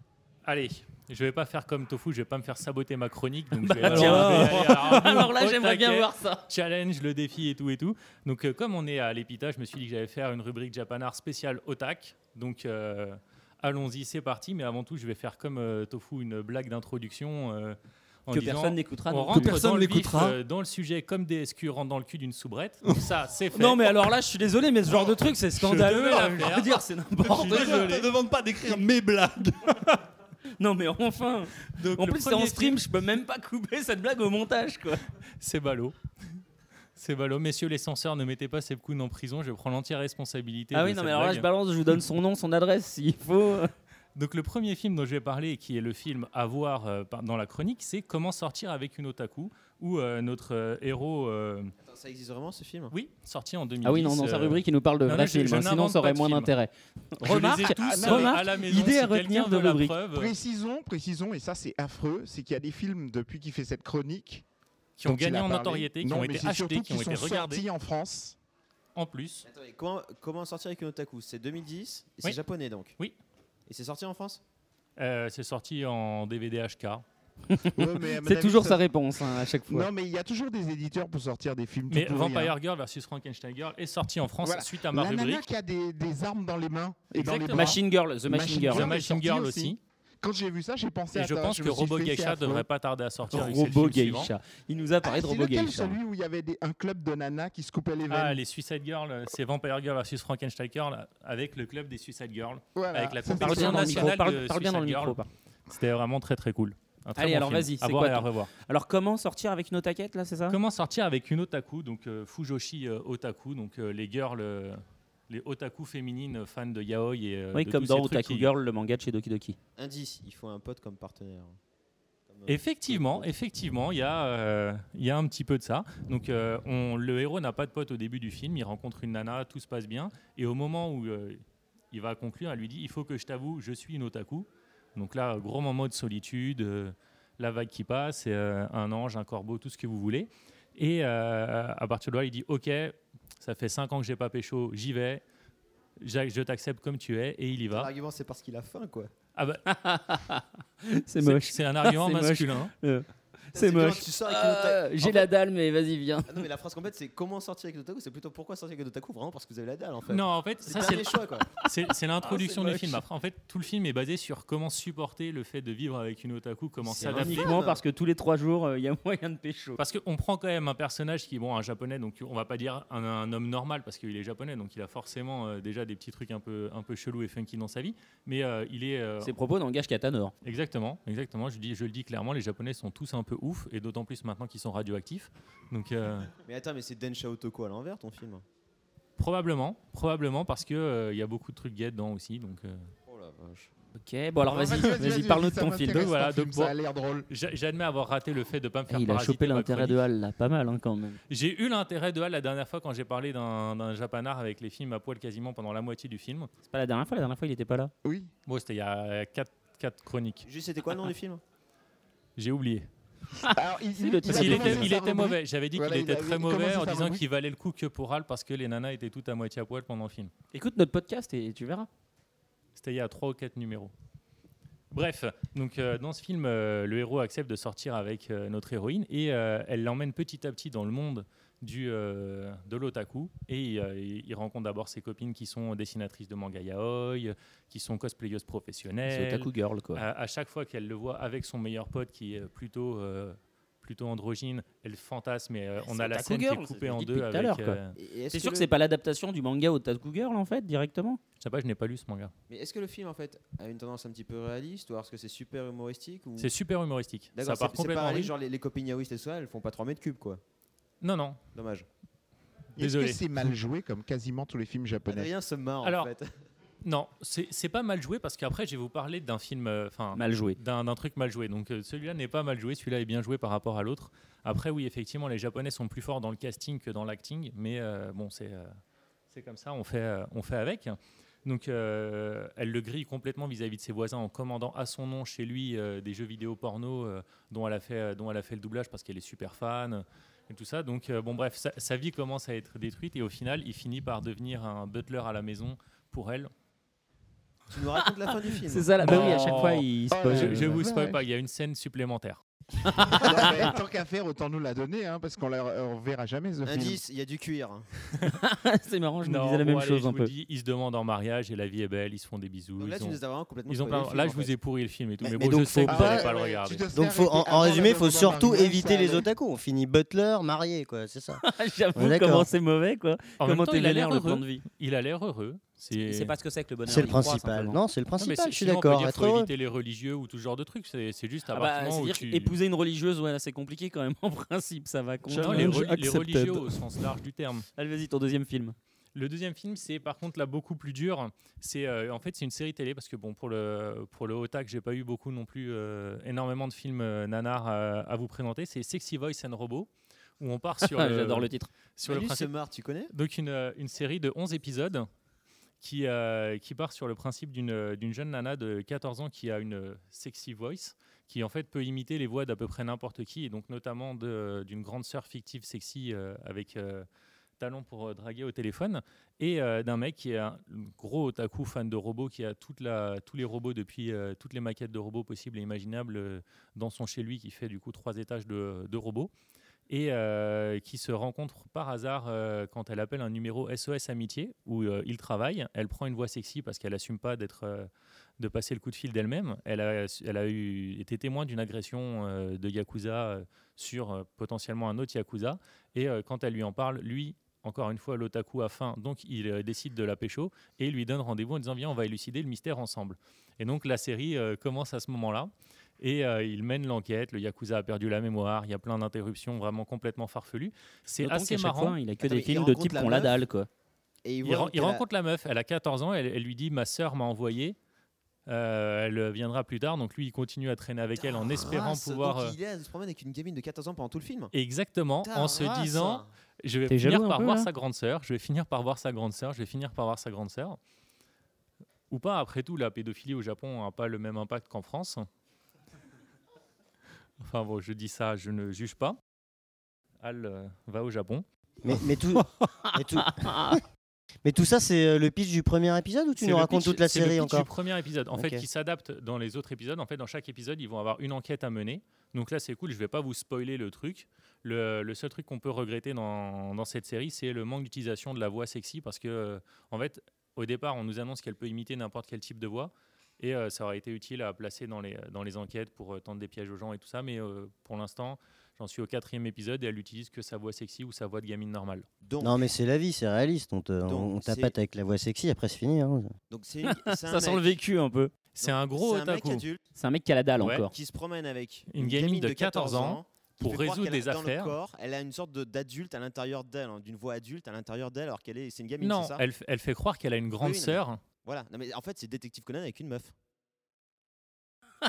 Speaker 3: Allez, je vais pas faire comme Tofu. Je vais pas me faire saboter ma chronique. Donc je vais-
Speaker 1: Bah, tiens.
Speaker 3: je vais aller à la
Speaker 1: Alors là,
Speaker 3: au
Speaker 1: j'aimerais bien
Speaker 3: taquet.
Speaker 1: voir ça.
Speaker 3: challenge, le défi et tout et tout. Donc euh, comme on est à l'épita, je me suis dit que j'allais faire une rubrique Japanard spéciale otak. Donc euh, allons-y, c'est parti. Mais avant tout, je vais faire comme euh, Tofu une blague d'introduction. euh, en
Speaker 1: Que
Speaker 3: disant,
Speaker 1: personne n'écoutera.
Speaker 3: On
Speaker 1: non
Speaker 3: rentre
Speaker 1: plus.
Speaker 2: personne
Speaker 3: dans le vif,
Speaker 2: n'écoutera.
Speaker 3: euh, dans le sujet comme des SQ rentrent dans le cul d'une soubrette. Donc ça, c'est fait.
Speaker 1: Non, mais alors là, je suis désolé, mais ce genre de truc, c'est scandaleux.
Speaker 3: devais la
Speaker 1: hein, Je veux
Speaker 3: faire.
Speaker 1: dire, c'est
Speaker 3: Je
Speaker 1: n'importe
Speaker 3: suis
Speaker 1: quoi.
Speaker 3: désolé.
Speaker 2: ne demande pas d'écrire mes blagues.
Speaker 1: Non, mais enfin.
Speaker 3: Donc,
Speaker 1: En
Speaker 3: le
Speaker 1: plus, c'est
Speaker 3: premier
Speaker 1: en stream, je peux même pas couper cette blague au montage quoi.
Speaker 3: C'est ballot. C'est ballot. Messieurs les censeurs, ne mettez pas Sepkoun en prison. Je prends l'entière responsabilité.
Speaker 1: Ah
Speaker 3: de
Speaker 1: oui, non,
Speaker 3: cette
Speaker 1: mais alors là,
Speaker 3: blague.
Speaker 1: je balance, je vous donne son nom, son adresse s'il faut.
Speaker 3: Donc le premier film dont je vais parler, qui est le film à voir euh, par- dans la chronique, c'est Comment sortir avec une otaku, où euh, notre euh, héros, euh,
Speaker 5: Attends, ça existe vraiment ce film
Speaker 3: oui, sorti en 2010.
Speaker 1: Ah oui, non, dans sa
Speaker 3: euh,
Speaker 1: rubrique, il nous parle de
Speaker 3: non,
Speaker 1: vrais
Speaker 3: non, je-
Speaker 1: films,
Speaker 3: je
Speaker 1: hein, sinon
Speaker 3: n'invente
Speaker 1: ça aurait
Speaker 3: pas de
Speaker 1: moins
Speaker 3: film.
Speaker 1: d'intérêt.
Speaker 3: je les ai
Speaker 1: Remarque,
Speaker 3: tous,
Speaker 1: ah,
Speaker 3: euh,
Speaker 1: remarque,
Speaker 3: à la maison,
Speaker 1: idée
Speaker 3: si
Speaker 1: à retenir
Speaker 3: quelqu'un
Speaker 1: de
Speaker 3: veut la
Speaker 1: rubrique.
Speaker 3: preuve, euh,
Speaker 4: Précisons, précisons, et ça c'est affreux, c'est qu'il y a des films depuis qu'il fait cette chronique
Speaker 3: qui ont
Speaker 4: dont il
Speaker 3: gagné
Speaker 4: a
Speaker 3: en
Speaker 4: parlé.
Speaker 3: notoriété, qui
Speaker 4: Non,
Speaker 3: ont
Speaker 4: mais
Speaker 3: été
Speaker 4: c'est surtout
Speaker 3: achetés, qui ont
Speaker 4: qu'ils
Speaker 3: été
Speaker 4: sont
Speaker 3: regardés
Speaker 4: sortis en France.
Speaker 3: en plus.
Speaker 5: Attends, mais comment, comment sortir avec une otaku C'est 2010 et c'est
Speaker 3: Oui.
Speaker 5: japonais donc
Speaker 3: Oui.
Speaker 5: Et c'est sorti en France
Speaker 3: Euh, c'est sorti en DVD HK.
Speaker 1: C'est toujours sa réponse hein, à chaque fois.
Speaker 4: Non, mais il y a toujours des éditeurs pour sortir des films.
Speaker 3: Mais
Speaker 4: tout pourris,
Speaker 3: Vampire
Speaker 4: hein.
Speaker 3: Girl versus Frankenstein Girl est sorti en France
Speaker 4: Voilà.
Speaker 3: suite à ma
Speaker 4: La nana
Speaker 3: rubrique.
Speaker 4: qui a des, des armes dans les mains et dans les
Speaker 3: Exactement.
Speaker 4: bras.
Speaker 3: Machine Girl, The Machine Girl. The
Speaker 4: est
Speaker 3: Machine
Speaker 4: sortie
Speaker 3: Girl aussi.
Speaker 4: Quand j'ai vu ça, j'ai pensé
Speaker 3: Et
Speaker 4: à
Speaker 3: je
Speaker 4: ça,
Speaker 3: pense que
Speaker 4: me suis
Speaker 3: Robo
Speaker 4: fait, c'est
Speaker 3: Geisha
Speaker 4: affreux.
Speaker 3: devrait pas tarder à sortir. vu que c'est le
Speaker 1: Robo
Speaker 3: film suivant.
Speaker 1: Geisha. Il nous a parlé
Speaker 4: Ah,
Speaker 1: de
Speaker 4: c'est
Speaker 1: Robo
Speaker 4: lequel,
Speaker 1: Geisha.
Speaker 4: celui où il y avait des- un club de nanas qui se coupaient les veines.
Speaker 3: Ah, les Suicide Girls, c'est Vampire Girl versus Frankenstein Girl là, avec le club des Suicide Girls.
Speaker 4: Voilà.
Speaker 3: Avec la
Speaker 4: Ça, c'est
Speaker 3: compétition
Speaker 4: bien dans le micro,
Speaker 3: nationale
Speaker 4: parle-
Speaker 3: de
Speaker 1: parle bien dans le
Speaker 3: Suicide
Speaker 1: micro,
Speaker 3: Girl.
Speaker 1: par-
Speaker 3: C'était vraiment très très cool. Un très
Speaker 1: Allez,
Speaker 3: bon
Speaker 1: alors
Speaker 3: film.
Speaker 1: vas-y,
Speaker 3: À
Speaker 1: c'est
Speaker 3: voir
Speaker 1: quoi
Speaker 3: et à
Speaker 1: ton-
Speaker 3: revoir.
Speaker 1: Alors comment sortir avec nos taquettes là, c'est ça
Speaker 3: Comment sortir avec une otaku, donc euh, Fujoshi euh, otaku, donc euh, les girls, euh, les otaku féminines euh, fans de yaoi et euh,
Speaker 1: Oui,
Speaker 3: de
Speaker 1: comme
Speaker 3: tous ces
Speaker 1: dans
Speaker 3: trucs
Speaker 1: Otaku
Speaker 3: qui-
Speaker 1: Girl, le manga de chez Doki Doki.
Speaker 5: Indice, il faut un pote comme partenaire. Comme, euh,
Speaker 3: Effectivement, effectivement, il y, a, euh, il y a un petit peu de ça. Donc, euh, on, le héros n'a pas de pote au début du film, il rencontre une nana, tout se passe bien, et au moment où euh, il va conclure, elle lui dit Il faut que je t'avoue, je suis une otaku. Donc là, gros moment de solitude, euh, la vague qui passe, et, euh, un ange, un corbeau, tout ce que vous voulez. Et euh, à partir de là, il dit Ok, ça fait 5 ans que j'ai pas pécho, j'y vais, Jacques, je t'accepte comme tu es, et il y va.
Speaker 5: L'argument, c'est parce qu'il a faim, quoi.
Speaker 3: Ah bah.
Speaker 1: C'est moche.
Speaker 3: C'est un argument
Speaker 1: C'est moche.
Speaker 3: masculin. hein.
Speaker 1: Euh,
Speaker 5: C'est
Speaker 1: c'est
Speaker 5: quand
Speaker 1: moche.
Speaker 5: tu sors avec une otaku-
Speaker 3: Ah,
Speaker 1: Euh,
Speaker 5: En
Speaker 1: J'ai
Speaker 5: fait-
Speaker 1: la dalle, mais vas-y, viens.
Speaker 5: Ah non, mais la phrase complète, c'est comment sortir avec le Dotaku C'est plutôt pourquoi sortir avec le Dotaku Vraiment parce que vous avez la dalle, en fait.
Speaker 3: Non, en fait,
Speaker 5: c'est
Speaker 3: ça
Speaker 5: le
Speaker 3: c'est
Speaker 5: dernier choix, quoi.
Speaker 3: c'est- c'est l'introduction
Speaker 5: Ah, c'est
Speaker 3: du film.
Speaker 5: moche.
Speaker 3: Après, en fait, tout le film est basé sur comment supporter le fait de vivre avec une otaku, comment
Speaker 1: C'est
Speaker 3: s'adapter.
Speaker 1: uniquement parce que tous les trois jours, euh, il y a moyen de pécho.
Speaker 3: Parce qu'on prend quand même un personnage qui est bon, un japonais, donc on va pas dire un, un homme normal parce qu'il est japonais, donc il a forcément euh, déjà des petits trucs un peu un peu chelous et funky dans sa vie. Mais euh, il est. euh,
Speaker 1: Ses propos n'engagent qu'à Tanner.
Speaker 3: Exactement, exactement. Je dis, je le dis clairement, les Japonais sont tous un peu ouf, et d'autant plus maintenant qu'ils sont radioactifs. Donc. euh,
Speaker 5: Mais attends, mais c'est Densha Otoko à l'envers, ton film.
Speaker 3: Probablement, probablement parce que euh, il y a beaucoup de trucs gays dedans aussi, donc. euh.
Speaker 5: Oh la vache.
Speaker 1: Ok, bon alors
Speaker 3: Bon,
Speaker 1: vas-y,
Speaker 3: vas-y,
Speaker 1: vas-y,
Speaker 3: vas-y, vas-y,
Speaker 1: parle-nous de
Speaker 3: ça
Speaker 1: ton film.
Speaker 3: m'intéresse,
Speaker 1: Voilà,
Speaker 3: ton film,
Speaker 1: de-
Speaker 3: ça a
Speaker 1: bon.
Speaker 3: l'air J'a- J'admets avoir raté le fait de pas me faire
Speaker 1: Eh, Il a
Speaker 3: parasiter
Speaker 1: chopé
Speaker 3: ma
Speaker 1: l'intérêt
Speaker 3: chronique.
Speaker 1: de Hall là, pas mal hein, quand même.
Speaker 3: J'ai eu l'intérêt de Hal la dernière fois quand j'ai parlé d'un d'un japanard avec les films à poil quasiment pendant la moitié du film.
Speaker 1: C'est pas la dernière fois, la dernière fois il était pas là.
Speaker 4: Oui.
Speaker 3: Bon, c'était il y a 4 chroniques.
Speaker 5: Juste, c'était quoi le nom du film
Speaker 3: J'ai oublié.
Speaker 4: Alors, il, il- il a
Speaker 3: il était,
Speaker 4: commencé
Speaker 3: il
Speaker 4: sa
Speaker 3: était
Speaker 4: rubrique.
Speaker 3: mauvais. J'avais dit
Speaker 4: Voilà,
Speaker 3: qu'il
Speaker 4: il
Speaker 3: était
Speaker 4: avait
Speaker 3: très mauvais
Speaker 4: commencé
Speaker 3: en
Speaker 4: sa
Speaker 3: disant
Speaker 4: rubrique.
Speaker 3: qu'il valait le coup que pour Hal parce que les nanas étaient toutes à moitié à poil pendant le film.
Speaker 1: Écoute notre podcast et tu verras.
Speaker 3: C'était il y a 3 ou 4 numéros. Bref, donc euh, dans ce film, euh, le héros accepte de sortir avec euh, notre héroïne et euh, elle l'emmène petit à petit dans le monde du, euh, de l'otaku. Et euh, il il rencontre d'abord ses copines qui sont dessinatrices de manga yaoi, euh, qui sont cosplayeuses professionnelles.
Speaker 1: C'est otaku girl, quoi.
Speaker 3: À, à chaque fois qu'elle le voit avec son meilleur pote qui est plutôt, euh, plutôt androgyne, elle fantasme et euh, on
Speaker 1: C'est
Speaker 3: a la
Speaker 1: Otaku
Speaker 3: scène qui
Speaker 1: Girl,
Speaker 3: est
Speaker 1: ça,
Speaker 3: coupée
Speaker 1: je
Speaker 3: en
Speaker 1: le dis
Speaker 3: deux
Speaker 1: depuis tout à
Speaker 3: avec...
Speaker 1: l'heure, quoi.
Speaker 3: euh,
Speaker 5: Et est-ce
Speaker 1: C'est
Speaker 5: que
Speaker 1: sûr que
Speaker 5: le-
Speaker 1: c'est pas l'adaptation du manga Otaku Girl en fait, directement.
Speaker 3: Je sais pas, je n'ai pas lu ce manga.
Speaker 5: Mais est-ce que le film, en fait, a une tendance un petit peu réaliste Ou alors est-ce que c'est super humoristique ou...
Speaker 3: C'est super humoristique.
Speaker 5: D'accord,
Speaker 3: Ça part
Speaker 5: c'est- c'est
Speaker 3: complètement
Speaker 5: pas
Speaker 3: en
Speaker 5: réaliste,
Speaker 3: vrille.
Speaker 5: genre les, les copines yaoïstes et tout ça, elles font pas 3 mètres cubes, quoi.
Speaker 3: Non, non.
Speaker 5: Dommage.
Speaker 4: Est-ce que
Speaker 3: Désolé.
Speaker 4: c'est mal joué comme quasiment tous les films japonais
Speaker 5: Adrien se marre,
Speaker 3: Alors,
Speaker 5: en fait.
Speaker 3: Non, c'est c'est pas mal joué parce qu'après je vais vous parler d'un film, euh, enfin
Speaker 1: Mal joué.
Speaker 3: d'un d'un truc mal joué. Donc euh, celui-là n'est pas mal joué, celui-là est bien joué par rapport à l'autre. Après oui, effectivement, les Japonais sont plus forts dans le casting que dans l'acting, mais euh, bon, c'est euh, c'est comme ça, on fait euh, on fait avec. Donc euh, elle le grille complètement vis-à-vis de ses voisins en commandant à son nom chez lui euh, des jeux vidéo porno euh, dont elle a fait euh, dont elle a fait le doublage parce qu'elle est super fan euh, et tout ça. Donc euh, bon bref, sa, sa vie commence à être détruite et au final, il finit par devenir un butler à la maison pour elle.
Speaker 5: Tu nous racontes la fin du film.
Speaker 1: C'est ça, la- bah oui, à chaque
Speaker 3: Non.
Speaker 1: fois, il euh, se
Speaker 3: Oh,
Speaker 1: pose-
Speaker 3: Je, je vous spoil
Speaker 4: Ouais.
Speaker 3: pas, il y a une scène supplémentaire.
Speaker 4: Non, Ah bah, mais Tant qu'à faire, autant nous la donner, hein, parce qu'on ne verra jamais ce film.
Speaker 5: Indice, il y a du cuir.
Speaker 1: c'est marrant, je me
Speaker 3: Non,
Speaker 1: disais la
Speaker 3: bon,
Speaker 1: même
Speaker 3: allez,
Speaker 1: chose
Speaker 3: je
Speaker 1: un
Speaker 3: vous
Speaker 1: peu.
Speaker 3: dis, ils se demandent en mariage et la vie est belle, ils se font des bisous.
Speaker 5: Donc là,
Speaker 3: ils
Speaker 5: tu
Speaker 3: ont-
Speaker 5: nous as vraiment complètement
Speaker 3: ils ont
Speaker 5: spoilé
Speaker 3: pas-
Speaker 5: le film,
Speaker 3: Là,
Speaker 5: en
Speaker 3: je vous
Speaker 5: fait.
Speaker 3: ai pourri le film et tout,
Speaker 9: Mais-
Speaker 3: mais,
Speaker 9: mais
Speaker 3: bon,
Speaker 9: donc,
Speaker 3: je sais
Speaker 9: faut
Speaker 3: que vous
Speaker 9: pas-
Speaker 3: allez pas le
Speaker 9: ouais,
Speaker 3: regarder.
Speaker 4: Tu te serais
Speaker 9: Donc faut, en,
Speaker 4: arrêté
Speaker 9: en
Speaker 4: avant
Speaker 9: résumé,
Speaker 4: la
Speaker 9: faut
Speaker 4: demande en
Speaker 9: surtout
Speaker 4: mariage,
Speaker 9: éviter
Speaker 4: ça
Speaker 9: les
Speaker 4: allait.
Speaker 9: otaku. On finit butler, marié, quoi, c'est ça.
Speaker 3: Ah,
Speaker 1: J'avoue
Speaker 9: Ouais, d'accord.
Speaker 1: comment c'est mauvais quoi.
Speaker 3: En même
Speaker 1: comment
Speaker 3: temps,
Speaker 1: t'es
Speaker 3: il a
Speaker 1: vénère
Speaker 3: l'air
Speaker 1: le plan
Speaker 3: heureux.
Speaker 1: de vie.
Speaker 3: Il a l'air heureux.
Speaker 1: Il sait pas ce que c'est que le bonheur.
Speaker 9: C'est le
Speaker 1: il croit,
Speaker 9: principal.
Speaker 1: simplement.
Speaker 9: Non, c'est le
Speaker 3: Non, mais
Speaker 9: principal,
Speaker 3: c'est-
Speaker 9: je suis
Speaker 3: sinon, on peut
Speaker 9: d'accord.
Speaker 3: dire
Speaker 9: être
Speaker 3: faut
Speaker 9: heureux.
Speaker 3: éviter les religieux ou tout ce genre de trucs. C'est c'est juste à
Speaker 1: Ah bah,
Speaker 3: partir du moment où
Speaker 1: C'est-à-dire
Speaker 3: tu-
Speaker 1: épouser une religieuse, ouais, là c'est compliqué quand même. En principe, ça va contre.
Speaker 3: Non, les, re- les
Speaker 1: accepted.
Speaker 3: religieux au sens large du terme.
Speaker 1: Allez, vas-y, ton deuxième film.
Speaker 3: Le deuxième film, c'est par contre là beaucoup plus dur. C'est euh, en fait c'est une série télé parce que bon pour le pour le otak, j'ai pas eu beaucoup non plus euh, énormément de films euh, nanars euh, à vous présenter. C'est Sexy Voice and Robo où on part sur
Speaker 1: J'adore le titre.
Speaker 3: sur
Speaker 5: Manu
Speaker 3: le
Speaker 5: se
Speaker 3: principe
Speaker 5: marre, tu connais
Speaker 3: donc une, euh, une série de 11 épisodes qui, euh, qui part sur le principe d'une euh, d'une jeune nana de 14 ans qui a une euh, sexy voice, qui en fait peut imiter les voix d'à peu près n'importe qui, et donc notamment de- d'une grande sœur fictive sexy euh, avec euh, talent pour euh, draguer au téléphone, et euh, d'un mec qui est un gros otaku fan de robots, qui a toute la, tous les robots depuis euh, toutes les maquettes de robots possibles et imaginables euh, dans son chez lui, qui fait du coup trois étages de, de robots, et euh, qui se rencontre par hasard euh, quand elle appelle un numéro SOS Amitié, où euh, il travaille. Elle prend une voix sexy parce qu'elle assume pas d'être... euh, de passer le coup de fil d'elle-même. Elle a, elle a eu, été témoin d'une agression euh, de Yakuza euh, sur euh, potentiellement un autre Yakuza. Et euh, quand elle lui en parle, lui, encore une fois, l'otaku a faim, donc il euh, décide de la pécho et lui donne rendez-vous en disant Viens, on va élucider le mystère ensemble. Et donc la série euh, commence à ce moment-là. Et euh, il mène l'enquête, le Yakuza a perdu la mémoire, il y a plein d'interruptions vraiment complètement farfelues. C'est
Speaker 1: D'autant
Speaker 3: assez
Speaker 1: qu'à chaque
Speaker 3: marrant.
Speaker 1: fois, il a que Attends, des mais il films de rencontre type la qu'on la meuf dalle, quoi.
Speaker 5: et il
Speaker 3: il,
Speaker 5: voit
Speaker 3: ren- il
Speaker 5: qu'elle a-
Speaker 3: rencontre la meuf, elle a 14 ans, elle, elle lui dit ma sœur m'a envoyé, euh, elle viendra plus tard, donc lui il continue à traîner avec
Speaker 1: Ah,
Speaker 3: elle en espérant
Speaker 5: Race,
Speaker 3: pouvoir...
Speaker 5: donc
Speaker 3: euh,
Speaker 5: il est à se promène avec une gamine de 14 ans pendant tout le film.
Speaker 3: Exactement,
Speaker 5: Ta
Speaker 3: en se
Speaker 5: race.
Speaker 3: disant je vais
Speaker 1: T'es
Speaker 3: finir
Speaker 1: jaloux un
Speaker 3: par
Speaker 1: peu,
Speaker 3: voir
Speaker 1: là
Speaker 3: sa grande sœur, je vais finir par voir sa grande sœur, je vais finir par voir sa grande sœur. Ou pas, après tout, la pédophilie au Japon n'a pas le même impact qu'en France. Enfin bon, je dis ça, je ne juge pas. Al euh, va au Japon.
Speaker 9: Mais, mais tout. mais tout... mais tout ça, c'est euh, le pitch du premier épisode ou tu
Speaker 3: C'est
Speaker 9: nous
Speaker 3: le
Speaker 9: racontes
Speaker 3: pitch-
Speaker 9: toute la
Speaker 3: c'est le
Speaker 9: série
Speaker 3: pitch
Speaker 9: encore
Speaker 3: du premier épisode, en fait,
Speaker 9: Ok.
Speaker 3: qui s'adapte dans les autres épisodes. En fait, dans chaque épisode, ils vont avoir une enquête à mener. Donc là, c'est cool, je vais pas vous spoiler le truc. Le, le seul truc qu'on peut regretter dans, dans cette série, c'est le manque d'utilisation de la voix sexy parce que, euh, en fait, au départ, on nous annonce qu'elle peut imiter n'importe quel type de voix. Et euh, ça aurait été utile à placer dans les, dans les enquêtes pour euh, tendre des pièges aux gens et tout ça. Mais euh, pour l'instant, j'en suis au quatrième épisode et elle utilise que sa voix sexy ou sa voix de gamine normale.
Speaker 9: Non, mais c'est la vie, c'est réaliste. On, te, on- on
Speaker 5: c'est-
Speaker 9: tapote avec la voix sexy, après c'est fini. hein.
Speaker 5: Donc c'est une- c'est un
Speaker 1: Ça sent le
Speaker 5: mec-
Speaker 1: vécu un peu.
Speaker 3: C'est un gros
Speaker 5: c'est un mec
Speaker 3: otaku.
Speaker 5: adulte.
Speaker 1: C'est un mec qui a la dalle
Speaker 3: Ouais.
Speaker 1: encore.
Speaker 5: qui se promène avec
Speaker 3: Une gamine de 14 ans
Speaker 5: qui
Speaker 3: pour
Speaker 5: fait croire
Speaker 3: résoudre
Speaker 5: qu'elle
Speaker 3: des
Speaker 5: a dans le
Speaker 3: affaires.
Speaker 5: corps, elle a une sorte de- d'adulte à l'intérieur d'elle, hein, d'une voix adulte à l'intérieur d'elle, alors qu'elle est, c'est une gamine.
Speaker 3: Non,
Speaker 5: c'est ça
Speaker 3: elle, f- elle fait croire qu'elle a une grande
Speaker 5: Oui, oui, non, mais-
Speaker 3: sœur
Speaker 5: Voilà. Non, mais en fait, c'est détective Conan avec une meuf.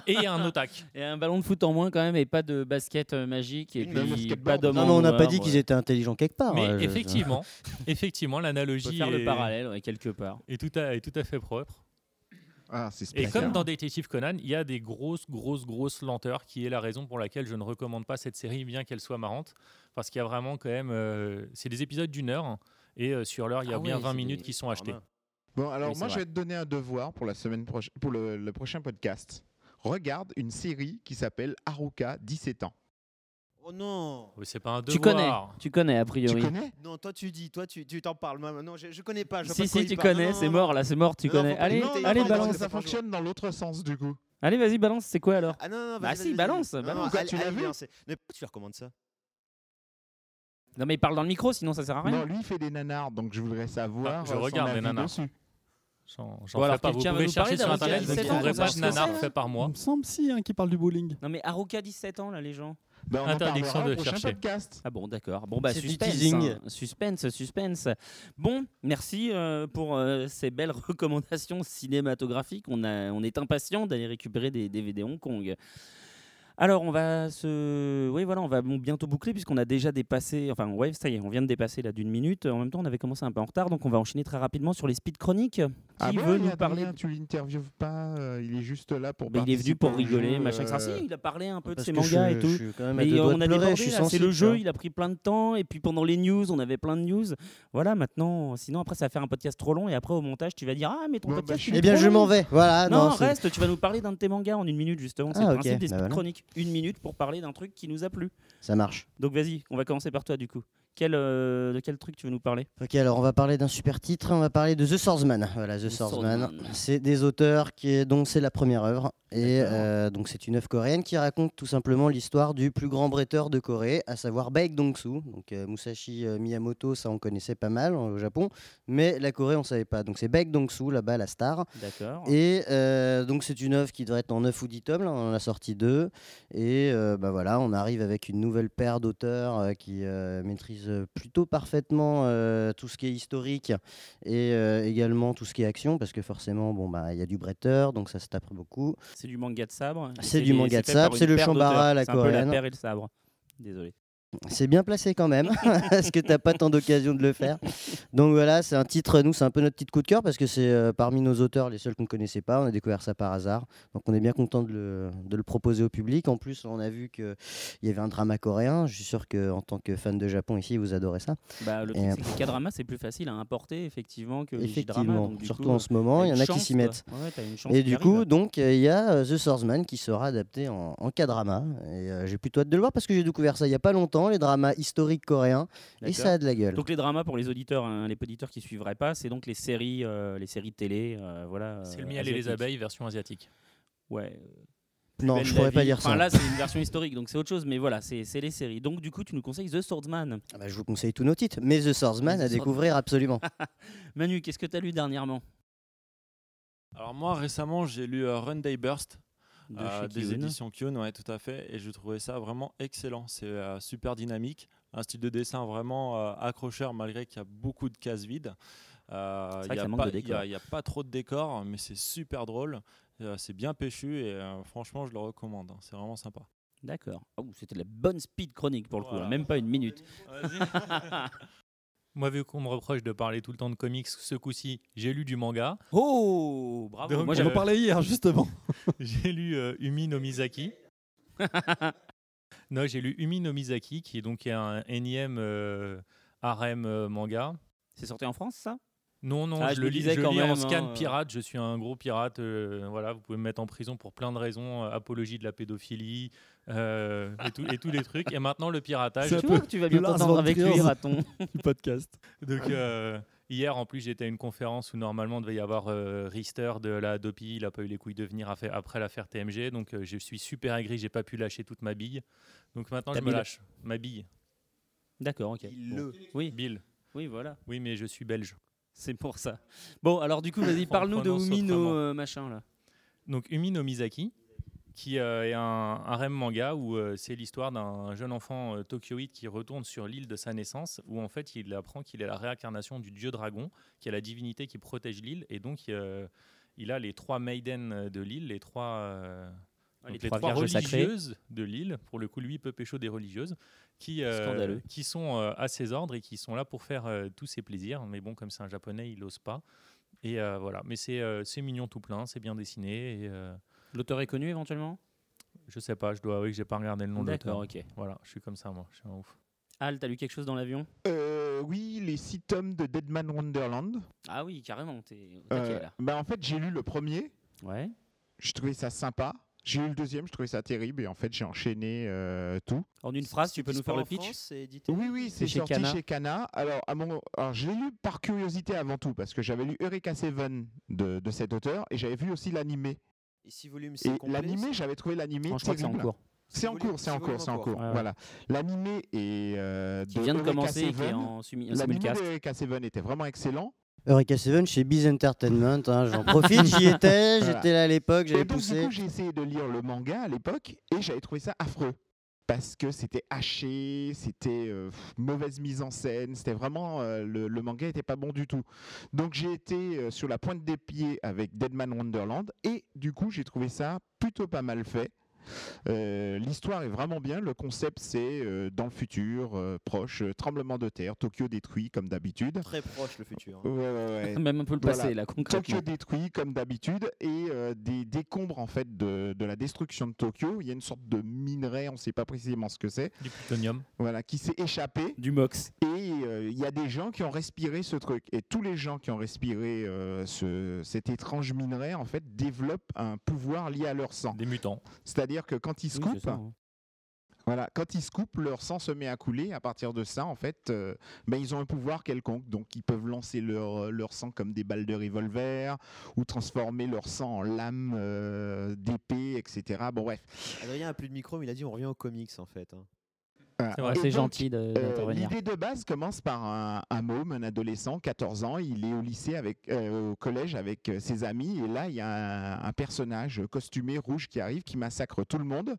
Speaker 3: et un otak.
Speaker 1: Et un ballon de foot en moins quand même et pas de basket euh, magique et
Speaker 5: Une
Speaker 1: puis
Speaker 5: basketball.
Speaker 1: pas d'homme
Speaker 9: Non,
Speaker 1: en
Speaker 9: mais on n'a pas
Speaker 1: noir,
Speaker 9: dit
Speaker 1: ouais.
Speaker 9: qu'ils étaient intelligents quelque part.
Speaker 3: Mais
Speaker 9: euh, je-
Speaker 3: effectivement, effectivement,
Speaker 1: On peut
Speaker 3: l'analogie
Speaker 1: faire
Speaker 3: est-
Speaker 1: le parallèle ouais, quelque part.
Speaker 3: est tout à, est tout à fait propre.
Speaker 4: Ah, c'est
Speaker 3: Et
Speaker 4: spécial.
Speaker 3: comme
Speaker 1: hein.
Speaker 3: dans Détective Conan, il y a des grosses, grosses, grosses lenteurs qui est la raison pour laquelle je ne recommande pas cette série, bien qu'elle soit marrante. Parce qu'il y a vraiment quand même. euh, c'est des épisodes d'une heure et euh, sur l'heure, il y a
Speaker 5: Ah
Speaker 3: bien
Speaker 5: ouais,
Speaker 3: 20
Speaker 5: c'est
Speaker 3: minutes
Speaker 5: des-
Speaker 3: qui sont achetées.
Speaker 5: vraiment.
Speaker 4: Bon, alors
Speaker 5: Oui, c'est
Speaker 4: moi, je
Speaker 5: vrai.
Speaker 4: vais te donner un devoir pour, la semaine proche- pour le, le prochain podcast. Regarde une série qui s'appelle Haruka 17 ans.
Speaker 5: Oh non.
Speaker 3: Mais C'est pas un devoir.
Speaker 1: Tu connais, tu connais a priori.
Speaker 4: Tu connais
Speaker 5: Non, toi tu dis, toi tu tu t'en parles. Moi, non, je, je connais pas. Je vois pas
Speaker 1: Si
Speaker 5: de quoi
Speaker 1: si
Speaker 5: il
Speaker 1: tu
Speaker 5: parle.
Speaker 1: connais,
Speaker 5: Non,
Speaker 1: c'est
Speaker 5: non,
Speaker 1: mort
Speaker 5: non.
Speaker 1: là, c'est mort, tu
Speaker 5: Non, non,
Speaker 1: connais.
Speaker 5: faut pas-
Speaker 1: Allez,
Speaker 5: non, non,
Speaker 1: allez
Speaker 5: non,
Speaker 1: balance.
Speaker 5: non,
Speaker 4: Ça fonctionne dans l'autre sens, du coup.
Speaker 1: Allez, vas-y, balance, c'est quoi alors
Speaker 5: Ah non, non, non,
Speaker 1: Bah
Speaker 5: vas-y,
Speaker 1: si,
Speaker 5: vas-y,
Speaker 1: balance,
Speaker 5: vas-y. Non, ah,
Speaker 1: balance.
Speaker 5: non,
Speaker 4: Pourquoi
Speaker 5: allez,
Speaker 4: tu l'as
Speaker 5: allez,
Speaker 4: vu
Speaker 5: viens, c'est- Mais pourquoi tu leur commandes ça
Speaker 1: Non mais il parle dans le micro sinon ça sert à rien.
Speaker 4: Non, lui, il fait des nanars, donc je voudrais savoir.
Speaker 3: Ah, je
Speaker 4: euh, son
Speaker 3: regarde les
Speaker 4: avis
Speaker 3: nanars.
Speaker 4: dessus.
Speaker 3: J'en
Speaker 1: Bon,
Speaker 3: j'en fais
Speaker 1: alors,
Speaker 3: pas. Vous
Speaker 1: quelqu'un va
Speaker 3: pouvez
Speaker 1: nous
Speaker 3: chercher
Speaker 1: parler
Speaker 3: sur
Speaker 1: d'Haruka
Speaker 3: internet, vous ne
Speaker 1: 17 ans,
Speaker 3: trouverez
Speaker 1: on va
Speaker 3: pas de
Speaker 1: se
Speaker 3: nanar
Speaker 1: lancer,
Speaker 3: fait par
Speaker 2: Il
Speaker 3: moi.
Speaker 2: me semble si hein, qui parle du bowling.
Speaker 1: Non mais Haruka 17 ans là les gens.
Speaker 4: Ben, on en
Speaker 3: Interdiction
Speaker 4: parlera
Speaker 3: de
Speaker 4: au prochain
Speaker 3: chercher.
Speaker 4: podcast.
Speaker 1: Ah bon, d'accord. Bon, bah,
Speaker 9: C'est du
Speaker 1: suspense.
Speaker 9: teasing.
Speaker 1: hein. Suspense, suspense. Bon, merci euh, pour euh, ces belles recommandations cinématographiques. On, a, on est impatient d'aller récupérer des DVD Hong Kong. Alors, on va se. Oui, voilà, on va bon, bientôt boucler puisqu'on a déjà dépassé. Enfin, ouais, ça y est, on vient de dépasser là d'une minute. En même temps, on avait commencé un peu en retard, donc on va enchaîner très rapidement sur les speed chroniques. Qui
Speaker 4: Ah bon,
Speaker 1: veut nous
Speaker 4: Adrien,
Speaker 1: parler
Speaker 4: Tu l'interviewes pas, euh, il est juste là pour
Speaker 1: Mais Il est venu
Speaker 4: participer
Speaker 1: pour
Speaker 4: au
Speaker 1: rigoler,
Speaker 4: jeu,
Speaker 1: machin. etc.
Speaker 4: euh,
Speaker 1: Si, il a parlé un peu de
Speaker 9: Parce
Speaker 1: ses
Speaker 9: que je-
Speaker 1: mangas et tout.
Speaker 9: Je suis quand même à
Speaker 1: Mais
Speaker 9: deux
Speaker 1: euh,
Speaker 9: doigts
Speaker 1: on
Speaker 9: de
Speaker 1: a
Speaker 9: pleurer, je
Speaker 1: débordé,
Speaker 9: suis
Speaker 1: là, c'est le
Speaker 9: sensible, tu
Speaker 1: jeu,
Speaker 9: vois.
Speaker 1: il a pris plein de temps, et puis pendant les news, on avait plein de news. Voilà, maintenant, sinon après, ça va faire un podcast trop long, et après, au montage, tu vas dire Ah, mais ton
Speaker 4: Bon, bah,
Speaker 1: podcast.
Speaker 4: je suis
Speaker 1: il est
Speaker 9: Eh bien,
Speaker 1: trop
Speaker 9: je
Speaker 1: long.
Speaker 9: m'en vais. Voilà, non,
Speaker 1: Non,
Speaker 9: c'est-
Speaker 1: reste, tu vas nous parler d'un de tes mangas en une minute, justement. C'est
Speaker 9: Ah,
Speaker 1: le
Speaker 9: ok,
Speaker 1: principe des
Speaker 9: bah
Speaker 1: speed
Speaker 9: voilà.
Speaker 1: chroniques. Une minute pour parler d'un truc qui nous a plu.
Speaker 9: ça marche.
Speaker 1: Donc vas-y, on va commencer par toi, du coup. Quel, euh, de quel truc tu veux nous parler
Speaker 9: Ok, alors on va parler d'un super titre, on va parler de The Swordsman. Voilà, The, Swordsman,
Speaker 1: Swordsman.
Speaker 9: c'est des auteurs qui est, dont c'est la première œuvre. Et euh, donc c'est une œuvre coréenne qui raconte tout simplement l'histoire du plus grand bretteur de Corée, à savoir Baek Dong-soo. Donc euh, Musashi euh, Miyamoto, ça on connaissait pas mal euh, au Japon, mais la Corée on savait pas. Donc c'est Baek Dong-soo, là-bas la star.
Speaker 1: D'accord.
Speaker 9: Et euh, donc c'est une œuvre qui devrait être en 9 ou 10 tomes, là, on en a sorti deux. Et euh, bah voilà, on arrive avec une nouvelle paire d'auteurs euh, qui euh, maîtrisent euh, plutôt parfaitement euh, tout ce qui est historique et euh, également tout ce qui est action, parce que forcément, bon bah il y a du bretteur, donc ça se tape beaucoup.
Speaker 1: C'est du manga de sabre. et
Speaker 9: C'est du
Speaker 1: les-
Speaker 9: manga de
Speaker 1: fait par
Speaker 9: sabre,
Speaker 1: une
Speaker 9: c'est le
Speaker 1: paire
Speaker 9: Shambara à
Speaker 1: d'auteurs.
Speaker 9: la
Speaker 1: C'est un peu la
Speaker 9: coréenne.
Speaker 1: paire et le sabre. Désolé.
Speaker 9: C'est bien placé quand même, parce que t'as pas tant d'occasion de le faire. Donc voilà, c'est un titre, nous, c'est un peu notre petit coup de cœur, parce que c'est euh, parmi nos auteurs les seuls qu'on ne connaissait pas. On a découvert ça par hasard. Donc on est bien content de le, de le proposer au public. En plus, on a vu qu'il y avait un drama coréen. Je suis sûr qu'en tant que fan de Japon ici, vous adorez ça.
Speaker 1: Bah,
Speaker 9: Et,
Speaker 1: le truc,
Speaker 9: euh,
Speaker 1: c'est que les K-dramas, c'est plus facile à importer, effectivement, que les J-dramas.
Speaker 9: Effectivement,
Speaker 1: donc, du
Speaker 9: surtout
Speaker 1: coup,
Speaker 9: en ce moment,
Speaker 1: t'as
Speaker 9: il y en
Speaker 1: une
Speaker 9: a
Speaker 1: chance,
Speaker 9: qui s'y
Speaker 1: quoi.
Speaker 9: mettent.
Speaker 1: Ouais, t'as une chance
Speaker 9: et
Speaker 1: qu'il
Speaker 9: du
Speaker 1: arrive.
Speaker 9: coup, donc, euh, il y a euh, The Swordsman qui sera adapté en, en K-drama. Et euh, j'ai plutôt hâte de le voir parce que j'ai découvert ça il n'y a pas longtemps, les dramas historiques coréens. Et
Speaker 1: D'accord.
Speaker 9: ça a de la gueule.
Speaker 1: Donc les dramas pour les auditeurs, hein, les auditeurs qui suivraient pas, c'est donc les séries, euh, les séries de télé, euh, voilà.
Speaker 3: C'est
Speaker 1: euh,
Speaker 3: le miel et les
Speaker 1: asiatiques.
Speaker 3: abeilles version asiatique.
Speaker 1: Ouais. euh,
Speaker 3: Plus
Speaker 9: Non,
Speaker 3: belle
Speaker 9: je
Speaker 3: la
Speaker 9: pourrais pas
Speaker 3: vie.
Speaker 9: dire
Speaker 1: Enfin
Speaker 9: ça.
Speaker 1: là, c'est une version historique, donc c'est autre chose, mais voilà, c'est c'est les séries. Donc du coup, tu nous conseilles The Swordsman.
Speaker 9: Ah bah, je vous conseille tous nos titres, mais The Swordsman
Speaker 1: Mais
Speaker 9: à
Speaker 1: The Sword-
Speaker 9: découvrir absolument.
Speaker 1: Manu, qu'est-ce que t'as lu dernièrement
Speaker 10: Alors moi récemment j'ai lu euh, Run Day Burst
Speaker 1: De
Speaker 10: euh,
Speaker 1: chez
Speaker 10: des
Speaker 1: Kiyun.
Speaker 10: éditions Kyun, ouais tout à fait, et je trouvais ça vraiment excellent. C'est euh, super dynamique, un style de dessin vraiment euh, accrocheur malgré qu'il y a beaucoup de cases vides. Euh,
Speaker 1: C'est vrai
Speaker 10: il y
Speaker 1: que
Speaker 10: a
Speaker 1: ça manque
Speaker 10: pas-
Speaker 1: de
Speaker 10: il y
Speaker 1: décors.
Speaker 10: a- Il n'y a pas trop de décors, mais c'est super drôle. euh, c'est bien péchu et euh, franchement je le recommande. hein, c'est vraiment sympa.
Speaker 1: D'accord. Ah, ouh, C'était la bonne speed chronique pour le coup, là, même pas une minute.
Speaker 3: Moi, vu qu'on me reproche de parler tout le temps de comics, ce coup-ci, j'ai lu du manga.
Speaker 1: Oh, bravo.
Speaker 3: Donc,
Speaker 1: Moi,
Speaker 3: euh,
Speaker 1: j'avais parlé
Speaker 2: hier, justement.
Speaker 3: j'ai lu euh, Umi no Mizaki. non, j'ai lu Umi no Mizaki, qui est donc un énième euh, harem euh, manga.
Speaker 1: C'est sorti en France, ça
Speaker 3: Non, non,
Speaker 1: Ah,
Speaker 3: je,
Speaker 1: je
Speaker 3: le
Speaker 1: me disais
Speaker 3: lisais
Speaker 1: quand
Speaker 3: quand même en
Speaker 1: même,
Speaker 3: scan
Speaker 1: hein, euh.
Speaker 3: pirate. Je suis un gros pirate. euh, voilà, vous pouvez me mettre en prison pour plein de raisons, euh, apologie de la pédophilie euh, et, tout- et tous les trucs. Et maintenant le piratage.
Speaker 1: C'est un Tu vois peu Ah, que tu vas bien Lars t'entendre von avec lui, Trier Raton.
Speaker 2: du podcast.
Speaker 3: Donc euh, hier, en plus, j'étais à une conférence où normalement devait y avoir euh, Rister de la Dopi. Il a pas eu les couilles de venir affa- après l'affaire TMG. Donc euh, je suis super aigri. J'ai pas pu lâcher toute ma bille. Donc maintenant,
Speaker 1: Ta
Speaker 3: je me
Speaker 1: bille.
Speaker 3: lâche ma bille.
Speaker 1: D'accord, ok. Bon. Oui.
Speaker 3: Bill.
Speaker 1: Oui, voilà.
Speaker 3: Oui, mais je suis belge.
Speaker 1: C'est pour ça. Bon, alors du coup, vas-y,
Speaker 3: On
Speaker 1: parle-nous de
Speaker 3: prononce
Speaker 1: Umino
Speaker 3: autrement.
Speaker 1: euh, machin là.
Speaker 3: Donc Umi no Mizaki, qui euh, est un, un harem manga où euh, c'est l'histoire d'un jeune enfant euh, tokyoïde qui retourne sur l'île de sa naissance, où en fait il apprend qu'il est la réincarnation du dieu dragon, qui est la divinité qui protège l'île, et donc euh, il a les trois maidens de l'île, les trois... euh,
Speaker 1: Ah, les
Speaker 3: donc les
Speaker 1: trois
Speaker 3: trois
Speaker 1: vierges sacrées.
Speaker 3: religieuses de l'île, pour le coup lui il peut pécho des religieuses, qui, euh,
Speaker 1: Scandaleux.
Speaker 3: qui sont euh, à ses ordres et qui sont là pour faire euh, tous ses plaisirs. Mais bon, comme c'est un japonais, il n'ose pas. Et euh, voilà, mais c'est euh, c'est mignon tout plein, c'est bien dessiné. et, euh,
Speaker 1: L'auteur est connu éventuellement
Speaker 3: je sais pas, je dois avouer que j'ai pas regardé le nom de l'auteur.
Speaker 1: D'accord, ok.
Speaker 3: Voilà, je suis comme ça moi, je suis un ouf.
Speaker 1: Al, t'as lu quelque chose dans l'avion
Speaker 4: Euh, oui, les six tomes de Deadman Wonderland.
Speaker 1: Ah oui, carrément, t'es au taquet,
Speaker 4: Euh,
Speaker 1: là.
Speaker 4: bah, en fait, j'ai lu le premier.
Speaker 1: Ouais.
Speaker 4: Je trouvais ça sympa. J'ai lu le deuxième, je trouvais ça terrible. Et en fait, j'ai enchaîné euh, tout.
Speaker 1: En une phrase, tu peux nous faire le pitch
Speaker 4: Oui, oui, c'est
Speaker 1: chez
Speaker 4: sorti
Speaker 1: Kana.
Speaker 4: chez Kana. Alors, à mon... Alors, je l'ai lu par curiosité avant tout, parce que j'avais lu Eureka Seven de, de cet auteur, et j'avais vu aussi l'animé.
Speaker 5: Et si volume
Speaker 4: Et
Speaker 5: c'est complet.
Speaker 4: l'animé, j'avais trouvé l'animé.
Speaker 1: Oh, je crois que c'est en
Speaker 4: terrible.
Speaker 1: cours.
Speaker 4: C'est en cours, c'est en cours, c'est en cours.
Speaker 1: Ouais, ouais.
Speaker 4: Voilà. L'animé est. euh,
Speaker 1: Qui vient de
Speaker 4: Eureka
Speaker 1: commencer et qui est
Speaker 4: Seven.
Speaker 1: en sumi- en
Speaker 4: L'animé
Speaker 1: simulcast.
Speaker 4: d'Eureka Seven était vraiment excellent.
Speaker 9: Eureka Seven chez Biz Entertainment, hein, j'en profite, j'y étais,
Speaker 4: Voilà.
Speaker 9: j'étais là à l'époque,
Speaker 4: Et
Speaker 9: j'avais
Speaker 4: donc, du
Speaker 9: poussé.
Speaker 4: coup, j'ai essayé de lire le manga à l'époque et j'avais trouvé ça affreux. Parce que c'était haché, c'était euh, pff, mauvaise mise en scène, c'était vraiment. euh, le, le manga était pas bon du tout. Donc j'ai été euh, sur la pointe des pieds avec Deadman Wonderland et du coup j'ai trouvé ça plutôt pas mal fait. Euh, L'histoire est vraiment bien. Le concept, c'est euh, dans le futur, euh, proche, euh, tremblement de terre, Tokyo détruit comme d'habitude.
Speaker 5: Très proche le futur. hein.
Speaker 4: Ouais, ouais, ouais.
Speaker 1: hein. Même un peu le passé, là, concrètement.
Speaker 4: Tokyo détruit comme d'habitude et euh, des décombres en fait de, de la destruction de Tokyo. Il y a une sorte de minerai, on ne sait pas précisément ce que c'est.
Speaker 3: Du plutonium.
Speaker 4: Voilà, qui s'est échappé.
Speaker 1: Du mox.
Speaker 4: Et euh, il y a des gens qui ont respiré ce truc. Et tous les gens qui ont respiré euh, ce- cet étrange minerai en fait développent un pouvoir lié à leur sang.
Speaker 3: Des mutants.
Speaker 4: C'est-à-dire que quand ils se
Speaker 1: Oui,
Speaker 4: coupent,
Speaker 1: c'est ça, hein.
Speaker 4: voilà, quand ils se coupent, leur sang se met à couler. À partir de ça, en fait, euh, ben, ils ont un pouvoir quelconque. Donc, ils peuvent lancer leur, euh, leur sang comme des balles de revolver ou transformer leur sang en lames euh, d'épée, etc. Bon, bref.
Speaker 5: Adrien a plus de micro, mais il a dit on revient aux comics en fait. hein.
Speaker 4: Voilà.
Speaker 1: C'est vrai,
Speaker 4: Euh, Et
Speaker 1: c'est
Speaker 4: donc,
Speaker 1: gentil de-
Speaker 4: euh,
Speaker 1: d'intervenir.
Speaker 4: L'idée de base commence par un, un môme, un adolescent, 14 ans. Il est au lycée, avec, euh, au collège avec euh, ses amis. Et là, il y a un, un personnage costumé rouge qui arrive, qui massacre tout le monde.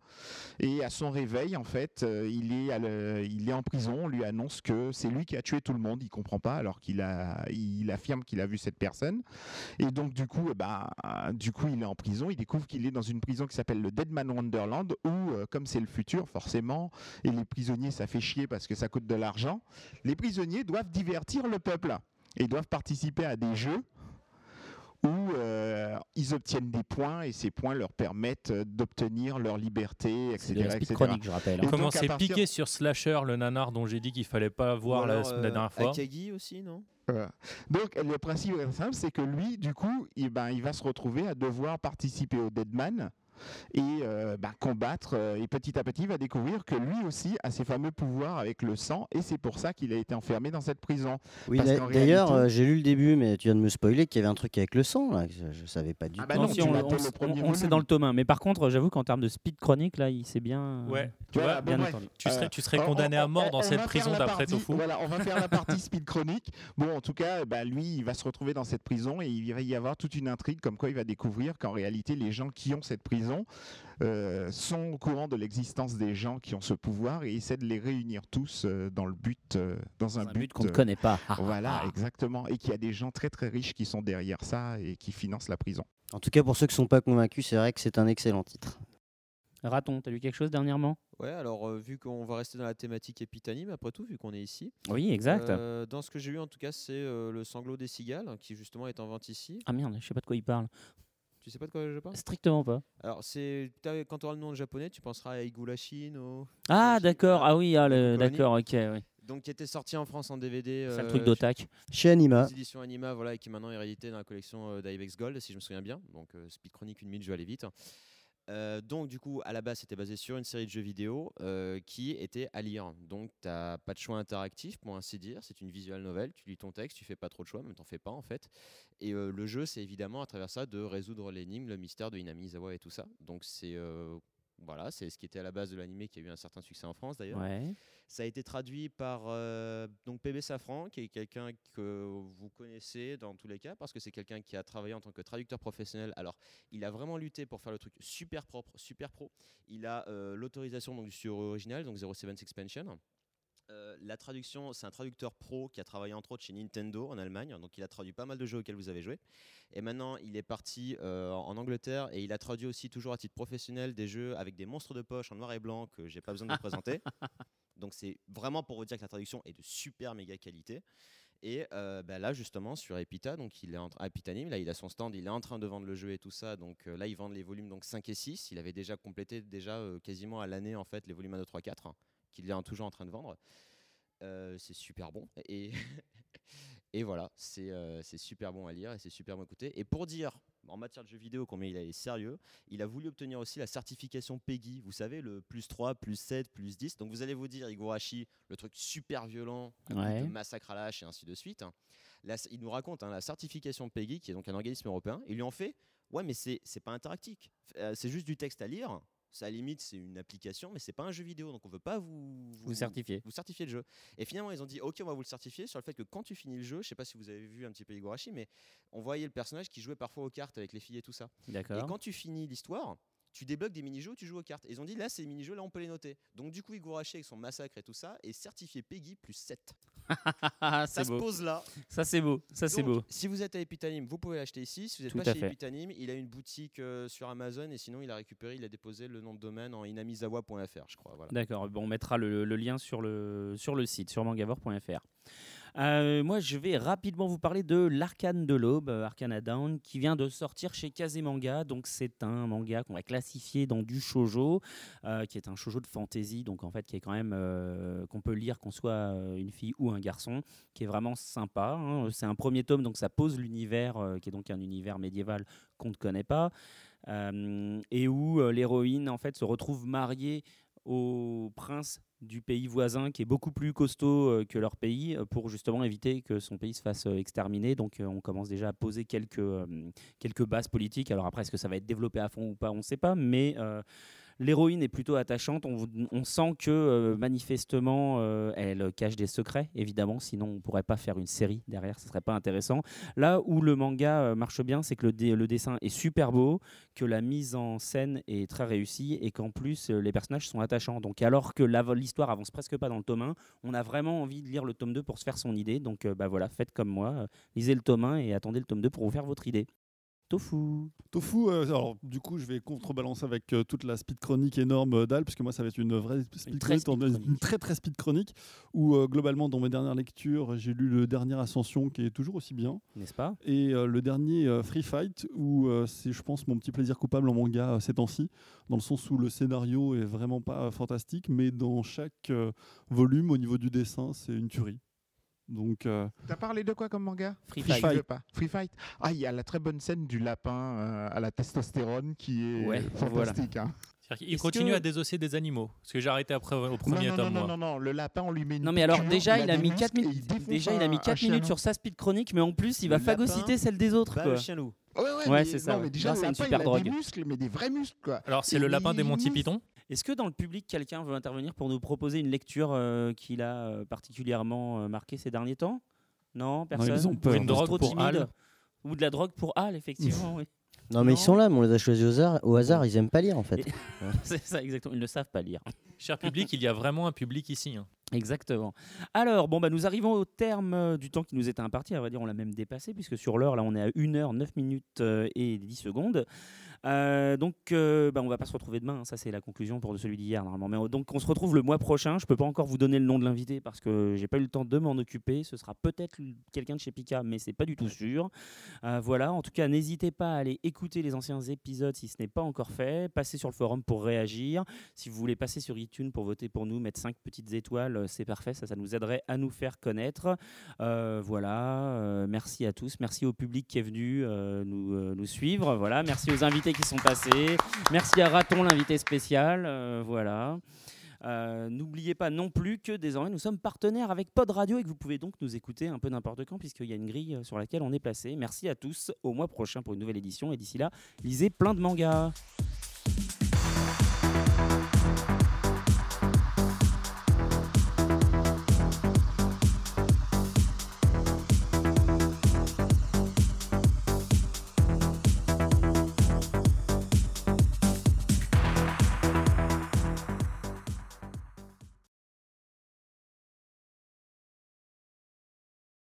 Speaker 4: Et à son réveil, en fait, euh, il, est à le- il est en prison. On lui annonce que c'est lui qui a tué tout le monde. Il comprend pas, alors qu'il a, il affirme qu'il a vu cette personne. Et donc, du coup, eh ben, euh, du coup, il est en prison. Il découvre qu'il est dans une prison qui s'appelle le Deadman Wonderland, où, euh, comme c'est le futur, forcément, et les prisons prisonniers, ça fait chier parce que ça coûte de l'argent. Les prisonniers doivent divertir le peuple et ils doivent participer à des jeux où euh, ils obtiennent des points et ces points leur permettent euh, d'obtenir leur liberté, etc.
Speaker 3: de la
Speaker 4: etc.
Speaker 3: speedchronique, je rappelle, hein.
Speaker 4: Et donc,
Speaker 3: Comment
Speaker 4: à
Speaker 3: c'est
Speaker 4: partir-
Speaker 3: piqué sur Slasher, le nanar dont j'ai dit qu'il fallait pas voir la,
Speaker 5: alors,
Speaker 3: la
Speaker 5: euh,
Speaker 3: dernière fois
Speaker 5: Akagi aussi, non
Speaker 4: Voilà. Donc le principe est simple, c'est que lui, du coup, il, ben, il va se retrouver à devoir participer au Deadman et euh, ben, combattre. euh, et petit à petit, il va découvrir que lui aussi a ses fameux pouvoirs avec le sang et c'est pour ça qu'il a été enfermé dans cette prison.
Speaker 9: Oui,
Speaker 4: Parce
Speaker 9: d'a-
Speaker 4: qu'en
Speaker 9: d'ailleurs,
Speaker 4: réalité-
Speaker 9: euh, j'ai lu le début, mais tu viens de me spoiler qu'il y avait un truc avec le sang, là, que je, je savais pas du
Speaker 4: Ah bah
Speaker 9: tout.
Speaker 4: non, Non, si, tu on- l'appelles on- le
Speaker 1: On,
Speaker 4: premier
Speaker 1: on le sait
Speaker 4: volume.
Speaker 1: dans le tome 1. Mais par contre, j'avoue qu'en termes de speed chronique, là, il s'est bien. euh,
Speaker 3: Ouais,
Speaker 4: Tu vois,
Speaker 1: bien
Speaker 4: bon, bref,
Speaker 1: étendu.
Speaker 3: tu serais-
Speaker 4: euh,
Speaker 3: tu serais
Speaker 4: on-
Speaker 3: condamné à
Speaker 4: on-
Speaker 3: mort dans
Speaker 4: on
Speaker 3: cette
Speaker 4: va faire
Speaker 3: prison
Speaker 4: la
Speaker 3: d'après
Speaker 4: partie-
Speaker 3: Tofu.
Speaker 4: Voilà, on va faire la partie speed chronique. Bon, en tout cas, bah, lui, il va se retrouver dans cette prison et il va y avoir toute une intrigue comme quoi il va découvrir qu'en réalité, les gens qui ont cette prison euh, sont au courant de l'existence des gens qui ont ce pouvoir et essaient de les réunir tous euh, dans le but, euh, dans un,
Speaker 1: un but qu'on ne connaît pas.
Speaker 4: voilà, exactement. Et qu'il y a des gens très très riches qui sont derrière ça et qui financent la prison.
Speaker 9: En tout cas, pour ceux qui sont pas convaincus, c'est vrai que c'est un excellent titre.
Speaker 1: Euh, Raton, t'as lu quelque chose dernièrement
Speaker 5: Ouais, alors euh, vu qu'on va rester dans la thématique épitanime, après tout, vu qu'on est ici.
Speaker 1: Oui, exact.
Speaker 5: Euh, dans ce que j'ai lu, en tout cas, c'est euh, le sanglot des cigales, qui justement est en vente ici.
Speaker 1: Ah merde, je sais pas de quoi il parle.
Speaker 5: Tu sais pas de quoi je parle
Speaker 1: Strictement pas.
Speaker 5: Alors, c'est t'as- quand tu auras le nom en japonais, tu penseras à Igulashi no.
Speaker 1: Ah d'accord, ah oui, ah, le-
Speaker 5: Chronique.
Speaker 1: d'accord, ok, oui.
Speaker 5: Donc, qui était sorti en France en DVD.
Speaker 1: C'est le
Speaker 5: euh,
Speaker 1: truc d'Otak.
Speaker 9: Chez Anima.
Speaker 5: Les éditions Anima, voilà, et qui maintenant est réédité dans la collection euh, d'Ibex Gold, si je me souviens bien. Donc, euh, Speed Chronic, une minute, je vais aller vite. Euh, donc, du coup, à la base, c'était basé sur une série de jeux vidéo euh, qui était à lire. Donc, tu n'as pas de choix interactif, pour ainsi dire. C'est une visual novel. Tu lis ton texte, tu fais pas trop de choix, mais tu fais pas, en fait. Et euh, le jeu, c'est évidemment à travers ça de résoudre l'énigme, le mystère de Inami Izawa et tout ça. Donc, c'est. euh, voilà, c'est ce qui était à la base de l'animé qui a eu un certain succès en France d'ailleurs.
Speaker 1: Ouais.
Speaker 5: Ça a été traduit par euh, donc PB Safran, qui est quelqu'un que vous connaissez dans tous les cas, parce que c'est quelqu'un qui a travaillé en tant que traducteur professionnel. Alors, il a vraiment lutté pour faire le truc super propre, super pro. Il a euh, l'autorisation donc, du studio original, donc 07's Expansion. Euh, la traduction, c'est un traducteur pro qui a travaillé entre autres chez Nintendo en Allemagne, donc il a traduit pas mal de jeux auxquels vous avez joué. Et maintenant, il est parti euh, en Angleterre et il a traduit aussi toujours à titre professionnel des jeux avec des monstres de poche en noir et blanc que j'ai pas besoin de vous présenter. Donc c'est vraiment pour vous dire que la traduction est de super méga qualité. Et euh, bah là justement sur Epita, donc il est en tra- Epitanime, là il a son stand, il est en train de vendre le jeu et tout ça. Donc euh, là ils vendent les volumes donc 5 et 6. Il avait déjà complété déjà euh, quasiment à l'année en fait les volumes 1, 2, 3, 4 hein, qu'il est en- toujours en train de vendre. Euh, c'est super bon. Et, et voilà, c'est euh, c'est super bon à lire et c'est super bon à écouter. Et pour dire, en matière de jeux vidéo, combien il est sérieux, il a voulu obtenir aussi la certification PEGI, vous savez, le plus 3, plus 7, plus 10. Donc vous allez vous dire, Higurashi, le truc super violent, à coup
Speaker 1: Ouais.
Speaker 5: de massacre à la hache et ainsi de suite. hein. La- il nous raconte hein, la certification PEGI, qui est donc un organisme européen, ils lui ont fait Ouais, mais c'est c'est pas interactif, Euh, c'est juste du texte à lire. Ça, à la limite, c'est une application, mais c'est pas un jeu vidéo, donc on veut pas vous,
Speaker 1: Vous certifier.
Speaker 5: Vous certifier le jeu. Et finalement, ils ont dit, ok, on va vous le certifier sur le fait que quand tu finis le jeu, je sais pas si vous avez vu un petit peu Higurashi, mais on voyait le personnage qui jouait parfois aux cartes avec les filles et tout ça.
Speaker 1: D'accord.
Speaker 5: Et quand tu finis l'histoire, tu débloques des mini-jeux où tu joues aux cartes. Et ils ont dit, là, c'est les mini-jeux, là, on peut les noter. Donc, du coup, Higurashi, avec son massacre et tout ça, est certifié Peggy plus 7. ça
Speaker 1: Ah, c'est
Speaker 5: se
Speaker 1: beau.
Speaker 5: pose là.
Speaker 1: Ça c'est beau, ça c'est
Speaker 5: Donc,
Speaker 1: beau.
Speaker 5: Si vous êtes à Epitanime, vous pouvez l'acheter ici. Si vous n'êtes
Speaker 1: Tout
Speaker 5: pas
Speaker 1: à
Speaker 5: chez
Speaker 1: fait.
Speaker 5: Epitanime, il a une boutique euh, sur Amazon et sinon il a récupéré, il a déposé le nom de domaine en inamizawa.fr, je crois. Voilà.
Speaker 1: D'accord, bon, on mettra le, le lien sur le, sur le site, sur mangavore.fr. Euh, moi, je vais rapidement vous parler de l'Arcane de l'Aube, euh, Arcana Down, qui vient de sortir chez Kazemanga. Donc, c'est un manga qu'on va classifier dans du shojo, euh, qui est un shojo de fantasy, donc en fait, qui est quand même euh, qu'on peut lire qu'on soit euh, une fille ou un garçon, qui est vraiment sympa. hein. C'est un premier tome, donc ça pose l'univers, euh, qui est donc un univers médiéval qu'on ne connaît pas, euh, et où euh, l'héroïne en fait se retrouve mariée au prince du pays voisin qui est beaucoup plus costaud euh, que leur pays euh, pour justement éviter que son pays se fasse euh, exterminer. Donc euh, on commence déjà à poser quelques, euh, quelques bases politiques. Alors après, est-ce que ça va être développé à fond ou pas On ne sait pas. Mais euh, l'héroïne est plutôt attachante. On, on sent que euh, manifestement, euh, elle cache des secrets, évidemment. Sinon, on ne pourrait pas faire une série derrière. Ce ne serait pas intéressant. Là où le manga euh, marche bien, c'est que le, dé- le dessin est super beau, que la mise en scène est très réussie et qu'en plus, euh, les personnages sont attachants. Donc alors que la- l'histoire avance presque pas dans le tome 1, on a vraiment envie de lire le tome 2 pour se faire son idée. Donc euh, bah voilà, faites comme moi, euh, lisez le tome 1 et attendez le tome 2 pour vous faire votre idée. Tofu.
Speaker 2: Tofu, euh, alors du coup, je vais contrebalancer avec euh, toute la speed chronique énorme euh, d'Al, puisque moi, ça va être une vraie speed,
Speaker 1: très
Speaker 2: chronique,
Speaker 1: speed
Speaker 2: on- une très très speed chronique, où euh, globalement, dans mes dernières lectures, j'ai lu le dernier Ascension, qui est toujours aussi bien.
Speaker 1: N'est-ce pas
Speaker 2: Et euh, le dernier euh, Free Fight, où euh, c'est, je pense, mon petit plaisir coupable en manga euh, ces temps-ci, dans le sens où le scénario est vraiment pas euh, fantastique, mais dans chaque euh, volume, au niveau du dessin, c'est une tuerie. Donc, euh,
Speaker 4: T'as parlé de quoi comme manga
Speaker 1: Free
Speaker 2: Fight.
Speaker 4: Je veux pas. Free Fight. Ah, il y a la très bonne scène du lapin euh, à la testostérone qui est euh,
Speaker 3: Ouais,
Speaker 4: fantastique.
Speaker 3: voilà.
Speaker 4: hein.
Speaker 3: C'est-à-dire qu'il
Speaker 1: Est-ce
Speaker 3: continue
Speaker 1: que-
Speaker 3: à désosser des animaux. Parce que j'ai arrêté après au premier
Speaker 4: non,
Speaker 3: tome. moi.
Speaker 4: non, non, non, le lapin, on lui met une
Speaker 1: Non mais alors
Speaker 4: piqûre,
Speaker 1: déjà il a mis
Speaker 4: démusque
Speaker 1: 4
Speaker 4: et
Speaker 1: minutes
Speaker 4: défonce
Speaker 1: déjà il a
Speaker 4: un-
Speaker 1: mis
Speaker 4: un
Speaker 1: 4
Speaker 4: chien
Speaker 1: minutes
Speaker 4: loup.
Speaker 1: sur sa speed chronique mais en plus il va
Speaker 5: Le lapin
Speaker 1: phagocyter celle des autres
Speaker 3: Bah,
Speaker 5: bat
Speaker 1: quoi.
Speaker 5: le chien loup.
Speaker 4: Ouais, ouais,
Speaker 1: Ouais,
Speaker 4: mais-
Speaker 1: c'est ça.
Speaker 4: non, mais déjà,
Speaker 1: Non,
Speaker 4: le
Speaker 1: c'est une
Speaker 4: lapin,
Speaker 1: super
Speaker 4: il a
Speaker 1: drogue.
Speaker 4: des muscles, mais des vrais muscles, quoi.
Speaker 3: Alors c'est
Speaker 4: Et
Speaker 3: le lapin des
Speaker 4: il
Speaker 3: Monty
Speaker 4: nous-
Speaker 3: Python.
Speaker 1: Est-ce que dans le public quelqu'un veut intervenir pour nous proposer une lecture euh, qu'il a euh, particulièrement euh, marquée ces derniers temps Non, personne.
Speaker 2: ils ont peur.
Speaker 1: Vous êtes
Speaker 2: Une
Speaker 1: tous
Speaker 3: drogue
Speaker 1: trop
Speaker 3: pour
Speaker 1: timides
Speaker 3: Hal.
Speaker 1: Ou de la drogue pour Hal effectivement oui.
Speaker 9: Non, mais ils sont là, mais on les a choisis au hasard, au hasard ils aiment pas lire en fait.
Speaker 1: Et- C'est ça exactement, ils ne savent pas lire.
Speaker 3: Cher public, il y a vraiment un public ici. hein.
Speaker 1: Exactement. Alors, bon, bah, nous arrivons au terme euh, du temps qui nous était imparti. On va dire, on l'a même dépassé, puisque sur l'heure, là, on est à 1 heure, 9 minutes euh, et 10 secondes. Euh, donc, euh, bah, on va pas se retrouver demain. hein. Ça, c'est la conclusion pour celui d'hier, normalement. Mais euh, donc, on se retrouve le mois prochain. Je peux pas encore vous donner le nom de l'invité parce que j'ai pas eu le temps de m'en occuper. Ce sera peut-être l- quelqu'un de chez Pika, mais c'est pas du tout sûr. Euh, voilà. En tout cas, n'hésitez pas à aller écouter les anciens épisodes si ce n'est pas encore fait. Passez sur le forum pour réagir. Si vous voulez passer sur iTunes pour voter pour nous, mettre 5 petites étoiles, euh, c'est parfait. Ça, ça nous aiderait à nous faire connaître. Euh, voilà. euh, merci à tous. Merci au public qui est venu euh, nous, euh, nous suivre. Voilà. Merci aux invités qui sont passés. Merci à Raton, l'invité spécial. euh, voilà. Euh, N'oubliez pas non plus que désormais nous sommes partenaires avec Pod Radio et que vous pouvez donc nous écouter un peu n'importe quand puisqu'il y a une grille euh, sur laquelle on est placé. Merci à tous, au mois prochain pour une nouvelle édition et d'ici là, lisez plein de mangas.